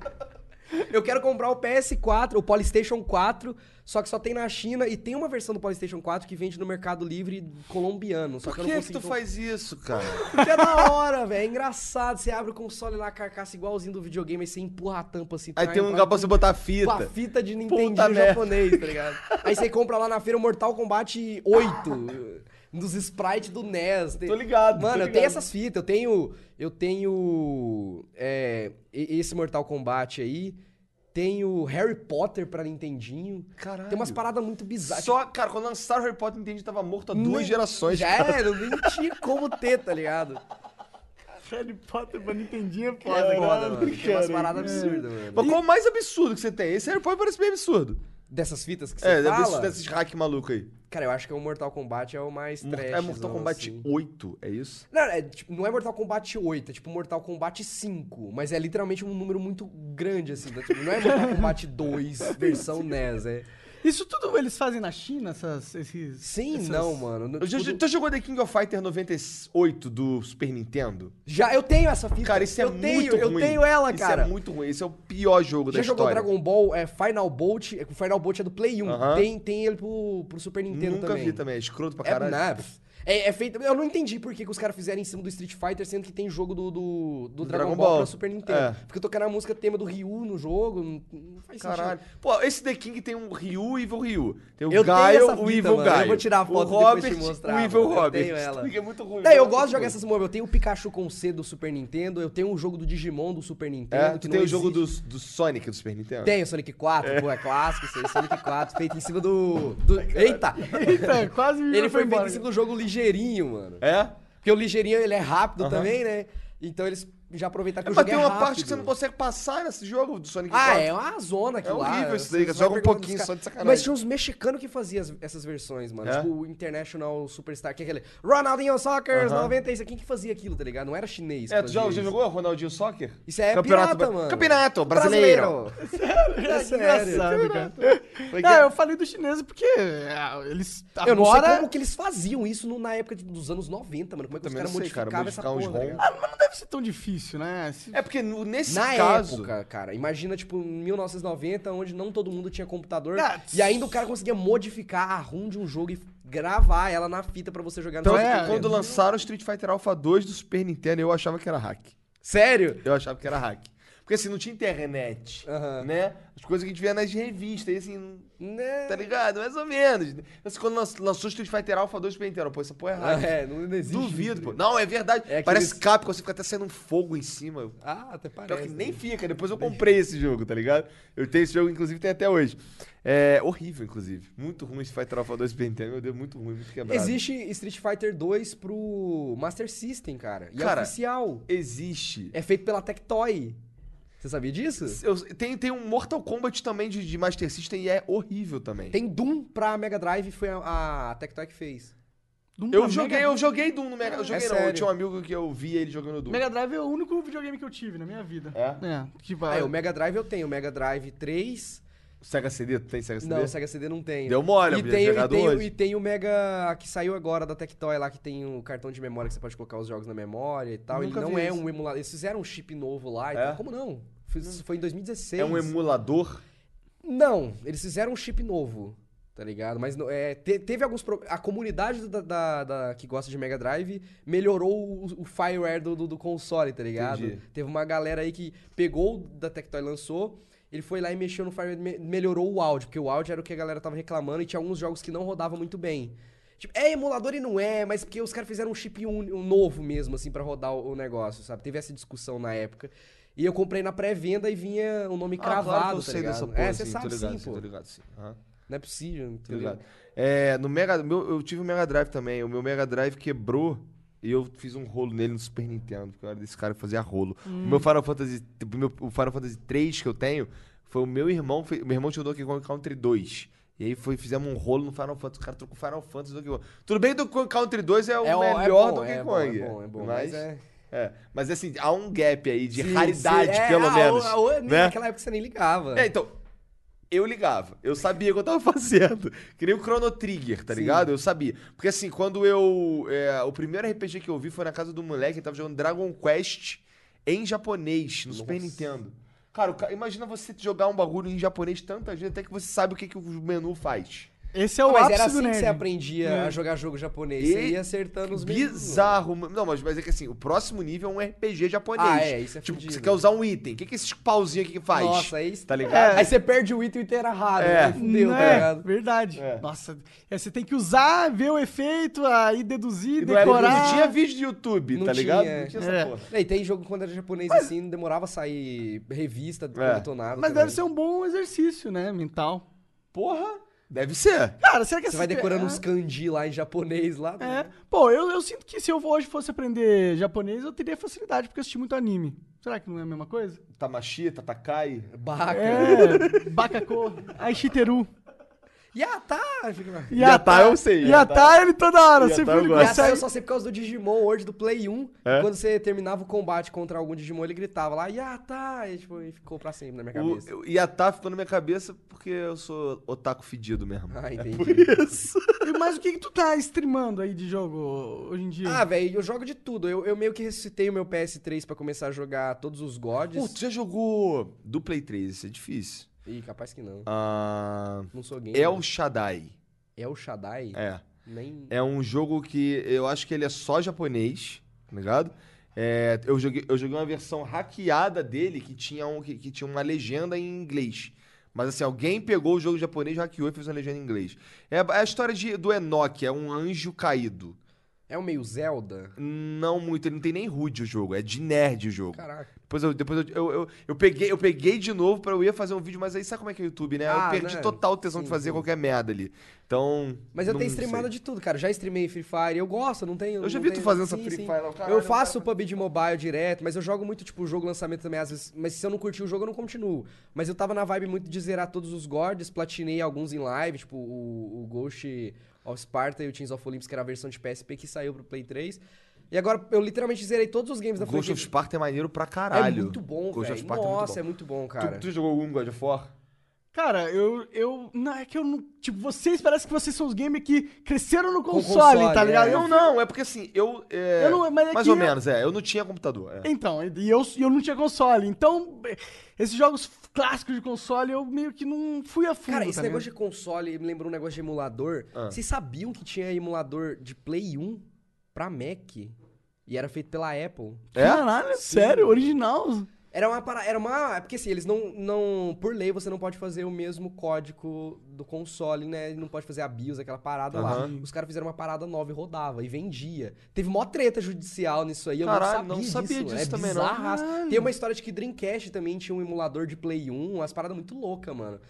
[SPEAKER 3] Eu quero comprar o PS4, o Polystation 4, só que só tem na China e tem uma versão do Polystation 4 que vende no Mercado Livre colombiano. Só
[SPEAKER 1] Por
[SPEAKER 3] que,
[SPEAKER 1] que,
[SPEAKER 3] eu não
[SPEAKER 1] que
[SPEAKER 3] consigo
[SPEAKER 1] tu faz isso, cara?
[SPEAKER 3] Porque é da hora, velho. É engraçado. Você abre o console lá, a carcaça igualzinho do videogame, aí você empurra a tampa assim.
[SPEAKER 1] Aí
[SPEAKER 3] tá,
[SPEAKER 1] tem um
[SPEAKER 3] empurra
[SPEAKER 1] lugar pra você botar
[SPEAKER 3] com a
[SPEAKER 1] fita.
[SPEAKER 3] fita de
[SPEAKER 1] Puta
[SPEAKER 3] Nintendo
[SPEAKER 1] merda.
[SPEAKER 3] japonês, tá ligado? Aí você compra lá na feira o Mortal Kombat 8, dos sprites do NES. Tem-
[SPEAKER 1] Tô ligado, tô
[SPEAKER 3] Mano, eu
[SPEAKER 1] ligado.
[SPEAKER 3] tenho essas fitas, eu tenho. Eu tenho. é, e- esse Mortal Kombat aí. Tenho Harry Potter pra Nintendinho.
[SPEAKER 1] Caralho.
[SPEAKER 3] Tem umas paradas muito bizarras.
[SPEAKER 1] Só, cara, quando lançaram Harry Potter, entendi tava morto há
[SPEAKER 3] Nem-
[SPEAKER 1] duas gerações.
[SPEAKER 3] Já
[SPEAKER 1] cara.
[SPEAKER 3] era, nem tinha como ter, tá ligado?
[SPEAKER 2] Harry Potter pra Nintendinho é
[SPEAKER 3] É foda,
[SPEAKER 2] cara.
[SPEAKER 3] mano. Tem umas paradas absurdas, mano.
[SPEAKER 1] Mas qual o mais absurdo que você tem? Esse Harry Potter parece bem absurdo.
[SPEAKER 3] Dessas fitas que você
[SPEAKER 1] é,
[SPEAKER 3] fala.
[SPEAKER 1] absurdo desses hack maluco aí.
[SPEAKER 3] Cara, eu acho que o Mortal Kombat é o mais trash. assim.
[SPEAKER 1] é Mortal Kombat 8, é isso?
[SPEAKER 3] Não, é, tipo, não é Mortal Kombat 8, é tipo Mortal Kombat 5, mas é literalmente um número muito grande, assim. tá? Tipo, não é Mortal Kombat 2, versão NES, é.
[SPEAKER 2] Isso tudo eles fazem na China, essas, esses.
[SPEAKER 3] Sim,
[SPEAKER 2] essas-
[SPEAKER 3] não, mano. No-
[SPEAKER 1] Eu já-
[SPEAKER 3] tipo,
[SPEAKER 1] Tu jogou The King of Fighter 98 do Super Nintendo?
[SPEAKER 3] já, eu tenho essa fita.
[SPEAKER 1] Cara, isso é
[SPEAKER 3] Então, eu
[SPEAKER 1] muito
[SPEAKER 3] tenho,
[SPEAKER 1] ruim.
[SPEAKER 3] Eu tenho ela, cara.
[SPEAKER 1] Isso é muito ruim. Esse é o pior jogo
[SPEAKER 3] já
[SPEAKER 1] da
[SPEAKER 3] jogou
[SPEAKER 1] história.
[SPEAKER 3] Dragon Ball, é, Final Bolt, é, o Final Bolt é do Play 1.
[SPEAKER 1] Aham.
[SPEAKER 3] Tem, tem ele pro, pro Super Nintendo
[SPEAKER 1] Nunca
[SPEAKER 3] também.
[SPEAKER 1] vi também. É escroto pra
[SPEAKER 3] É,
[SPEAKER 1] caralho.
[SPEAKER 3] né, pff. é, é feito. Eu não entendi por que, que os caras fizeram em cima do Street Fighter, sendo que tem jogo do, do, do Dragon,
[SPEAKER 1] Dragon
[SPEAKER 3] Ball,
[SPEAKER 1] Ball.
[SPEAKER 3] pra Super Nintendo.
[SPEAKER 1] É.
[SPEAKER 3] Porque tocaram a música tema do Ryu no jogo. Não, não faz
[SPEAKER 1] Caralho.
[SPEAKER 3] sentido.
[SPEAKER 1] Pô, esse The King tem um Ryu e Evil Ryu. Tem o
[SPEAKER 3] Eu tenho
[SPEAKER 1] Gaio,
[SPEAKER 3] essa
[SPEAKER 1] o
[SPEAKER 3] fita,
[SPEAKER 1] Evil
[SPEAKER 3] mano. Eu
[SPEAKER 1] Gaio.
[SPEAKER 3] vou tirar a foto
[SPEAKER 1] o
[SPEAKER 3] depois
[SPEAKER 1] Robert,
[SPEAKER 3] te mostrar,
[SPEAKER 1] O Evil
[SPEAKER 3] mano. Eu
[SPEAKER 1] Robert.
[SPEAKER 3] tenho ela.
[SPEAKER 1] Isso É muito ruim.
[SPEAKER 3] Daí, eu
[SPEAKER 1] muito
[SPEAKER 3] gosto de jogar
[SPEAKER 1] ruim.
[SPEAKER 3] essas móveis. Eu tenho o Pikachu com C do Super Nintendo, eu tenho o jogo do Digimon do Super Nintendo.
[SPEAKER 1] É,
[SPEAKER 3] que
[SPEAKER 1] tu
[SPEAKER 3] não
[SPEAKER 1] tem o jogo
[SPEAKER 3] existe.
[SPEAKER 1] do, do Sonic do Super Nintendo?
[SPEAKER 3] Tem o Sonic 4, pô, é clássico, isso aí, Sonic 4, feito em cima do. do... Eita!
[SPEAKER 2] Eita, É quase me
[SPEAKER 3] Ele foi feito
[SPEAKER 2] embora.
[SPEAKER 3] em cima do jogo ligeirinho, mano.
[SPEAKER 1] É?
[SPEAKER 3] Porque o ligeirinho ele é rápido também, né? Então eles já aproveitar que o
[SPEAKER 1] Mas
[SPEAKER 3] jogo
[SPEAKER 1] tem
[SPEAKER 3] é
[SPEAKER 1] uma
[SPEAKER 3] rápido.
[SPEAKER 1] parte que você não consegue passar nesse jogo do Sonic
[SPEAKER 3] Ah,
[SPEAKER 1] 4.
[SPEAKER 3] é uma zona aqui
[SPEAKER 1] É
[SPEAKER 3] lá.
[SPEAKER 1] horrível isso
[SPEAKER 3] Você
[SPEAKER 1] daí, cara.
[SPEAKER 3] vai
[SPEAKER 1] Joga um
[SPEAKER 3] perguntando
[SPEAKER 1] pouquinho
[SPEAKER 3] dos
[SPEAKER 1] só de
[SPEAKER 3] caras.
[SPEAKER 1] sacanagem.
[SPEAKER 3] Mas tinha uns mexicanos que faziam as- essas versões, mano.
[SPEAKER 1] É?
[SPEAKER 3] Tipo, o International Superstar, que é aquele Ronaldinho Soccer,
[SPEAKER 1] Aham.
[SPEAKER 3] 96. Quem que fazia aquilo, tá ligado? Não era chinês. que
[SPEAKER 1] É, tu já,
[SPEAKER 3] fazia
[SPEAKER 1] já
[SPEAKER 3] isso.
[SPEAKER 1] jogou Ronaldinho Soccer?
[SPEAKER 3] Isso é pirata,
[SPEAKER 1] bra-
[SPEAKER 3] mano.
[SPEAKER 1] Campeonato brasileiro.
[SPEAKER 3] É sério.
[SPEAKER 2] Engraçado, cara.
[SPEAKER 1] Foi que-
[SPEAKER 2] Não, eu falei do chinês porque é, eles
[SPEAKER 3] Eu não sei
[SPEAKER 2] agora...
[SPEAKER 3] como que eles faziam isso no- na época de- dos anos 90, mano. Como é que os
[SPEAKER 1] Também
[SPEAKER 3] caras
[SPEAKER 1] não sei, cara,
[SPEAKER 3] modificavam essa porra,
[SPEAKER 1] modificar uns
[SPEAKER 3] tá
[SPEAKER 1] ROM.
[SPEAKER 3] ligado?
[SPEAKER 2] Ah, mas não deve ser tão difícil, né? Se-
[SPEAKER 1] É porque no- nesse
[SPEAKER 3] Na
[SPEAKER 1] caso...
[SPEAKER 3] época, cara, imagina, tipo, em 1990, onde não todo mundo tinha computador.
[SPEAKER 2] Ah,
[SPEAKER 3] e ainda o cara conseguia modificar a ROM de um jogo e gravar ela na fita pra você jogar no
[SPEAKER 1] Então,
[SPEAKER 3] seu
[SPEAKER 2] é,
[SPEAKER 1] quando lançaram Street Fighter Alpha 2 do Super Nintendo, eu achava que era hack.
[SPEAKER 3] Sério?
[SPEAKER 1] Eu achava que era hack. Porque assim, não tinha internet,
[SPEAKER 3] Aham.
[SPEAKER 1] né? As coisas que a gente via nas revistas, e assim,
[SPEAKER 3] Né?
[SPEAKER 1] tá ligado? Mais ou menos. Assim, quando lan- lançou Street Fighter Alpha 2 do Super Nintendo, pô, essa porra é
[SPEAKER 3] Ah,
[SPEAKER 1] hack.
[SPEAKER 3] é, não, não existe.
[SPEAKER 1] Duvido,
[SPEAKER 3] isso,
[SPEAKER 1] pô.
[SPEAKER 3] né?
[SPEAKER 1] Não, é verdade.
[SPEAKER 3] É aqueles-
[SPEAKER 1] Parece Capcom, você fica até saindo um fogo em cima. Eu-
[SPEAKER 3] Ah, até
[SPEAKER 1] Pior
[SPEAKER 3] parece.
[SPEAKER 1] que
[SPEAKER 3] né?
[SPEAKER 1] nem fica, depois eu comprei esse jogo, tá ligado? Eu tenho esse jogo, inclusive, tem até hoje. É horrível, inclusive. Muito ruim Street Fighter Alpha 2 Super Nintendo, meu Deus, muito ruim, muito quebrado.
[SPEAKER 3] Existe Street Fighter 2 pro Master System, cara. E
[SPEAKER 1] Cara,
[SPEAKER 3] é oficial.
[SPEAKER 1] Existe.
[SPEAKER 3] É feito pela Tectoy. Você sabia disso?
[SPEAKER 1] Eu- tem, tem um Mortal Kombat também de, de Master System e é horrível também.
[SPEAKER 3] Tem Doom pra Mega Drive, foi a, a Tectoy que fez.
[SPEAKER 2] Doom
[SPEAKER 1] Eu
[SPEAKER 2] pra
[SPEAKER 1] joguei,
[SPEAKER 2] Mega...
[SPEAKER 1] eu joguei Doom no Mega. Eu joguei não, eu
[SPEAKER 3] sério.
[SPEAKER 1] tinha um amigo que eu via ele jogando Doom.
[SPEAKER 2] Mega Drive é o único videogame que eu tive na minha vida.
[SPEAKER 1] É?
[SPEAKER 2] É, que
[SPEAKER 3] Ah,
[SPEAKER 2] vai...
[SPEAKER 3] é, o Mega Drive eu tenho. O Mega Drive 3.
[SPEAKER 1] Sega CD, tu tem Sega CD?
[SPEAKER 3] Não, o Sega CD não tem.
[SPEAKER 1] Deu mole, eu
[SPEAKER 3] e
[SPEAKER 1] podia
[SPEAKER 3] tem,
[SPEAKER 1] jogar
[SPEAKER 3] e, tem,
[SPEAKER 1] hoje.
[SPEAKER 3] e tem o Mega que saiu agora da Tectoy lá, que tem o cartão de memória que você pode colocar os jogos na memória e tal.
[SPEAKER 1] Nunca
[SPEAKER 3] Ele não
[SPEAKER 1] vi
[SPEAKER 3] é
[SPEAKER 1] isso.
[SPEAKER 3] um emulador. Eles fizeram um chip novo lá e
[SPEAKER 1] É?
[SPEAKER 3] tal. Como não? Fiz- Foi em 2016.
[SPEAKER 1] É um emulador.
[SPEAKER 3] Não, eles fizeram um chip novo, tá ligado? Mas não- é, te- teve alguns pro- A comunidade da, da- da- que gosta de Mega Drive melhorou o, o fireware do, do- do console, tá ligado?
[SPEAKER 1] Entendi.
[SPEAKER 3] Teve uma galera aí que pegou o da Tectoy e lançou. Ele foi lá e mexeu no fireware, me- melhorou o áudio, porque o áudio era o que a galera tava reclamando e tinha alguns jogos que não rodavam muito bem. Tipo, é emulador e não é, mas porque os caras fizeram um chip un- um novo mesmo, assim, pra rodar o, o negócio, sabe? Teve essa discussão na época. E eu comprei na pré-venda e vinha o nome
[SPEAKER 1] Ah, claro que
[SPEAKER 3] cravado,
[SPEAKER 1] eu
[SPEAKER 3] tá
[SPEAKER 1] sei
[SPEAKER 3] ligado?
[SPEAKER 1] dessa porra,
[SPEAKER 3] é, você
[SPEAKER 1] sim,
[SPEAKER 3] sabe
[SPEAKER 1] tô ligado,
[SPEAKER 3] sim,
[SPEAKER 1] Tô
[SPEAKER 3] pô.
[SPEAKER 1] ligado, sim. Aham.
[SPEAKER 3] Não é possível,
[SPEAKER 1] Tá
[SPEAKER 3] entendeu?
[SPEAKER 1] ligado? É, no Mega, meu, eu tive o Mega Drive também. O meu Mega Drive quebrou e eu fiz um rolo nele no Super Nintendo, porque eu era desse cara que fazia rolo. O
[SPEAKER 3] Hum.
[SPEAKER 1] meu Final Fantasy, o meu- o Final Fantasy 3 que eu tenho, foi o meu irmão, fe- meu irmão tinha o Donkey Kong Country 2. E aí foi, fizemos um rolo no Final Fantasy, o cara trocou Final Fantasy e Donkey Kong. Tudo bem, Donkey Kong Country 2 é o
[SPEAKER 3] É o- é
[SPEAKER 1] melhor
[SPEAKER 3] bom,
[SPEAKER 1] Donkey
[SPEAKER 3] é bom,
[SPEAKER 1] Kong.
[SPEAKER 3] é bom, é bom,
[SPEAKER 1] mas,
[SPEAKER 3] mas é-
[SPEAKER 1] é, mas assim, há um gap aí de
[SPEAKER 3] Sim,
[SPEAKER 1] raridade,
[SPEAKER 3] sim, é,
[SPEAKER 1] pelo
[SPEAKER 3] a-
[SPEAKER 1] menos.
[SPEAKER 3] a- a-
[SPEAKER 1] né?
[SPEAKER 3] Naquela época você nem ligava.
[SPEAKER 1] É, então. Eu ligava, eu sabia o que eu tava fazendo. Que nem o Chrono Trigger, tá
[SPEAKER 3] Sim.
[SPEAKER 1] ligado? Eu sabia. Porque assim, quando eu. é, o primeiro RPG que eu vi foi na casa do moleque, ele tava jogando Dragon Quest em japonês, no Super Nintendo. Cara, o ca- imagina você jogar um bagulho em japonês tantas vezes até que você sabe o que, que o menu faz.
[SPEAKER 2] Esse é o
[SPEAKER 3] mas
[SPEAKER 2] ápice
[SPEAKER 3] era
[SPEAKER 2] do
[SPEAKER 3] assim que
[SPEAKER 2] nerd.
[SPEAKER 3] você aprendia a jogar jogo japonês. Você
[SPEAKER 1] É. E-
[SPEAKER 3] ia acertando os mesmos.
[SPEAKER 1] Bizarro, mano. Não, mas, mas é que assim, o próximo nível é um RPG japonês.
[SPEAKER 3] Ah, é, isso é
[SPEAKER 1] Tipo,
[SPEAKER 3] fudido.
[SPEAKER 1] você quer usar um item. O que, que esses pauzinhos aqui que faz?
[SPEAKER 3] Nossa, aí isso.
[SPEAKER 1] Tá ligado?
[SPEAKER 3] Aí você perde o item e o item era raro.
[SPEAKER 1] É.
[SPEAKER 3] aí Fudeu, tá
[SPEAKER 2] é,
[SPEAKER 3] ligado?
[SPEAKER 2] verdade.
[SPEAKER 1] É.
[SPEAKER 2] Nossa, é, você tem que usar, ver o efeito, aí deduzir,
[SPEAKER 1] Não, era,
[SPEAKER 2] decorar.
[SPEAKER 1] não tinha vídeo de YouTube,
[SPEAKER 3] Não
[SPEAKER 1] tá ligado?
[SPEAKER 3] tinha.
[SPEAKER 1] Não tinha essa
[SPEAKER 2] É.
[SPEAKER 1] porra.
[SPEAKER 3] E tem jogo quando era japonês assim, não demorava a sair revista,
[SPEAKER 1] É.
[SPEAKER 3] é. tonado.
[SPEAKER 2] Mas deve ser um bom exercício, né, mental.
[SPEAKER 1] Porra! Deve ser.
[SPEAKER 2] Cara, será que
[SPEAKER 3] Você vai
[SPEAKER 2] essa-
[SPEAKER 3] decorando
[SPEAKER 2] é,
[SPEAKER 3] uns kanji lá em japonês lá. né?
[SPEAKER 2] É. Pô, eu, eu sinto que se eu hoje fosse aprender japonês, eu teria facilidade, porque eu assisti muito anime. Será que não é a mesma coisa?
[SPEAKER 1] Tamashi, Tatakai.
[SPEAKER 3] Baca.
[SPEAKER 2] É, Bakako, Aishiteru.
[SPEAKER 3] Yata! ah, tá, Fica lá.
[SPEAKER 1] Yatá, eu sei,
[SPEAKER 2] Yatá,
[SPEAKER 1] Yatá.
[SPEAKER 2] ele toda hora,
[SPEAKER 1] Yatá
[SPEAKER 2] sempre
[SPEAKER 1] eu
[SPEAKER 2] ele
[SPEAKER 1] gosto.
[SPEAKER 3] Essa aí eu
[SPEAKER 2] consegue.
[SPEAKER 3] só sei por causa do Digimon World do Play 1.
[SPEAKER 1] É?
[SPEAKER 3] E Quando você terminava o combate contra algum Digimon, ele gritava lá, Yata! E, tipo, e ficou pra sempre na minha cabeça.
[SPEAKER 1] O Yatá ficou na minha cabeça porque eu sou otaku fedido mesmo.
[SPEAKER 3] Ah, entendi.
[SPEAKER 2] Mas o que, que tu tá streamando aí de jogo hoje em dia?
[SPEAKER 3] ah, velho, eu jogo de tudo. Eu, eu meio que ressuscitei o meu PS3 pra começar a jogar todos os gods.
[SPEAKER 1] Pô, tu já jogou do Play 3, isso é difícil.
[SPEAKER 3] Ih, capaz que não.
[SPEAKER 1] Ah,
[SPEAKER 3] Não sou gamer.
[SPEAKER 1] El Shaddai.
[SPEAKER 3] El Shaddai?
[SPEAKER 1] É.
[SPEAKER 3] Nem...
[SPEAKER 1] É um jogo que eu acho que ele é só japonês, tá ligado? É, eu, joguei, eu joguei uma versão hackeada dele que tinha, um, que, que tinha uma legenda em inglês. Mas assim, alguém pegou o jogo japonês, hackeou e fez uma legenda em inglês. É, a- é a história de- do Enoch, é um anjo caído.
[SPEAKER 3] É um meio Zelda?
[SPEAKER 1] Não muito, ele não tem nem HUD o jogo, é de nerd o jogo.
[SPEAKER 3] Caraca.
[SPEAKER 1] Depois eu, depois eu, eu, eu, eu peguei, eu peguei de novo pra eu ir fazer um vídeo, mas aí sabe como é que é o YouTube, né?
[SPEAKER 3] Ah,
[SPEAKER 1] eu perdi
[SPEAKER 3] né?
[SPEAKER 1] total o tesão de
[SPEAKER 3] Sim,
[SPEAKER 1] fazer
[SPEAKER 3] sim.
[SPEAKER 1] qualquer merda ali. Então.
[SPEAKER 3] Mas eu
[SPEAKER 1] não
[SPEAKER 3] tenho streamado
[SPEAKER 1] sei.
[SPEAKER 3] de tudo, cara. Já streamei Free Fire, eu gosto, não tenho.
[SPEAKER 1] Eu já
[SPEAKER 3] não
[SPEAKER 1] vi tu
[SPEAKER 3] tenho...
[SPEAKER 1] fazendo essa Free Fire lá, caralho,
[SPEAKER 3] eu faço PUBG Mobile direto, mas eu jogo muito, tipo, jogo lançamento também, às vezes. Mas se eu não curti o jogo, eu não continuo. Mas eu tava na vibe muito de zerar todos os gods, platinei alguns em live, tipo, o, o Ghost of Sparta e o Teams of Olympus, que era a versão de PSP que saiu pro Play 3. E agora eu literalmente zerei todos os games da
[SPEAKER 1] Ghost
[SPEAKER 3] franquia.
[SPEAKER 1] of Sparta é maneiro pra caralho.
[SPEAKER 3] né? É muito bom,
[SPEAKER 1] Ghost of
[SPEAKER 3] velho.
[SPEAKER 1] Sparta é muito
[SPEAKER 3] Nossa,
[SPEAKER 1] bom.
[SPEAKER 3] é muito bom, cara.
[SPEAKER 1] Tu, tu jogou algum God of War?
[SPEAKER 2] Cara, eu. eu não, é que eu não. Tipo, vocês parece que vocês são os gamers que cresceram no console,
[SPEAKER 3] console,
[SPEAKER 2] tá ligado?
[SPEAKER 3] é.
[SPEAKER 2] Eu
[SPEAKER 1] Não, não, é porque assim, eu. é,
[SPEAKER 2] Eu não- mas é
[SPEAKER 1] mais
[SPEAKER 2] que
[SPEAKER 1] ou
[SPEAKER 2] eu-
[SPEAKER 1] menos, é. Eu não tinha computador. é.
[SPEAKER 2] Então, e e eu, e eu não tinha console. Então, eh, esses jogos f- clássicos de console, eu meio que não fui a fundo.
[SPEAKER 3] Cara, esse
[SPEAKER 2] tá
[SPEAKER 3] negócio
[SPEAKER 2] ligado?
[SPEAKER 3] de console me lembrou um negócio de emulador.
[SPEAKER 1] Ah.
[SPEAKER 3] Vocês sabiam que tinha emulador de Play 1 pra Mac? E era feito pela Apple.
[SPEAKER 1] É?
[SPEAKER 2] Caralho, sério, original.
[SPEAKER 3] Era uma para... era uma, é porque assim, eles não não por lei você não pode fazer o mesmo código do console, né? Não pode fazer a BIOS, aquela parada lá.
[SPEAKER 1] Aham.
[SPEAKER 3] Os caras fizeram uma parada nova e rodava e vendia. Teve mó treta judicial nisso aí, eu
[SPEAKER 1] Caralho,
[SPEAKER 3] não sabia
[SPEAKER 1] não sabia disso
[SPEAKER 3] disso. é
[SPEAKER 1] também, não.
[SPEAKER 3] bizarraço. Tem uma história de que Dreamcast também tinha um emulador de Play 1, umas paradas muito loucas, mano.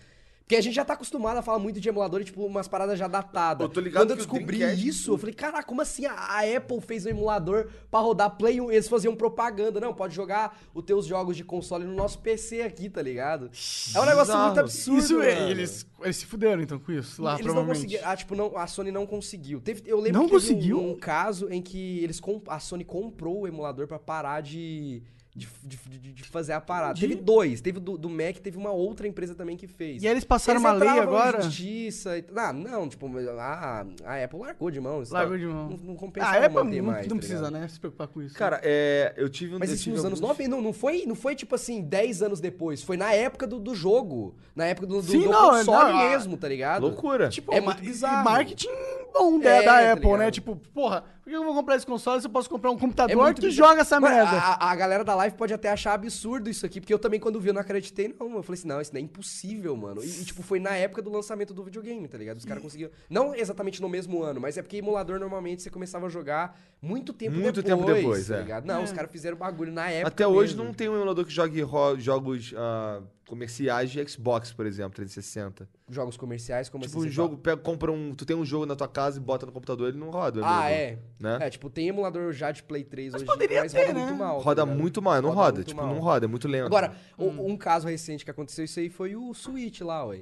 [SPEAKER 3] Porque a gente já tá acostumado a falar muito de emulador e, tipo, umas paradas já datadas.
[SPEAKER 1] Eu tô ligado
[SPEAKER 3] Quando eu
[SPEAKER 1] que o
[SPEAKER 3] descobri
[SPEAKER 1] Dreamcast-
[SPEAKER 3] isso, eu falei, caraca, como assim a, a Apple fez um emulador pra rodar Play 1? Eles faziam propaganda. Não, pode jogar os teus jogos de console no nosso PC aqui, tá ligado? É um negócio
[SPEAKER 1] Bizarro.
[SPEAKER 3] muito absurdo,
[SPEAKER 2] Isso, é,
[SPEAKER 3] mano.
[SPEAKER 2] e eles, eles se fuderam então com isso lá,
[SPEAKER 3] Eles não
[SPEAKER 2] provavelmente.
[SPEAKER 3] conseguiram. Ah, tipo, não, a Sony não conseguiu. Teve, eu lembro
[SPEAKER 2] Não
[SPEAKER 3] que teve um-
[SPEAKER 2] conseguiu?
[SPEAKER 3] um, caso em que eles com- a Sony comprou o emulador pra parar de, de, de- de- de fazer a parada.
[SPEAKER 2] De-
[SPEAKER 3] Teve dois. Teve do, do Mac, teve uma outra empresa também que fez.
[SPEAKER 2] E aí eles passaram uma lei
[SPEAKER 3] entravam em
[SPEAKER 2] agora?
[SPEAKER 3] Justiça e, ah, não, tipo, a, a Apple largou de mão. isso
[SPEAKER 2] Largou
[SPEAKER 3] tá-
[SPEAKER 2] de mão.
[SPEAKER 3] Não, não
[SPEAKER 2] Ah,
[SPEAKER 3] compensava
[SPEAKER 2] é pra
[SPEAKER 3] manter
[SPEAKER 2] não,
[SPEAKER 3] mais.
[SPEAKER 2] não
[SPEAKER 3] tá
[SPEAKER 2] precisa,
[SPEAKER 3] ligado?
[SPEAKER 2] né? Se preocupar com isso.
[SPEAKER 1] Cara, é, eu tive um
[SPEAKER 3] Mas
[SPEAKER 1] eu
[SPEAKER 3] isso
[SPEAKER 1] tive
[SPEAKER 3] nos anos
[SPEAKER 1] alguns-
[SPEAKER 3] 90, não, não foi, não foi tipo assim, 10 anos depois. Foi na época do, do jogo. Na época do, do,
[SPEAKER 2] Sim,
[SPEAKER 3] do
[SPEAKER 2] não,
[SPEAKER 3] console
[SPEAKER 2] não, ah,
[SPEAKER 3] mesmo, tá ligado?
[SPEAKER 1] Loucura.
[SPEAKER 3] Tipo, é
[SPEAKER 2] ma-
[SPEAKER 3] muito
[SPEAKER 2] e
[SPEAKER 3] bizarro.
[SPEAKER 2] marketing bom da,
[SPEAKER 3] É,
[SPEAKER 2] da
[SPEAKER 3] tá
[SPEAKER 2] Apple, né?
[SPEAKER 3] ligado?
[SPEAKER 2] Tipo, porra, por que eu vou comprar esse console se eu posso comprar um
[SPEAKER 3] É
[SPEAKER 2] computador
[SPEAKER 3] muito
[SPEAKER 2] que
[SPEAKER 3] bizarro.
[SPEAKER 2] joga essa
[SPEAKER 3] Mano,
[SPEAKER 2] merda?
[SPEAKER 3] A, a galera da live pode até achar absurdo isso aqui, porque eu também, quando vi, eu não acreditei, não. Eu falei assim, não, isso não é impossível, mano. E, e, tipo, foi na época do lançamento do videogame, tá ligado? Os caras conseguiram. Não exatamente no mesmo ano, mas é porque emulador normalmente você começava a jogar muito tempo
[SPEAKER 1] Muito
[SPEAKER 3] depois.
[SPEAKER 1] tempo depois,
[SPEAKER 3] tá
[SPEAKER 1] é.
[SPEAKER 3] ligado? Não, os caras fizeram bagulho na época.
[SPEAKER 1] Até hoje
[SPEAKER 3] mesmo.
[SPEAKER 1] não tem um emulador que jogue ro- jogos ah, comerciais de Xbox, por exemplo, 360.
[SPEAKER 3] Jogos comerciais, como
[SPEAKER 1] tipo,
[SPEAKER 3] assim,
[SPEAKER 1] um
[SPEAKER 3] você
[SPEAKER 1] jogo, pega, compra um. Tu tem um jogo na tua casa e bota no computador, ele não roda. o
[SPEAKER 3] fala. Ah,
[SPEAKER 1] emulador,
[SPEAKER 3] é.
[SPEAKER 1] Né?
[SPEAKER 3] É, tipo, tem emulador já de Play 3 hoje,
[SPEAKER 2] poderia
[SPEAKER 3] mas
[SPEAKER 2] ter,
[SPEAKER 3] roda
[SPEAKER 2] né?
[SPEAKER 3] muito mal. tá
[SPEAKER 1] Roda
[SPEAKER 3] ligado?
[SPEAKER 1] muito mal, não roda.
[SPEAKER 3] muito
[SPEAKER 1] tipo,
[SPEAKER 3] mal.
[SPEAKER 1] não roda, é muito lento.
[SPEAKER 3] Agora, o-
[SPEAKER 2] Hum.
[SPEAKER 3] um caso recente que aconteceu isso aí foi o Switch lá, ué.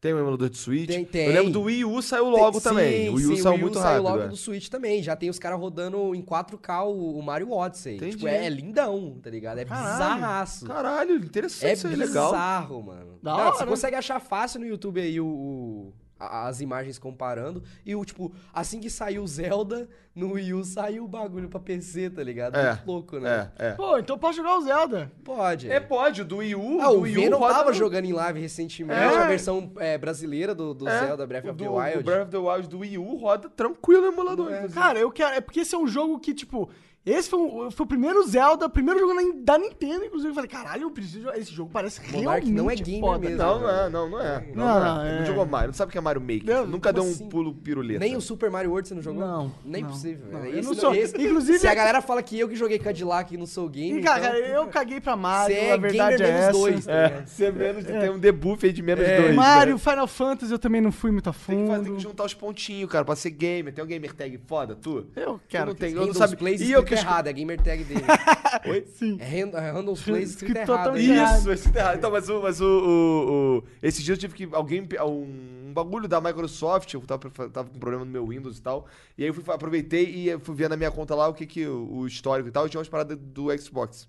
[SPEAKER 1] Tem um emulador de Switch.
[SPEAKER 3] Tem, tem.
[SPEAKER 1] Eu lembro do Wii U saiu logo
[SPEAKER 3] Sim,
[SPEAKER 1] também. o Wii U
[SPEAKER 3] sim,
[SPEAKER 1] saiu muito rápido.
[SPEAKER 3] logo
[SPEAKER 1] é.
[SPEAKER 3] do Switch também. Já tem os caras rodando em 4K o, o Mario Odyssey.
[SPEAKER 1] Entendi.
[SPEAKER 3] Tipo, é, lindão, tá ligado? É
[SPEAKER 2] Caralho.
[SPEAKER 3] bizarraço.
[SPEAKER 1] Caralho, interessante
[SPEAKER 3] é
[SPEAKER 1] isso aí, legal.
[SPEAKER 3] bizarro, mano.
[SPEAKER 2] Da
[SPEAKER 3] Não,
[SPEAKER 2] hora.
[SPEAKER 3] Você consegue achar fácil no YouTube aí o, o- a- as imagens comparando. E o, tipo, assim que saiu o Zelda, no Wii U saiu o bagulho pra PC, tá ligado?
[SPEAKER 1] É,
[SPEAKER 3] Muito louco, né?
[SPEAKER 1] É, é.
[SPEAKER 2] Pô, então eu posso jogar o Zelda.
[SPEAKER 3] Pode.
[SPEAKER 1] É, pode, o do Wii U.
[SPEAKER 3] Ah,
[SPEAKER 1] do
[SPEAKER 3] o
[SPEAKER 1] Wii U
[SPEAKER 3] Venom
[SPEAKER 1] roda
[SPEAKER 3] tava
[SPEAKER 1] no-
[SPEAKER 3] jogando em live recentemente
[SPEAKER 1] É.
[SPEAKER 3] a versão é, brasileira do, do
[SPEAKER 1] É,
[SPEAKER 3] Zelda Breath
[SPEAKER 1] o
[SPEAKER 3] of the
[SPEAKER 1] do-
[SPEAKER 3] Wild.
[SPEAKER 1] O Breath of the Wild do Wii U roda tranquilo o emulador. inclusive.
[SPEAKER 2] Cara, eu quero. É porque esse é um jogo que, tipo. Esse foi, um- foi o primeiro Zelda, o primeiro jogo na- da Nintendo, inclusive. Eu falei, caralho, eu preciso. jogar- Esse jogo parece
[SPEAKER 3] Monark
[SPEAKER 2] realmente
[SPEAKER 3] não é gamer
[SPEAKER 2] foda.
[SPEAKER 3] mesmo.
[SPEAKER 1] Não, não é, não, não é. Não,
[SPEAKER 2] Não,
[SPEAKER 1] não é.
[SPEAKER 2] é.
[SPEAKER 1] Não jogou Mario, não sabe o que é Mario Maker.
[SPEAKER 2] Não,
[SPEAKER 1] Nunca deu
[SPEAKER 3] como
[SPEAKER 1] um
[SPEAKER 3] assim?
[SPEAKER 1] pulo piruleta.
[SPEAKER 3] Nem o Super Mario World você não jogou?
[SPEAKER 2] Não,
[SPEAKER 3] Nem
[SPEAKER 2] não,
[SPEAKER 3] possível.
[SPEAKER 2] não.
[SPEAKER 3] velho.
[SPEAKER 2] Eu não sou- inclusive-
[SPEAKER 3] Se a galera fala que eu que joguei Cadillac e não sou game.
[SPEAKER 2] E, cara,
[SPEAKER 3] então-
[SPEAKER 2] eu caguei pra Mario,
[SPEAKER 3] Você é
[SPEAKER 2] a verdade é
[SPEAKER 3] gamer menos
[SPEAKER 2] essa.
[SPEAKER 3] dois, tá
[SPEAKER 1] É,
[SPEAKER 3] ligado?
[SPEAKER 1] você menos tem um debuff aí de menos dois.
[SPEAKER 2] Mario,
[SPEAKER 1] né?
[SPEAKER 2] Final Fantasy eu também não fui muito a
[SPEAKER 1] Tem que, fazer,
[SPEAKER 2] fundo.
[SPEAKER 1] tem que juntar os pontinhos, cara, pra ser gamer. Tem um gamer tag foda, tu?
[SPEAKER 2] Eu
[SPEAKER 1] Tu
[SPEAKER 2] quero
[SPEAKER 1] Não
[SPEAKER 2] que
[SPEAKER 1] tem, eu não
[SPEAKER 3] Randall's
[SPEAKER 1] sabe.
[SPEAKER 3] Plays
[SPEAKER 1] E eu
[SPEAKER 3] escrito
[SPEAKER 1] que escre-
[SPEAKER 3] errado, é gamer tag dele.
[SPEAKER 1] Oi?
[SPEAKER 2] Sim.
[SPEAKER 3] É Rand- é Randall's Plays escrito
[SPEAKER 2] Escrito
[SPEAKER 3] errado.
[SPEAKER 2] totalmente
[SPEAKER 3] é.
[SPEAKER 2] errado.
[SPEAKER 1] Isso, esse tá errado. Então, mas o. Mas o, o- o- esse dia eu tive que. Alguém. pe- Um, um bagulho da Microsoft, eu tava, pra- tava com um problema no meu Windows e tal. E aí eu fui, aproveitei e eu fui ver na minha conta lá o que que. O, o histórico e tal. E tinha umas paradas do Xbox.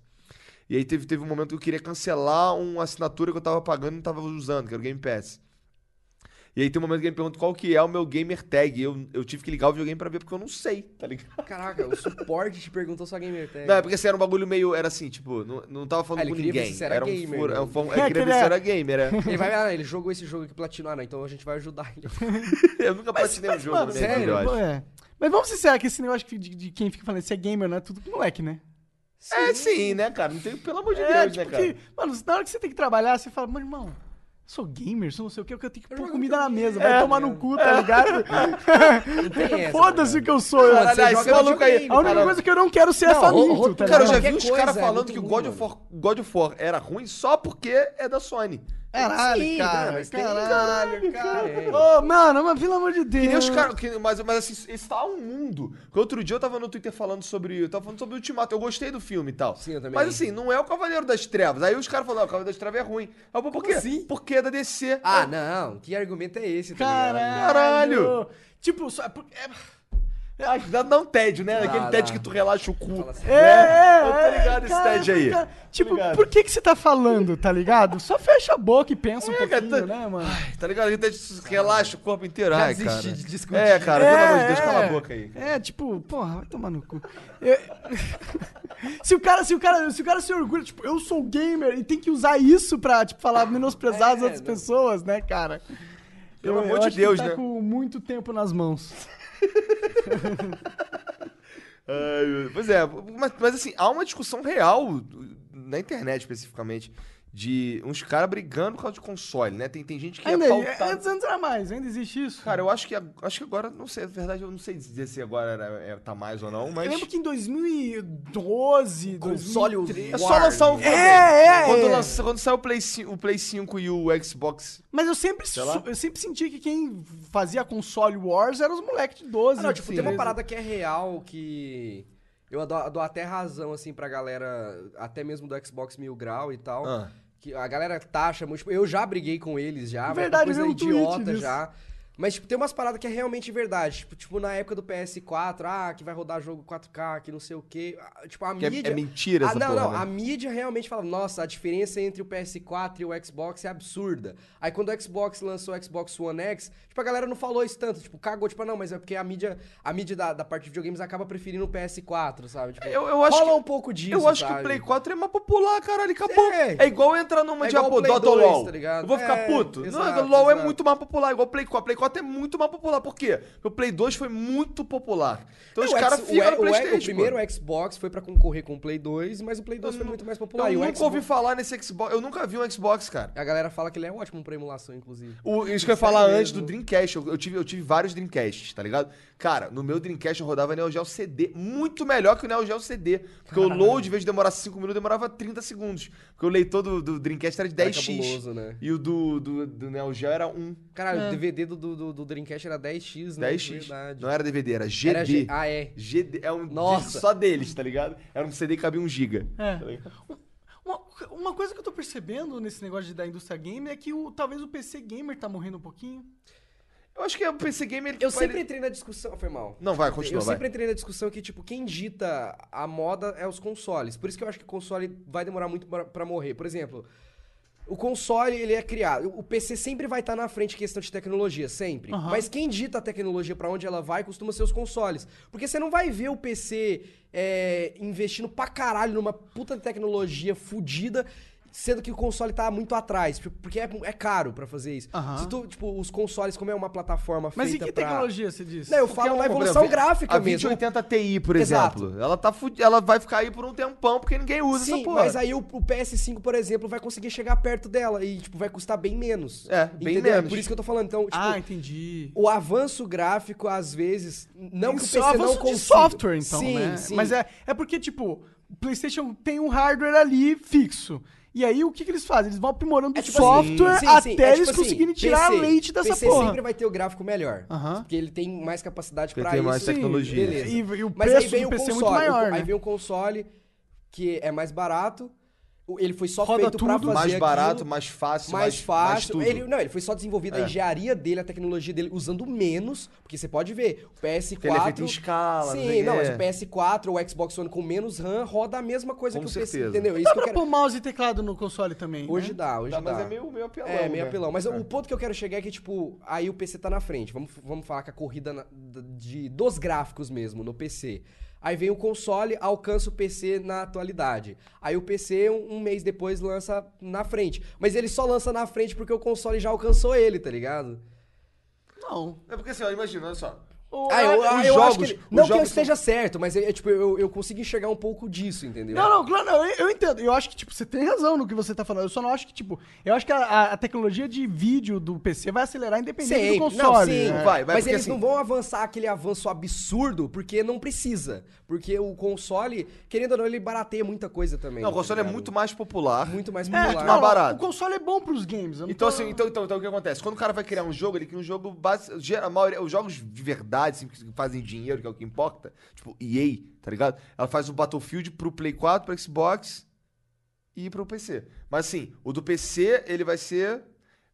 [SPEAKER 1] E aí teve, teve um momento que eu queria cancelar uma assinatura que eu tava pagando e não tava usando, que era o Game Pass. E aí tem um momento que ele me pergunta qual que é o meu gamer tag. Eu, eu tive que ligar o videogame pra ver, porque eu não sei, tá ligado?
[SPEAKER 3] Caraca, o suporte te perguntou sua gamer tag.
[SPEAKER 1] Não, é porque assim, era um bagulho meio. Era assim, tipo, não, não tava
[SPEAKER 3] Ah,
[SPEAKER 1] falando
[SPEAKER 3] ele
[SPEAKER 1] com
[SPEAKER 3] queria ver
[SPEAKER 1] ninguém.
[SPEAKER 3] se era
[SPEAKER 1] era um
[SPEAKER 3] gamer,
[SPEAKER 1] furo.
[SPEAKER 3] né?
[SPEAKER 1] Era um, fã-
[SPEAKER 2] É,
[SPEAKER 1] é, queria ver
[SPEAKER 2] queria-
[SPEAKER 1] se era gamer, é.
[SPEAKER 3] Ele vai, ah, ele jogou esse jogo que platinou. Ah, não, então a gente vai ajudar ele.
[SPEAKER 1] Eu nunca platinei um jogo, na
[SPEAKER 2] Mano,
[SPEAKER 1] minha vida, eu
[SPEAKER 2] sério,
[SPEAKER 1] acho.
[SPEAKER 2] é. Mas vamos ser sinceros que esse negócio de, de quem fica falando, se é gamer, não é tudo moleque, né?
[SPEAKER 1] É sim, né, cara? Não tem, pelo amor de
[SPEAKER 2] É,
[SPEAKER 1] Deus, né,
[SPEAKER 2] tipo
[SPEAKER 1] cara?
[SPEAKER 2] que, mano, na hora que você tem que trabalhar, você fala, mano, irmão, sou gamer, sou não sei o que, eu tenho que pôr
[SPEAKER 3] jogo
[SPEAKER 2] comida na
[SPEAKER 3] videogame.
[SPEAKER 2] mesa. Vai
[SPEAKER 3] É.
[SPEAKER 2] tomar no cu, tá ligado?
[SPEAKER 3] tem essa,
[SPEAKER 2] Foda-se o que eu sou. Eu.
[SPEAKER 3] Caralho,
[SPEAKER 2] Você
[SPEAKER 3] esse
[SPEAKER 2] joga
[SPEAKER 3] maluco
[SPEAKER 2] videogame.
[SPEAKER 3] aí,
[SPEAKER 2] A única
[SPEAKER 3] cara.
[SPEAKER 2] coisa que eu não quero ser é
[SPEAKER 3] Não, o-
[SPEAKER 2] faminto,
[SPEAKER 3] o-
[SPEAKER 2] tá
[SPEAKER 1] Cara, eu já
[SPEAKER 3] Qualquer
[SPEAKER 1] vi os
[SPEAKER 3] coisa,
[SPEAKER 1] caras
[SPEAKER 3] é
[SPEAKER 1] falando
[SPEAKER 3] muito
[SPEAKER 1] que o
[SPEAKER 3] ruim,
[SPEAKER 1] God of, War, God of War era ruim só porque é da Sony.
[SPEAKER 2] Caralho,
[SPEAKER 3] Sim,
[SPEAKER 2] cara.
[SPEAKER 3] cara, mas tem-
[SPEAKER 2] caralho,
[SPEAKER 3] tem.
[SPEAKER 2] cara. Ô, mano, mas pelo amor de Deus.
[SPEAKER 1] Que nem os caras. que- Mas, mas assim, está um mundo. Porque outro dia eu tava no Twitter falando sobre. Eu tava falando sobre o Ultimato. Eu gostei do filme e tal.
[SPEAKER 3] Sim, eu também.
[SPEAKER 1] Mas assim, não é o Cavaleiro das Trevas. Aí os caras falaram, "Ah, o Cavaleiro das Trevas é ruim. Aí eu, pô, por quê?
[SPEAKER 3] assim?
[SPEAKER 1] Porque é da DC.
[SPEAKER 3] Ah, não. Que argumento é esse, tá ligado?
[SPEAKER 2] Caralho. Tipo, só... É...
[SPEAKER 1] Ai, dá, dá um tédio, né? Aquele
[SPEAKER 3] dá.
[SPEAKER 1] tédio que tu relaxa o cu.
[SPEAKER 3] Fala assim,
[SPEAKER 1] né? Eu tô ligado esse
[SPEAKER 2] é, cara,
[SPEAKER 1] tédio aí. Tá
[SPEAKER 2] cara, tipo,
[SPEAKER 1] ligado.
[SPEAKER 2] por que que você tá falando, tá ligado? Só fecha a boca e pensa um
[SPEAKER 1] É, cara,
[SPEAKER 2] pouquinho,
[SPEAKER 1] tá-
[SPEAKER 2] né, mano?
[SPEAKER 1] Ai, tá ligado? Aquele tédio que tu relaxa o corpo inteiro.
[SPEAKER 3] Já
[SPEAKER 1] Ai,
[SPEAKER 3] desisti
[SPEAKER 1] cara.
[SPEAKER 3] de discutir.
[SPEAKER 1] É, cara, pelo amor de Deus, cala a boca aí.
[SPEAKER 2] É, tipo, porra, vai tomar no cu. Eu- se o cara, se o cara, se o cara se orgulha, tipo, eu sou gamer e tem que usar isso pra, tipo, falar menosprezar as
[SPEAKER 3] É,
[SPEAKER 2] outras
[SPEAKER 3] não.
[SPEAKER 2] pessoas, né, cara?
[SPEAKER 1] Pelo
[SPEAKER 2] Eu-
[SPEAKER 1] amor
[SPEAKER 2] eu
[SPEAKER 1] de
[SPEAKER 2] acho que
[SPEAKER 1] Deus,
[SPEAKER 2] tá
[SPEAKER 1] né?
[SPEAKER 2] com muito tempo nas mãos.
[SPEAKER 1] Ai, meu- pois é, mas, mas assim, há uma discussão real na internet especificamente de uns caras brigando por causa de console, né? Tem, tem gente que
[SPEAKER 2] Ainda,
[SPEAKER 1] é pautada.
[SPEAKER 2] antes antes era mais, ainda existe isso.
[SPEAKER 1] Cara, eu acho que, a- acho que agora, não sei, na verdade, eu não sei dizer se agora era- é- tá mais ou não, mas.
[SPEAKER 2] Eu lembro que em 2012,
[SPEAKER 3] Console
[SPEAKER 2] 2013,
[SPEAKER 1] É só lançar um.
[SPEAKER 2] É, é,
[SPEAKER 1] quando,
[SPEAKER 2] é.
[SPEAKER 1] lança- quando saiu o Play, cin- o Play 5 e o Xbox.
[SPEAKER 2] Mas eu sempre,
[SPEAKER 1] Sei lá.
[SPEAKER 2] su- eu sempre senti que quem fazia console wars eram os moleques de 12.
[SPEAKER 3] Ah, não, tipo, tem uma
[SPEAKER 2] 13.
[SPEAKER 3] parada que é real, que eu dou, dou até razão, assim, pra galera, até mesmo do Xbox Mil Grau e tal.
[SPEAKER 1] Ah.
[SPEAKER 3] Que a galera taxa muito. Tipo, eu já briguei com eles já. mas tá
[SPEAKER 2] Verdade,
[SPEAKER 3] coisa
[SPEAKER 2] eu vi um tweet
[SPEAKER 3] idiota
[SPEAKER 2] disso.
[SPEAKER 3] já. Mas, tipo, tem umas paradas que é realmente verdade. Tipo, tipo, na época do PS4, ah, que vai rodar jogo 4K, que não sei o quê. Ah, Tipo, a
[SPEAKER 1] Que é-
[SPEAKER 3] mídia.
[SPEAKER 1] é mentira essa
[SPEAKER 3] ah, não,
[SPEAKER 1] porra,
[SPEAKER 3] não.
[SPEAKER 1] né?
[SPEAKER 3] A mídia realmente fala, nossa, a diferença entre o PS4 e o Xbox é absurda. Aí quando o Xbox lançou o Xbox One X, tipo, a galera não falou isso tanto. Tipo, cagou, tipo, ah, não, mas é porque a mídia, a mídia da, da parte de videogames acaba preferindo o PS4, sabe? Tipo,
[SPEAKER 1] Eu, eu acho
[SPEAKER 3] rola
[SPEAKER 1] que,
[SPEAKER 3] um pouco disso.
[SPEAKER 1] Eu acho que
[SPEAKER 3] sabe?
[SPEAKER 1] o Play 4 é mais popular, caralho. Acabou.
[SPEAKER 3] É.
[SPEAKER 1] É, igual entrar numa
[SPEAKER 3] É
[SPEAKER 1] de
[SPEAKER 3] igual
[SPEAKER 1] Apple,
[SPEAKER 3] Play
[SPEAKER 1] Dota ou
[SPEAKER 3] 2,
[SPEAKER 1] LOL.
[SPEAKER 3] tá ligado?
[SPEAKER 1] eu vou ficar
[SPEAKER 3] É,
[SPEAKER 1] puto.
[SPEAKER 3] exato,
[SPEAKER 1] não, LOL é
[SPEAKER 3] exato.
[SPEAKER 1] muito mais popular, igual o Play 4. O Play 4 é muito mais popular. Por quê? Porque o Play 2 foi muito popular. Então
[SPEAKER 3] É,
[SPEAKER 1] os
[SPEAKER 3] o
[SPEAKER 1] caras
[SPEAKER 3] X-
[SPEAKER 1] ficam
[SPEAKER 3] o,
[SPEAKER 1] no
[SPEAKER 3] o-
[SPEAKER 1] Playstation.
[SPEAKER 3] O, primeiro é Xbox foi pra concorrer com o Play 2, mas o Play 2 foi muito mais popular. e
[SPEAKER 1] Eu
[SPEAKER 3] o
[SPEAKER 1] nunca
[SPEAKER 3] Xbox-
[SPEAKER 1] ouvi falar nesse Xbox. Eu nunca vi um Xbox, cara.
[SPEAKER 3] A galera fala que ele é ótimo pra emulação, inclusive.
[SPEAKER 1] O- isso que eu ia
[SPEAKER 3] Sério
[SPEAKER 1] falar
[SPEAKER 3] é mesmo.
[SPEAKER 1] antes do Dreamcast. Eu, eu tive, eu tive vários Dreamcasts, tá ligado? Cara, no meu Dreamcast eu rodava Neo Geo CD. Muito melhor que o Neo Geo CD. Porque o load, em vez de demorar 5 minutos, demorava 30 segundos. Porque o leitor do, do Dreamcast era de
[SPEAKER 3] Era
[SPEAKER 1] 10x.
[SPEAKER 3] cabuloso, né?
[SPEAKER 1] E o do, do, do Neo Geo era 1.
[SPEAKER 3] Caralho, o DVD do, do, do Dreamcast era 10x, né?
[SPEAKER 1] 10x.
[SPEAKER 3] Verdade.
[SPEAKER 1] Não é era DVD, era GD.
[SPEAKER 3] Era G- Ah, é.
[SPEAKER 1] GD é um
[SPEAKER 3] Nossa.
[SPEAKER 1] disco só deles, tá ligado? Era um CD que cabia 1 giga.
[SPEAKER 2] É.
[SPEAKER 1] tá ligado?
[SPEAKER 2] Uma, uma coisa que eu tô percebendo nesse negócio de- da indústria gamer é que o, talvez o PC gamer tá morrendo um pouquinho.
[SPEAKER 1] Eu acho que o PC Game... Ele
[SPEAKER 3] Eu
[SPEAKER 1] ele-
[SPEAKER 3] sempre entrei na discussão. Foi mal.
[SPEAKER 1] Não, vai, continua,
[SPEAKER 3] Eu
[SPEAKER 1] vai.
[SPEAKER 3] sempre entrei na discussão que, tipo, quem dita a moda é os consoles. Por isso que eu acho que o console vai demorar muito pra- pra morrer. Por exemplo, o console, ele é criado. O PC sempre vai estar na frente em questão de tecnologia, sempre.
[SPEAKER 2] Aham.
[SPEAKER 3] Mas quem dita a tecnologia pra onde ela vai costuma ser os consoles. Porque você não vai ver o PC é, investindo pra caralho numa puta tecnologia fodida. Sendo que o console tá muito atrás, tipo, porque é, é caro pra fazer isso.
[SPEAKER 2] Aham.
[SPEAKER 3] Se tu, tipo, os consoles, como é uma plataforma
[SPEAKER 2] Mas
[SPEAKER 3] feita
[SPEAKER 2] em que
[SPEAKER 3] pra-
[SPEAKER 2] tecnologia você disse?
[SPEAKER 3] Não, eu
[SPEAKER 1] Porque
[SPEAKER 3] falo na
[SPEAKER 1] é uma-
[SPEAKER 3] evolução
[SPEAKER 1] a vi-
[SPEAKER 3] gráfica
[SPEAKER 1] a
[SPEAKER 3] mesmo.
[SPEAKER 1] 2080 Ti, por
[SPEAKER 3] Exato.
[SPEAKER 1] exemplo. Ela, tá fud... ela vai ficar aí por um tempão porque ninguém usa
[SPEAKER 3] Sim,
[SPEAKER 1] essa porra.
[SPEAKER 3] mas aí o, o PS5, por exemplo, vai conseguir chegar perto dela e, tipo, vai custar bem menos.
[SPEAKER 1] É, bem
[SPEAKER 3] entendeu?
[SPEAKER 1] menos.
[SPEAKER 3] Por isso que eu tô falando. Então, tipo,
[SPEAKER 2] ah, entendi.
[SPEAKER 3] o avanço gráfico, às vezes, não que o
[SPEAKER 2] Isso
[SPEAKER 3] PC
[SPEAKER 2] é um
[SPEAKER 3] não
[SPEAKER 2] avanço
[SPEAKER 3] consiga.
[SPEAKER 2] de software, então,
[SPEAKER 3] sim,
[SPEAKER 2] né?
[SPEAKER 3] Sim.
[SPEAKER 2] Mas é, é porque, tipo, o PlayStation tem um hardware ali fixo. E aí, o que, que eles fazem? Eles vão aprimorando
[SPEAKER 3] É
[SPEAKER 2] o
[SPEAKER 3] tipo
[SPEAKER 2] software
[SPEAKER 3] assim, sim,
[SPEAKER 2] até
[SPEAKER 3] sim, é tipo
[SPEAKER 2] eles
[SPEAKER 3] assim,
[SPEAKER 2] conseguirem tirar
[SPEAKER 3] PC,
[SPEAKER 2] leite dessa
[SPEAKER 3] PC
[SPEAKER 2] porra.
[SPEAKER 3] sempre vai ter o gráfico melhor.
[SPEAKER 2] Aham.
[SPEAKER 3] Porque ele tem mais capacidade
[SPEAKER 1] Ele
[SPEAKER 3] pra
[SPEAKER 1] tem
[SPEAKER 3] isso.
[SPEAKER 1] mais tecnologia.
[SPEAKER 3] Beleza.
[SPEAKER 2] E- e o
[SPEAKER 3] Mas
[SPEAKER 2] preço
[SPEAKER 3] aí vem
[SPEAKER 2] do
[SPEAKER 3] o
[SPEAKER 2] PC é muito
[SPEAKER 3] console, o-
[SPEAKER 2] maior, né?
[SPEAKER 3] Aí vem o console que é mais barato. o- Ele foi só
[SPEAKER 2] Roda
[SPEAKER 3] feito pra
[SPEAKER 2] tudo.
[SPEAKER 3] fazer
[SPEAKER 1] mais barato,
[SPEAKER 3] aquilo.
[SPEAKER 1] mais fácil, mais,
[SPEAKER 3] mais fácil.
[SPEAKER 1] mais tudo. É.
[SPEAKER 3] ele, não, ele foi só desenvolvido a engenharia dele, a tecnologia dele, usando menos, porque você pode ver, o PS4...
[SPEAKER 1] Porque ele é feito em escala, não sei
[SPEAKER 3] Sim,
[SPEAKER 1] o
[SPEAKER 3] não,
[SPEAKER 1] quê.
[SPEAKER 3] mas o PS4 ou o Xbox One com menos RAM roda a mesma coisa
[SPEAKER 1] Com
[SPEAKER 3] que o
[SPEAKER 1] certeza.
[SPEAKER 3] PC, entendeu?
[SPEAKER 2] Dá
[SPEAKER 3] É Isso que eu
[SPEAKER 2] pra
[SPEAKER 3] quero...
[SPEAKER 2] pôr mouse e teclado no console também,
[SPEAKER 3] Hoje
[SPEAKER 2] né?
[SPEAKER 3] dá, hoje
[SPEAKER 1] Tá,
[SPEAKER 3] dá.
[SPEAKER 1] mas é meio, meio apelão.
[SPEAKER 3] É, meio
[SPEAKER 1] né?
[SPEAKER 3] apelão. Mas o ponto que eu quero chegar é que, tipo, aí o PC tá na frente. Vamos, vamos falar que a corrida na- da- de, dos gráficos mesmo, no PC. Aí vem o console, alcança o PC na atualidade. Aí o PC, um, um mês depois, lança na frente. Mas ele só lança na frente porque o console já alcançou ele, tá ligado?
[SPEAKER 2] Não.
[SPEAKER 1] É porque assim, ó, imagina, olha só. O
[SPEAKER 2] Ou
[SPEAKER 3] Ah, eu,
[SPEAKER 2] é-
[SPEAKER 3] ah,
[SPEAKER 1] os
[SPEAKER 3] eu acho
[SPEAKER 1] jogos-
[SPEAKER 3] que ele-
[SPEAKER 1] os
[SPEAKER 3] Não que eu
[SPEAKER 1] jogos
[SPEAKER 3] esteja certo, mas é, é, tipo, eu, eu consigo enxergar um pouco disso, entendeu?
[SPEAKER 2] Não, não, claro, não, eu, eu entendo. Eu acho que, tipo, você tem razão no que você tá falando. Eu só não acho que, tipo, eu acho que a- a, a tecnologia de vídeo do PC vai acelerar independente
[SPEAKER 3] Sempre.
[SPEAKER 2] do
[SPEAKER 3] Não,
[SPEAKER 2] console.
[SPEAKER 3] sim,
[SPEAKER 2] né?
[SPEAKER 1] vai, vai,
[SPEAKER 3] mas
[SPEAKER 1] porque
[SPEAKER 3] eles
[SPEAKER 1] assim-
[SPEAKER 3] não vão avançar aquele avanço absurdo, porque não precisa. Porque o console, querendo ou não, ele barateia muita coisa também.
[SPEAKER 1] Não, o
[SPEAKER 3] tá
[SPEAKER 1] console é
[SPEAKER 3] ligado?
[SPEAKER 1] muito mais popular.
[SPEAKER 3] Muito mais
[SPEAKER 2] É,
[SPEAKER 3] popular.
[SPEAKER 2] não,
[SPEAKER 1] mais
[SPEAKER 2] não,
[SPEAKER 1] barato.
[SPEAKER 2] O console é bom pros games. eu não
[SPEAKER 1] Então,
[SPEAKER 2] tô-
[SPEAKER 1] assim, então, então, então, o que acontece? Quando o cara vai criar um jogo, ele cria um jogo base. Gera, a maioria, os jogos de verdade, assim, que fazem dinheiro, que é o que importa. Tipo, EA, tá ligado? Ela faz o Battlefield pro Play 4, pro Xbox e pro PC. Mas assim, o do PC, ele vai ser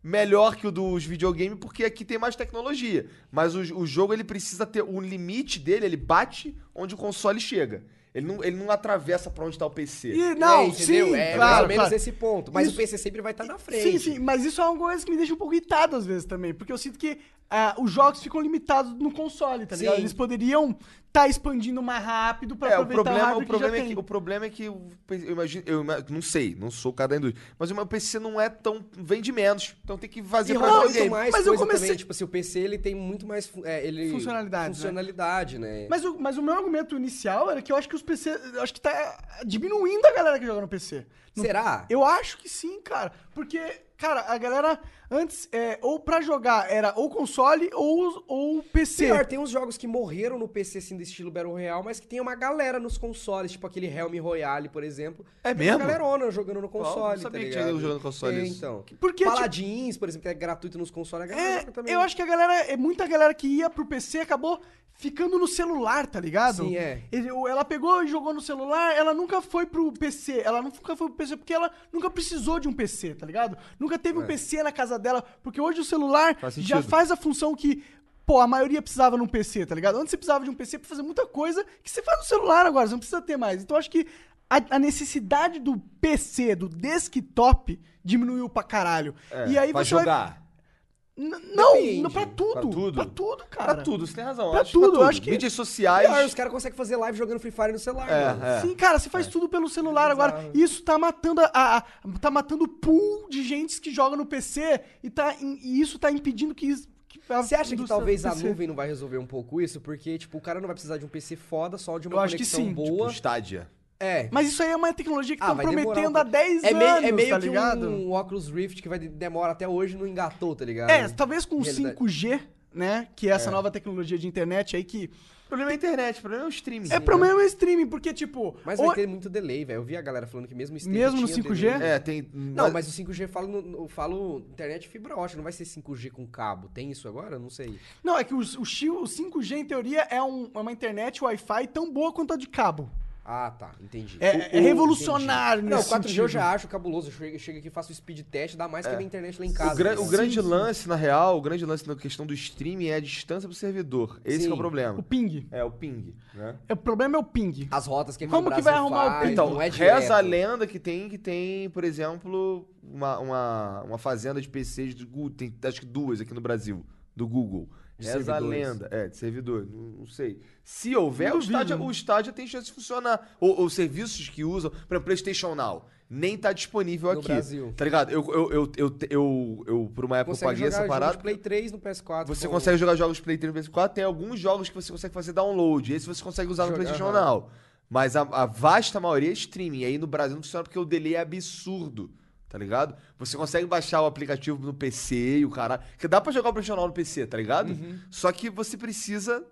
[SPEAKER 1] melhor que o dos videogame, porque aqui tem mais tecnologia. Mas o, o jogo, ele precisa ter o limite dele, ele bate onde o console chega. Ele não, ele não atravessa pra onde tá o PC.
[SPEAKER 2] E,
[SPEAKER 3] é,
[SPEAKER 2] não,
[SPEAKER 3] entendeu?
[SPEAKER 2] sim,
[SPEAKER 3] é mais
[SPEAKER 2] claro,
[SPEAKER 3] ou menos
[SPEAKER 2] claro.
[SPEAKER 3] esse ponto. Mas
[SPEAKER 2] Isso-
[SPEAKER 3] o PC sempre vai estar na frente.
[SPEAKER 2] Sim, sim, mas isso é uma coisa que me deixa um pouco irritado às vezes também, porque eu sinto que ah, os jogos ficam limitados no console, tá ligado?
[SPEAKER 3] Sim.
[SPEAKER 2] Eles poderiam estar expandindo mais rápido pra
[SPEAKER 1] É, o
[SPEAKER 2] aproveitar
[SPEAKER 1] problema,
[SPEAKER 2] o
[SPEAKER 1] o,
[SPEAKER 2] hardware
[SPEAKER 1] problema
[SPEAKER 2] que já
[SPEAKER 1] é que,
[SPEAKER 2] tem.
[SPEAKER 1] o problema é que o PC eu imagino, eu ima- não sei, não sou o cara da indústria, mas o meu PC não é tão vende menos, então tem que fazer
[SPEAKER 3] E
[SPEAKER 1] pra
[SPEAKER 3] rola
[SPEAKER 2] Não,
[SPEAKER 3] muito
[SPEAKER 1] videogame.
[SPEAKER 3] mais
[SPEAKER 2] mas eu
[SPEAKER 3] coisa
[SPEAKER 2] comecei-
[SPEAKER 3] também. Tipo assim, o PC ele tem muito mais fu- é, ele...
[SPEAKER 2] Funcionalidade, né?
[SPEAKER 3] Funcionalidade, né?
[SPEAKER 2] Mas o, mas o meu argumento inicial era que eu acho que os PC. Eu acho que tá diminuindo a galera que joga no PC. Não-
[SPEAKER 3] Será?
[SPEAKER 2] Eu acho que sim, cara. Porque, cara, a galera antes, é, ou pra jogar era ou console ou, ou PC.
[SPEAKER 3] Pior, tem uns jogos que morreram no PC, assim, do estilo Battle Royale, mas que tem uma galera nos consoles, tipo aquele Helm Royale, por exemplo.
[SPEAKER 1] É
[SPEAKER 3] Tem
[SPEAKER 1] mesmo?
[SPEAKER 3] Uma galerona jogando no console,
[SPEAKER 1] não sabia
[SPEAKER 3] tá
[SPEAKER 1] que
[SPEAKER 3] ligado?
[SPEAKER 1] tinha nego jogando console
[SPEAKER 3] É,
[SPEAKER 1] isso.
[SPEAKER 3] então.
[SPEAKER 2] Porque, tipo-
[SPEAKER 3] Paladins, por exemplo, que é gratuito nos consoles, a galera
[SPEAKER 2] É,
[SPEAKER 3] joga também.
[SPEAKER 2] eu acho que a galera, é muita galera que ia pro PC acabou ficando no celular, tá ligado?
[SPEAKER 3] Sim, é.
[SPEAKER 2] Ele- o- ela pegou e jogou no celular, ela nunca foi pro PC, ela nunca foi pro PC porque ela nunca precisou de um PC, tá ligado? Nunca teve um PC na casa dela, porque hoje o celular
[SPEAKER 1] Faz sentido.
[SPEAKER 2] já faz a função que Pô, a maioria precisava num PC, tá ligado? Antes você precisava de um PC pra fazer muita coisa que você faz no celular agora, você não precisa ter mais. Então eu acho que a, a necessidade do PC, do desktop, diminuiu pra caralho. e aí
[SPEAKER 1] pra
[SPEAKER 2] você vai-
[SPEAKER 1] É, jogar.
[SPEAKER 2] N- Não,
[SPEAKER 3] Depende.
[SPEAKER 2] não pra tudo. Pra
[SPEAKER 1] Pra
[SPEAKER 2] tudo,
[SPEAKER 1] tudo?
[SPEAKER 2] cara.
[SPEAKER 1] Pra tudo, você tem razão.
[SPEAKER 2] Pra
[SPEAKER 1] acho, pra
[SPEAKER 2] tudo, eu acho que- é.
[SPEAKER 1] Mídias
[SPEAKER 3] Pior,
[SPEAKER 1] sociais.
[SPEAKER 3] os caras conseguem fazer live jogando Free Fire no celular, mano.
[SPEAKER 1] É, é.
[SPEAKER 2] Sim, cara, você faz tudo pelo celular agora. Isso tá matando a, a- a- tá matando o pool de gente que joga no PC e, tá, em- e isso tá impedindo que. is- que a
[SPEAKER 3] Você acha que
[SPEAKER 2] indústria
[SPEAKER 3] talvez a
[SPEAKER 2] PC?
[SPEAKER 3] nuvem não vai resolver um pouco isso? Porque, tipo, o cara não vai precisar de um PC foda, só de uma
[SPEAKER 2] Eu acho que
[SPEAKER 3] conexão
[SPEAKER 2] sim, tipo,
[SPEAKER 3] boa.
[SPEAKER 1] Estádia.
[SPEAKER 3] É.
[SPEAKER 2] Mas isso aí é uma tecnologia que
[SPEAKER 3] Ah,
[SPEAKER 2] estão
[SPEAKER 3] vai demorar
[SPEAKER 2] prometendo
[SPEAKER 3] um
[SPEAKER 2] há
[SPEAKER 3] pouco.
[SPEAKER 2] 10
[SPEAKER 3] é meio,
[SPEAKER 2] anos,
[SPEAKER 3] é meio
[SPEAKER 2] tá
[SPEAKER 3] que
[SPEAKER 2] ligado?
[SPEAKER 3] um Oculus Rift que vai de- demora até hoje não engatou, tá ligado?
[SPEAKER 2] É, talvez com o
[SPEAKER 3] Realidade.
[SPEAKER 2] 5G, né? Que é essa nova tecnologia de internet aí que.
[SPEAKER 1] O problema é a internet, o problema é o streaming.
[SPEAKER 2] é problema é streaming, porque, tipo.
[SPEAKER 3] Mas
[SPEAKER 2] ou-
[SPEAKER 3] vai ter muito delay, velho. Eu vi a galera falando que mesmo o stream
[SPEAKER 2] Mesmo no
[SPEAKER 3] tinha
[SPEAKER 2] 5G?
[SPEAKER 3] delay.
[SPEAKER 1] É, tem.
[SPEAKER 3] Não, mas o 5G falo, no- no- falo internet fibra ótica, não vai ser 5G com cabo. Tem isso agora? Não sei.
[SPEAKER 2] Não, é que o, o, chi- o 5G, em teoria, é, um- é uma internet Wi-Fi tão boa quanto a de cabo.
[SPEAKER 3] Ah, tá, entendi.
[SPEAKER 2] É, é revolucionário
[SPEAKER 3] Não,
[SPEAKER 2] nesse
[SPEAKER 3] 4G
[SPEAKER 2] sentido.
[SPEAKER 3] eu já acho cabuloso. Eu chego, chego aqui, faço speed test, dá mais que a minha internet lá em casa.
[SPEAKER 1] É. O, gran-
[SPEAKER 3] tá
[SPEAKER 1] o
[SPEAKER 3] ligado?
[SPEAKER 1] grande lance, na real, o grande lance na questão do streaming é a distância pro servidor. Esse
[SPEAKER 3] Sim.
[SPEAKER 1] que é o
[SPEAKER 2] O
[SPEAKER 1] problema.
[SPEAKER 2] ping.
[SPEAKER 1] É, o ping, né?
[SPEAKER 2] É, O problema é o ping.
[SPEAKER 1] Ah,
[SPEAKER 3] As rotas que aqui
[SPEAKER 2] Como
[SPEAKER 3] no
[SPEAKER 2] que
[SPEAKER 3] Brasil
[SPEAKER 2] vai arrumar o-
[SPEAKER 3] faz,
[SPEAKER 1] Então,
[SPEAKER 3] não é direto.
[SPEAKER 1] reza a lenda que tem, que tem, por exemplo, uma, uma, uma fazenda de PCs do Google, tem acho que duas aqui no Brasil, do Google.
[SPEAKER 3] De
[SPEAKER 1] reza a
[SPEAKER 3] servidores.
[SPEAKER 1] lenda, é, de servidor, não, não sei. Se houver, o
[SPEAKER 2] duvido,
[SPEAKER 1] estádio,
[SPEAKER 2] né?
[SPEAKER 1] o estádio tem chance de funcionar. Ou, ou serviços que usam, por exemplo, PlayStation Now. Nem tá disponível
[SPEAKER 3] No
[SPEAKER 1] aqui.
[SPEAKER 3] Brasil.
[SPEAKER 1] Tá ligado? Eu, eu, eu, eu, eu, eu, por uma época, eu
[SPEAKER 3] Consegue
[SPEAKER 1] paguei
[SPEAKER 3] jogar
[SPEAKER 1] essa
[SPEAKER 3] jogo
[SPEAKER 1] parada.
[SPEAKER 3] de Play 3 no PS4.
[SPEAKER 1] Você
[SPEAKER 3] com-
[SPEAKER 1] consegue jogar jogos Play 3 no PS4, tem alguns jogos que você consegue fazer download, esse você consegue usar no
[SPEAKER 3] Jogar,
[SPEAKER 1] PlayStation
[SPEAKER 3] aham.
[SPEAKER 1] Now. Mas a, a vasta maioria é streaming, e aí no Brasil não funciona porque o delay é absurdo, tá ligado? Você consegue baixar o aplicativo no PC e o caralho, que dá pra jogar o PlayStation Now no PC, tá ligado?
[SPEAKER 2] Uhum.
[SPEAKER 1] Só que você precisa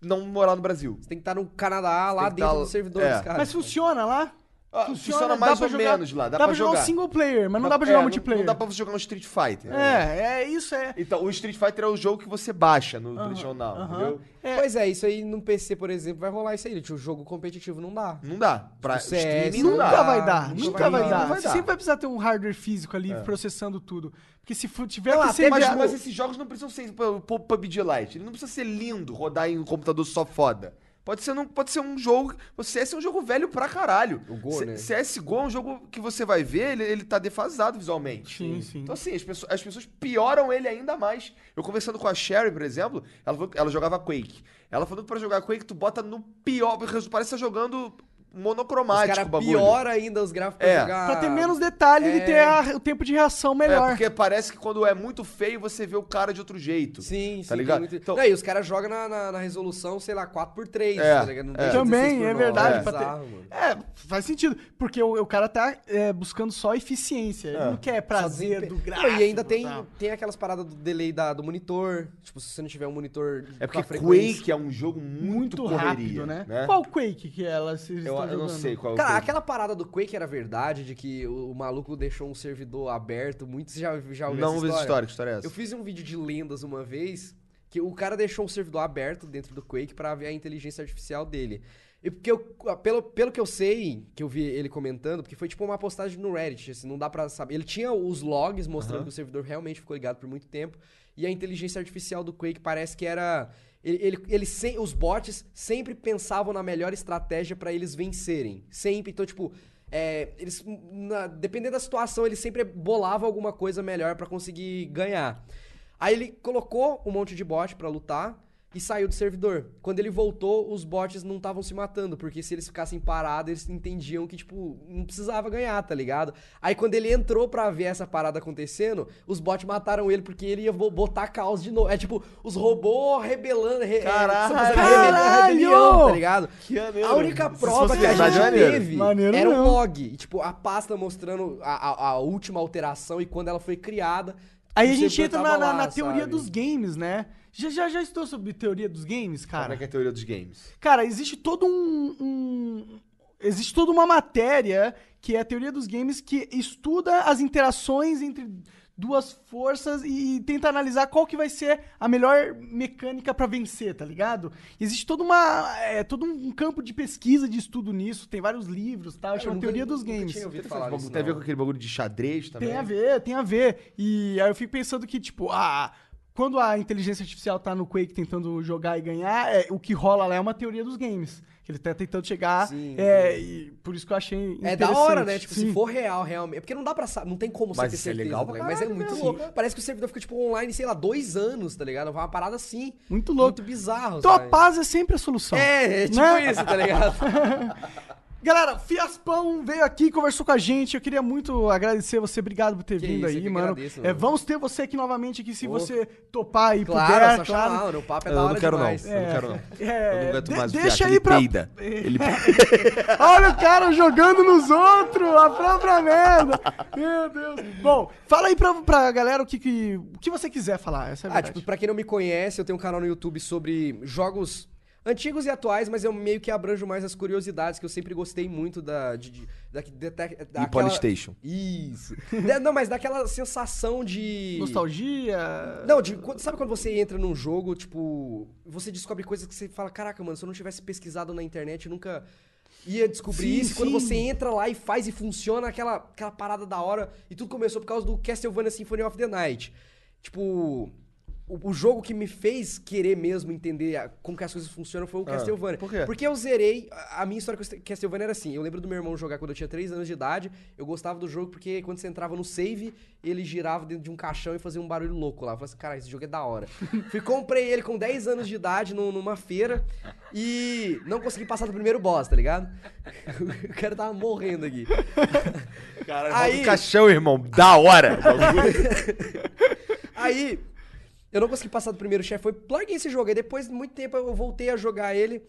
[SPEAKER 1] não morar no Brasil.
[SPEAKER 3] Você tem que estar no Canadá, lá
[SPEAKER 1] Tem que
[SPEAKER 3] dentro
[SPEAKER 1] tá-
[SPEAKER 3] do servidor dos
[SPEAKER 1] é.
[SPEAKER 3] caras.
[SPEAKER 2] Mas funciona lá?
[SPEAKER 1] Ah, funciona
[SPEAKER 2] dá
[SPEAKER 1] mais
[SPEAKER 2] pra
[SPEAKER 1] ou menos lá, dá pra
[SPEAKER 2] um
[SPEAKER 1] jogar.
[SPEAKER 2] single player, mas não dá pra jogar
[SPEAKER 1] é,
[SPEAKER 2] multiplayer.
[SPEAKER 1] Não, não dá pra você jogar um Street Fighter.
[SPEAKER 2] É, é isso, é.
[SPEAKER 1] Então, o Street Fighter é o jogo que você baixa no PlayStation Now, entendeu?
[SPEAKER 3] Pois é, isso aí num PC, por exemplo, vai rolar isso aí. O jogo competitivo não dá.
[SPEAKER 1] Não dá. Pra
[SPEAKER 3] Tipo, CS,
[SPEAKER 1] streaming não
[SPEAKER 2] Nunca
[SPEAKER 1] dá.
[SPEAKER 2] vai dar,
[SPEAKER 3] Nunca
[SPEAKER 2] nunca
[SPEAKER 3] vai
[SPEAKER 2] vai
[SPEAKER 3] dar.
[SPEAKER 2] dar.
[SPEAKER 1] Vai
[SPEAKER 2] Você
[SPEAKER 1] dar. É.
[SPEAKER 2] sempre vai precisar ter um hardware físico ali processando tudo. Porque se for- tiver
[SPEAKER 3] Não,
[SPEAKER 2] que
[SPEAKER 3] até
[SPEAKER 2] ser
[SPEAKER 1] Mas,
[SPEAKER 2] via-
[SPEAKER 1] mas esses jogos não precisam ser pô, pô, PUBG Lite. Ele não precisa ser lindo, rodar em um computador só foda. Pode ser, não, pode ser um jogo. O CS é um jogo velho pra caralho.
[SPEAKER 3] O Go, né?
[SPEAKER 1] CSGO é um jogo que você vai ver, ele, ele tá defasado visualmente.
[SPEAKER 2] Sim, sim.
[SPEAKER 1] Então, assim, as pessoas, as pessoas pioram ele ainda mais. Eu conversando com a Sherry, por exemplo, ela, falou que ela jogava Quake. Ela falou que pra jogar Quake, tu bota no pior. Parece que é tá jogando
[SPEAKER 3] Os
[SPEAKER 1] monocromático
[SPEAKER 3] caras
[SPEAKER 1] o bagulho.
[SPEAKER 3] piora ainda os gráficos
[SPEAKER 1] É.
[SPEAKER 3] pra jogar.
[SPEAKER 2] Pra ter menos detalhe e
[SPEAKER 3] é.
[SPEAKER 2] ter a- o tempo de reação melhor.
[SPEAKER 1] É, porque parece que quando é muito feio, você vê o cara de outro jeito.
[SPEAKER 3] Sim, sim.
[SPEAKER 1] Tá
[SPEAKER 3] tem
[SPEAKER 1] ligado?
[SPEAKER 3] muito-
[SPEAKER 1] Então,
[SPEAKER 3] Não, e os caras jogam na, na- na resolução, sei lá, 4x3,
[SPEAKER 1] É,
[SPEAKER 3] tá ligado? Não
[SPEAKER 1] é.
[SPEAKER 3] deixa de
[SPEAKER 2] Também,
[SPEAKER 3] 16 por
[SPEAKER 2] é
[SPEAKER 3] 9,
[SPEAKER 2] verdade,
[SPEAKER 3] É
[SPEAKER 2] pra ter-
[SPEAKER 3] bizarro, mano.
[SPEAKER 2] É, faz sentido. Porque o, o cara tá é, buscando só eficiência.
[SPEAKER 1] É.
[SPEAKER 2] Ele não quer prazer
[SPEAKER 3] Desempenho.
[SPEAKER 2] do
[SPEAKER 3] Não,
[SPEAKER 2] gráfico. tá
[SPEAKER 3] E ainda tem,
[SPEAKER 2] tal.
[SPEAKER 3] tem aquelas paradas do delay da- do monitor. Tipo, se você não tiver um monitor
[SPEAKER 1] é
[SPEAKER 3] com
[SPEAKER 1] porque
[SPEAKER 3] a frequência-
[SPEAKER 1] Quake é um jogo muito,
[SPEAKER 2] Muito
[SPEAKER 1] correria,
[SPEAKER 2] rápido, né? Qual Quake que ela se
[SPEAKER 1] Eu, eu não sei qual é o
[SPEAKER 3] Cara,
[SPEAKER 1] Quake.
[SPEAKER 3] aquela parada do Quake era verdade, de que o, o maluco deixou um servidor aberto muito. Você já, já ouviu
[SPEAKER 1] Não
[SPEAKER 3] essa
[SPEAKER 1] ouvi essa história, que história é essa?
[SPEAKER 3] Eu fiz um vídeo de lendas uma vez, que o cara deixou um servidor aberto dentro do Quake pra ver a inteligência artificial dele. E porque eu, ah, pelo, pelo que eu sei, que eu vi ele comentando, porque foi tipo uma postagem no Reddit, assim, não dá pra saber. Ele tinha os logs mostrando que o servidor realmente ficou ligado por muito tempo, e a inteligência artificial do Quake parece que era... Ele, ele, ele sem- os bots sempre pensavam na melhor estratégia pra eles vencerem. Sempre, então tipo... É, eles, na- dependendo da situação, eles sempre bolavam alguma coisa melhor pra conseguir ganhar. Aí ele colocou um monte de bot pra lutar e saiu do servidor. Quando ele voltou, os bots não estavam se matando, porque se eles ficassem parados, eles entendiam que, tipo, não precisava ganhar, tá ligado? Aí quando ele entrou pra ver essa parada acontecendo, os bots mataram ele porque ele ia vo- botar caos de novo. É tipo, os robôs rebelando, re
[SPEAKER 1] Caralho!
[SPEAKER 3] é, fazendo rebe-
[SPEAKER 2] Caralho!
[SPEAKER 3] rebelião, tá ligado?
[SPEAKER 1] Que maneiro.
[SPEAKER 3] a única
[SPEAKER 1] Se
[SPEAKER 3] prova
[SPEAKER 1] fosse
[SPEAKER 3] que a
[SPEAKER 1] verdade,
[SPEAKER 3] gente
[SPEAKER 1] maneiro.
[SPEAKER 3] teve
[SPEAKER 2] Maneiro
[SPEAKER 3] era o
[SPEAKER 2] não.
[SPEAKER 3] log. E, tipo, a pasta mostrando a, a- a última alteração e quando ela foi criada.
[SPEAKER 2] Aí a
[SPEAKER 3] você
[SPEAKER 2] gente entra na,
[SPEAKER 3] tava
[SPEAKER 2] na-
[SPEAKER 3] lá,
[SPEAKER 2] na teoria
[SPEAKER 3] sabe?
[SPEAKER 2] dos games, né? Já, já, já estou sobre teoria dos games,
[SPEAKER 1] Como
[SPEAKER 2] cara?
[SPEAKER 1] é que é a teoria dos games?
[SPEAKER 2] Cara, existe todo um, um- Existe toda uma matéria que é a teoria dos games que estuda as interações entre duas forças e, e tenta analisar qual que vai ser a melhor mecânica pra vencer, tá ligado? Existe toda uma é, todo um campo de pesquisa de estudo nisso, tem vários livros, tal,
[SPEAKER 3] Cara, eu
[SPEAKER 2] chama
[SPEAKER 3] nunca-
[SPEAKER 2] teoria dos
[SPEAKER 3] nunca
[SPEAKER 2] games.
[SPEAKER 3] tinha ouvido
[SPEAKER 1] Esse
[SPEAKER 3] falar
[SPEAKER 1] bagulho
[SPEAKER 3] disso,
[SPEAKER 1] Tem a ver
[SPEAKER 3] não.
[SPEAKER 1] com aquele bagulho de xadrez também?
[SPEAKER 2] Tem a ver, tem a ver. E aí eu fico pensando que, tipo, ah, quando a inteligência artificial tá no Quake tentando jogar e ganhar, é, o que rola lá é uma teoria dos games. Que ele tá tentando chegar.
[SPEAKER 3] Sim.
[SPEAKER 2] é, e por isso que eu achei interessante.
[SPEAKER 3] É da hora, né? Tipo,
[SPEAKER 2] Sim.
[SPEAKER 3] se for real, realmente. É porque não dá pra saber, não tem como
[SPEAKER 1] Mas
[SPEAKER 3] você ter
[SPEAKER 1] isso é
[SPEAKER 3] certeza.
[SPEAKER 1] legal
[SPEAKER 3] tá
[SPEAKER 1] pra
[SPEAKER 3] ligado? Mas é
[SPEAKER 1] caralho,
[SPEAKER 3] muito
[SPEAKER 1] né?
[SPEAKER 3] louco. Parece que o servidor fica, tipo, online, sei lá, dois anos, tá ligado? Foi uma parada assim.
[SPEAKER 2] Muito louco.
[SPEAKER 3] Muito bizarro,
[SPEAKER 2] Então a
[SPEAKER 3] sabe?
[SPEAKER 2] paz é sempre a solução.
[SPEAKER 3] É, é tipo
[SPEAKER 2] Né?
[SPEAKER 3] isso, tá ligado?
[SPEAKER 2] Galera, Fiaspão veio aqui, conversou com a gente. Eu queria muito agradecer você. Obrigado por ter
[SPEAKER 3] Que
[SPEAKER 2] vindo
[SPEAKER 3] isso, eu
[SPEAKER 2] aí,
[SPEAKER 3] que
[SPEAKER 2] mano.
[SPEAKER 3] agradeço,
[SPEAKER 2] É,
[SPEAKER 3] mano.
[SPEAKER 2] vamos ter você aqui novamente aqui, se
[SPEAKER 3] Pô.
[SPEAKER 2] você topar e
[SPEAKER 3] Claro,
[SPEAKER 2] puder.
[SPEAKER 3] só chamar, mano, o papo é da
[SPEAKER 1] Eu
[SPEAKER 3] hora
[SPEAKER 1] não quero não.
[SPEAKER 3] demais.
[SPEAKER 1] Eu não quero não.
[SPEAKER 2] É,
[SPEAKER 1] Eu não aguento
[SPEAKER 2] de-
[SPEAKER 1] mais o
[SPEAKER 2] deixa
[SPEAKER 1] Fiat,
[SPEAKER 2] aí
[SPEAKER 1] ele
[SPEAKER 2] pra-
[SPEAKER 1] peida. Ele
[SPEAKER 2] Olha o cara jogando nos outros, a própria merda. Meu Deus. Bom, fala aí pra, pra galera o que, que, o que você quiser falar. Essa é a
[SPEAKER 3] Ah,
[SPEAKER 2] verdade.
[SPEAKER 3] tipo, pra quem não me conhece, eu tenho um canal no YouTube sobre jogos antigos e atuais, mas eu meio que abranjo mais as curiosidades, que eu sempre gostei muito da... De, de, da, da, da
[SPEAKER 1] E Polystation.
[SPEAKER 3] Isso. Da- não, mas daquela sensação de...
[SPEAKER 2] Nostalgia.
[SPEAKER 3] Não, de- quando- sabe quando você entra num jogo, tipo, você descobre coisas que você fala, caraca, mano, se eu não tivesse pesquisado na internet, eu nunca ia descobrir
[SPEAKER 2] Sim,
[SPEAKER 3] isso. E Quando
[SPEAKER 2] sim.
[SPEAKER 3] você entra lá e faz e funciona aquela, aquela parada da hora, e tudo começou por causa do Castlevania Symphony of the Night. Tipo, o, o jogo que me fez querer mesmo entender a- como que as coisas funcionam foi o Castlevania.
[SPEAKER 1] por quê?
[SPEAKER 3] Porque eu zerei. A a minha história com Castlevania era assim: eu lembro do meu irmão jogar quando eu tinha 3 anos de idade. Eu gostava do jogo porque quando você entrava no save, ele girava dentro de um caixão e fazia um barulho louco lá. Eu falei assim: caralho, esse jogo é da hora. Fui, comprei ele com 10 anos de idade num- numa feira e não consegui passar do primeiro boss, tá ligado? o cara tava morrendo aqui.
[SPEAKER 1] Caralho,
[SPEAKER 3] Aí-
[SPEAKER 1] aí... caixão, irmão. Da hora.
[SPEAKER 3] Aí, eu não consegui passar do primeiro chefe. Foi, larguei esse jogo. Aí depois de muito tempo eu voltei a jogar ele.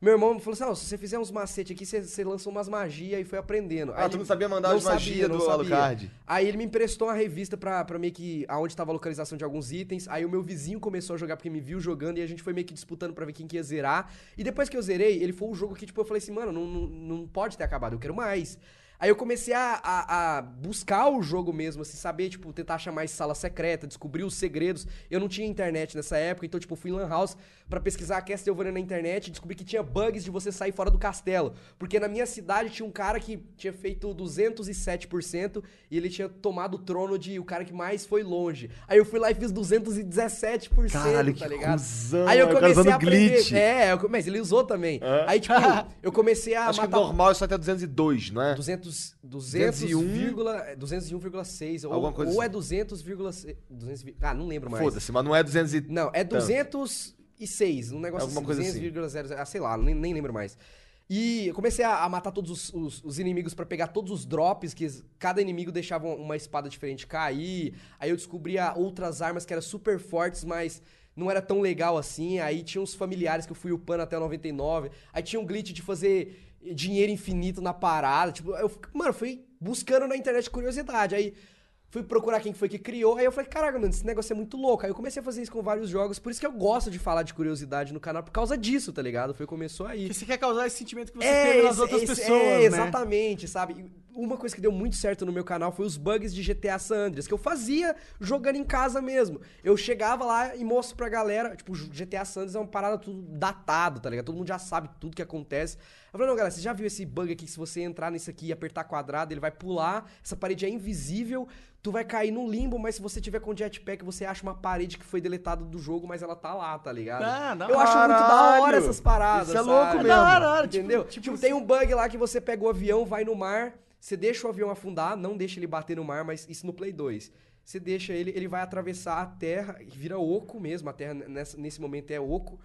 [SPEAKER 3] Meu irmão falou assim: "Não, se você fizer uns macetes aqui, você, você lança umas magias e foi aprendendo.
[SPEAKER 1] Ah, tu
[SPEAKER 3] ele-
[SPEAKER 1] não sabia mandar as magias
[SPEAKER 3] não
[SPEAKER 1] do
[SPEAKER 3] sabia.
[SPEAKER 1] Alucard?
[SPEAKER 3] Aí ele me emprestou uma revista pra, pra meio que. aonde tava a localização de alguns itens. Aí o meu vizinho começou a jogar porque me viu jogando e a gente foi meio que disputando pra ver quem que ia zerar. E depois que eu zerei, ele foi um jogo que, tipo, eu falei assim, mano, não, não, não pode ter acabado, eu quero mais. Aí eu comecei a, a- a buscar o jogo mesmo, assim, saber, tipo, tentar achar mais sala secreta, descobrir os segredos. Eu não tinha internet nessa época, então, tipo, fui em Lan House pra pesquisar a Castlevania na internet e descobri que tinha bugs de você sair fora do castelo. Porque na minha cidade tinha um cara que tinha feito 207% e ele tinha tomado o trono de o cara que mais foi longe. Aí eu fui lá e fiz 217%,
[SPEAKER 1] Caralho,
[SPEAKER 3] tá
[SPEAKER 1] que
[SPEAKER 3] ligado?
[SPEAKER 1] cuzão,
[SPEAKER 3] Aí eu
[SPEAKER 1] o cara
[SPEAKER 3] comecei
[SPEAKER 1] usando
[SPEAKER 3] a aprender.
[SPEAKER 1] glitch.
[SPEAKER 3] É, eu- mas ele usou também. Aí, tipo, eu comecei a
[SPEAKER 1] Acho que
[SPEAKER 3] matar.
[SPEAKER 1] normal isso é até 202, não é?
[SPEAKER 3] 200,
[SPEAKER 1] 201.
[SPEAKER 3] 200,6. 201,6. Ou,
[SPEAKER 1] Alguma coisa
[SPEAKER 3] ou é
[SPEAKER 1] assim.
[SPEAKER 3] 200,6. 200, vi- ah, não lembro mais.
[SPEAKER 1] Foda-se, mas não é 200 e...
[SPEAKER 3] Não, é
[SPEAKER 1] Tanto.
[SPEAKER 3] 206, um negócio
[SPEAKER 1] Alguma
[SPEAKER 3] assim,
[SPEAKER 1] coisa assim.
[SPEAKER 3] 200,00, ah, sei lá, nem, nem lembro mais. E eu comecei a, a matar todos os, os- os inimigos pra pegar todos os drops, que es- cada inimigo deixava um, uma espada diferente cair. Aí eu descobria outras armas que eram super fortes, mas não era tão legal assim. Aí tinha uns familiares que eu fui upando até o 99. Aí tinha um glitch de fazer dinheiro infinito na parada. Tipo, eu, fi- mano, fui buscando na internet curiosidade. Aí fui procurar quem foi que criou. Aí eu falei, caraca, mano, esse negócio é muito louco. Aí eu comecei a fazer isso com vários jogos. Por isso que eu gosto de falar de curiosidade no canal, por causa disso, tá ligado? Foi começou aí
[SPEAKER 2] Porque você quer causar esse sentimento que você teve nas
[SPEAKER 3] É, esse-
[SPEAKER 2] outras
[SPEAKER 3] esse-
[SPEAKER 2] pessoas,
[SPEAKER 3] é,
[SPEAKER 2] né?
[SPEAKER 3] Exatamente, sabe? E Uma coisa que deu muito certo no meu canal foi os bugs de GTA San Andreas, que eu fazia jogando em casa mesmo. Eu chegava lá e mostro pra galera, tipo, GTA San Andreas é uma parada tudo datado, tá ligado? Todo mundo já sabe tudo que acontece. Eu falei, não, galera, você já viu esse bug aqui, que se você entrar nisso aqui e apertar quadrado, ele vai pular, essa parede é invisível, tu vai cair num limbo, mas se você tiver com jetpack, você acha uma parede que foi deletada do jogo, mas ela tá lá, tá ligado?
[SPEAKER 2] Ah, da
[SPEAKER 3] eu acho muito da hora
[SPEAKER 1] Caralho!
[SPEAKER 3] essas paradas,
[SPEAKER 1] Isso é
[SPEAKER 3] sabe?
[SPEAKER 1] louco mesmo.
[SPEAKER 2] Da hora, tipo-
[SPEAKER 3] Entendeu?
[SPEAKER 2] tipo
[SPEAKER 3] Tipo,
[SPEAKER 2] isso.
[SPEAKER 3] tem um bug lá que você pega o avião, vai no mar, você deixa o avião afundar, não deixa ele bater no mar, mas isso no Play 2. Você deixa ele, ele vai atravessar a terra, e vira oco mesmo, a terra nessa- nesse momento é oco.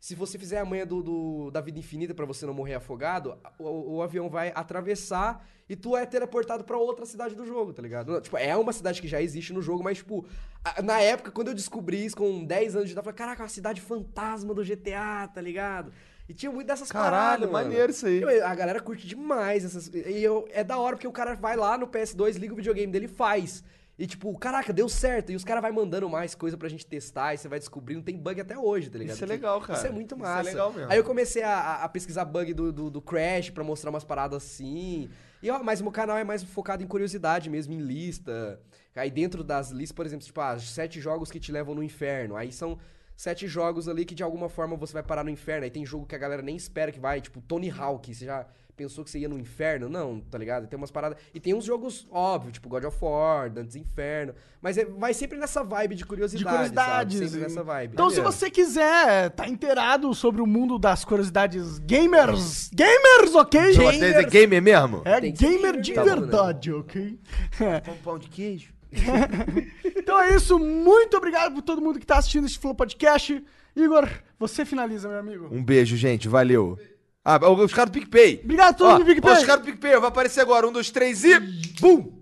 [SPEAKER 3] Se você fizer a manha do, do- da vida infinita pra você não morrer afogado, o, o avião vai atravessar e tu é teleportado pra outra cidade do jogo, tá ligado? Não, tipo, é uma cidade que já existe no jogo, mas, tipo, a- na época, quando eu descobri isso com 10 anos de idade, eu falei, caraca, é uma cidade fantasma do GTA, tá ligado? E tinha muito dessas
[SPEAKER 1] Caralho,
[SPEAKER 3] paradas, mano.
[SPEAKER 1] maneiro isso aí.
[SPEAKER 3] Eu- a galera curte demais essas. E eu, é da hora porque o cara vai lá no PS2, liga o videogame dele e faz. E tipo, caraca, deu certo. E os caras vai mandando mais coisa pra gente testar, e você vai descobrindo. Tem bug até hoje, tá ligado?
[SPEAKER 1] Isso é legal, cara.
[SPEAKER 3] Isso é muito
[SPEAKER 1] Isso é
[SPEAKER 3] massa.
[SPEAKER 1] legal mesmo.
[SPEAKER 3] Aí eu comecei a- a, a pesquisar bug do, do, do Crash pra mostrar umas paradas assim. E, ó, mas o meu canal é mais focado em curiosidade mesmo, em lista. Aí dentro das listas, por exemplo, tipo, ah, sete jogos que te levam no inferno. Aí são sete jogos ali que de alguma forma você vai parar no inferno. Aí tem jogo que a galera nem espera que vai, tipo Tony Hawk, você já pensou que você ia no inferno? Não, tá ligado? Tem umas paradas. E tem uns jogos óbvios, tipo God of War, Dantes Inferno. Mas é- vai sempre nessa vibe de curiosidade.
[SPEAKER 2] De
[SPEAKER 3] sabe?
[SPEAKER 2] curiosidades.
[SPEAKER 3] Sempre nessa vibe.
[SPEAKER 2] Então, se
[SPEAKER 1] Maneiro.
[SPEAKER 2] você quiser tá inteirado sobre o mundo das curiosidades gamers, gamers, ok?
[SPEAKER 1] Então, até dizer gamer mesmo?
[SPEAKER 2] É
[SPEAKER 3] Tem que ser
[SPEAKER 2] gamer de
[SPEAKER 3] gamer mesmo, né?
[SPEAKER 2] verdade, ok? É.
[SPEAKER 1] Com pão de queijo?
[SPEAKER 2] Então é isso, muito obrigado por todo mundo que tá assistindo este Flow Podcast. Igor, você finaliza, meu amigo.
[SPEAKER 1] Um beijo, gente. Valeu. Ah, os caras do PicPay.
[SPEAKER 2] Obrigado a todos
[SPEAKER 1] Ó,
[SPEAKER 2] do PicPay.
[SPEAKER 1] Os caras do PicPay. Vai aparecer agora. Um, dois, três e... Bum!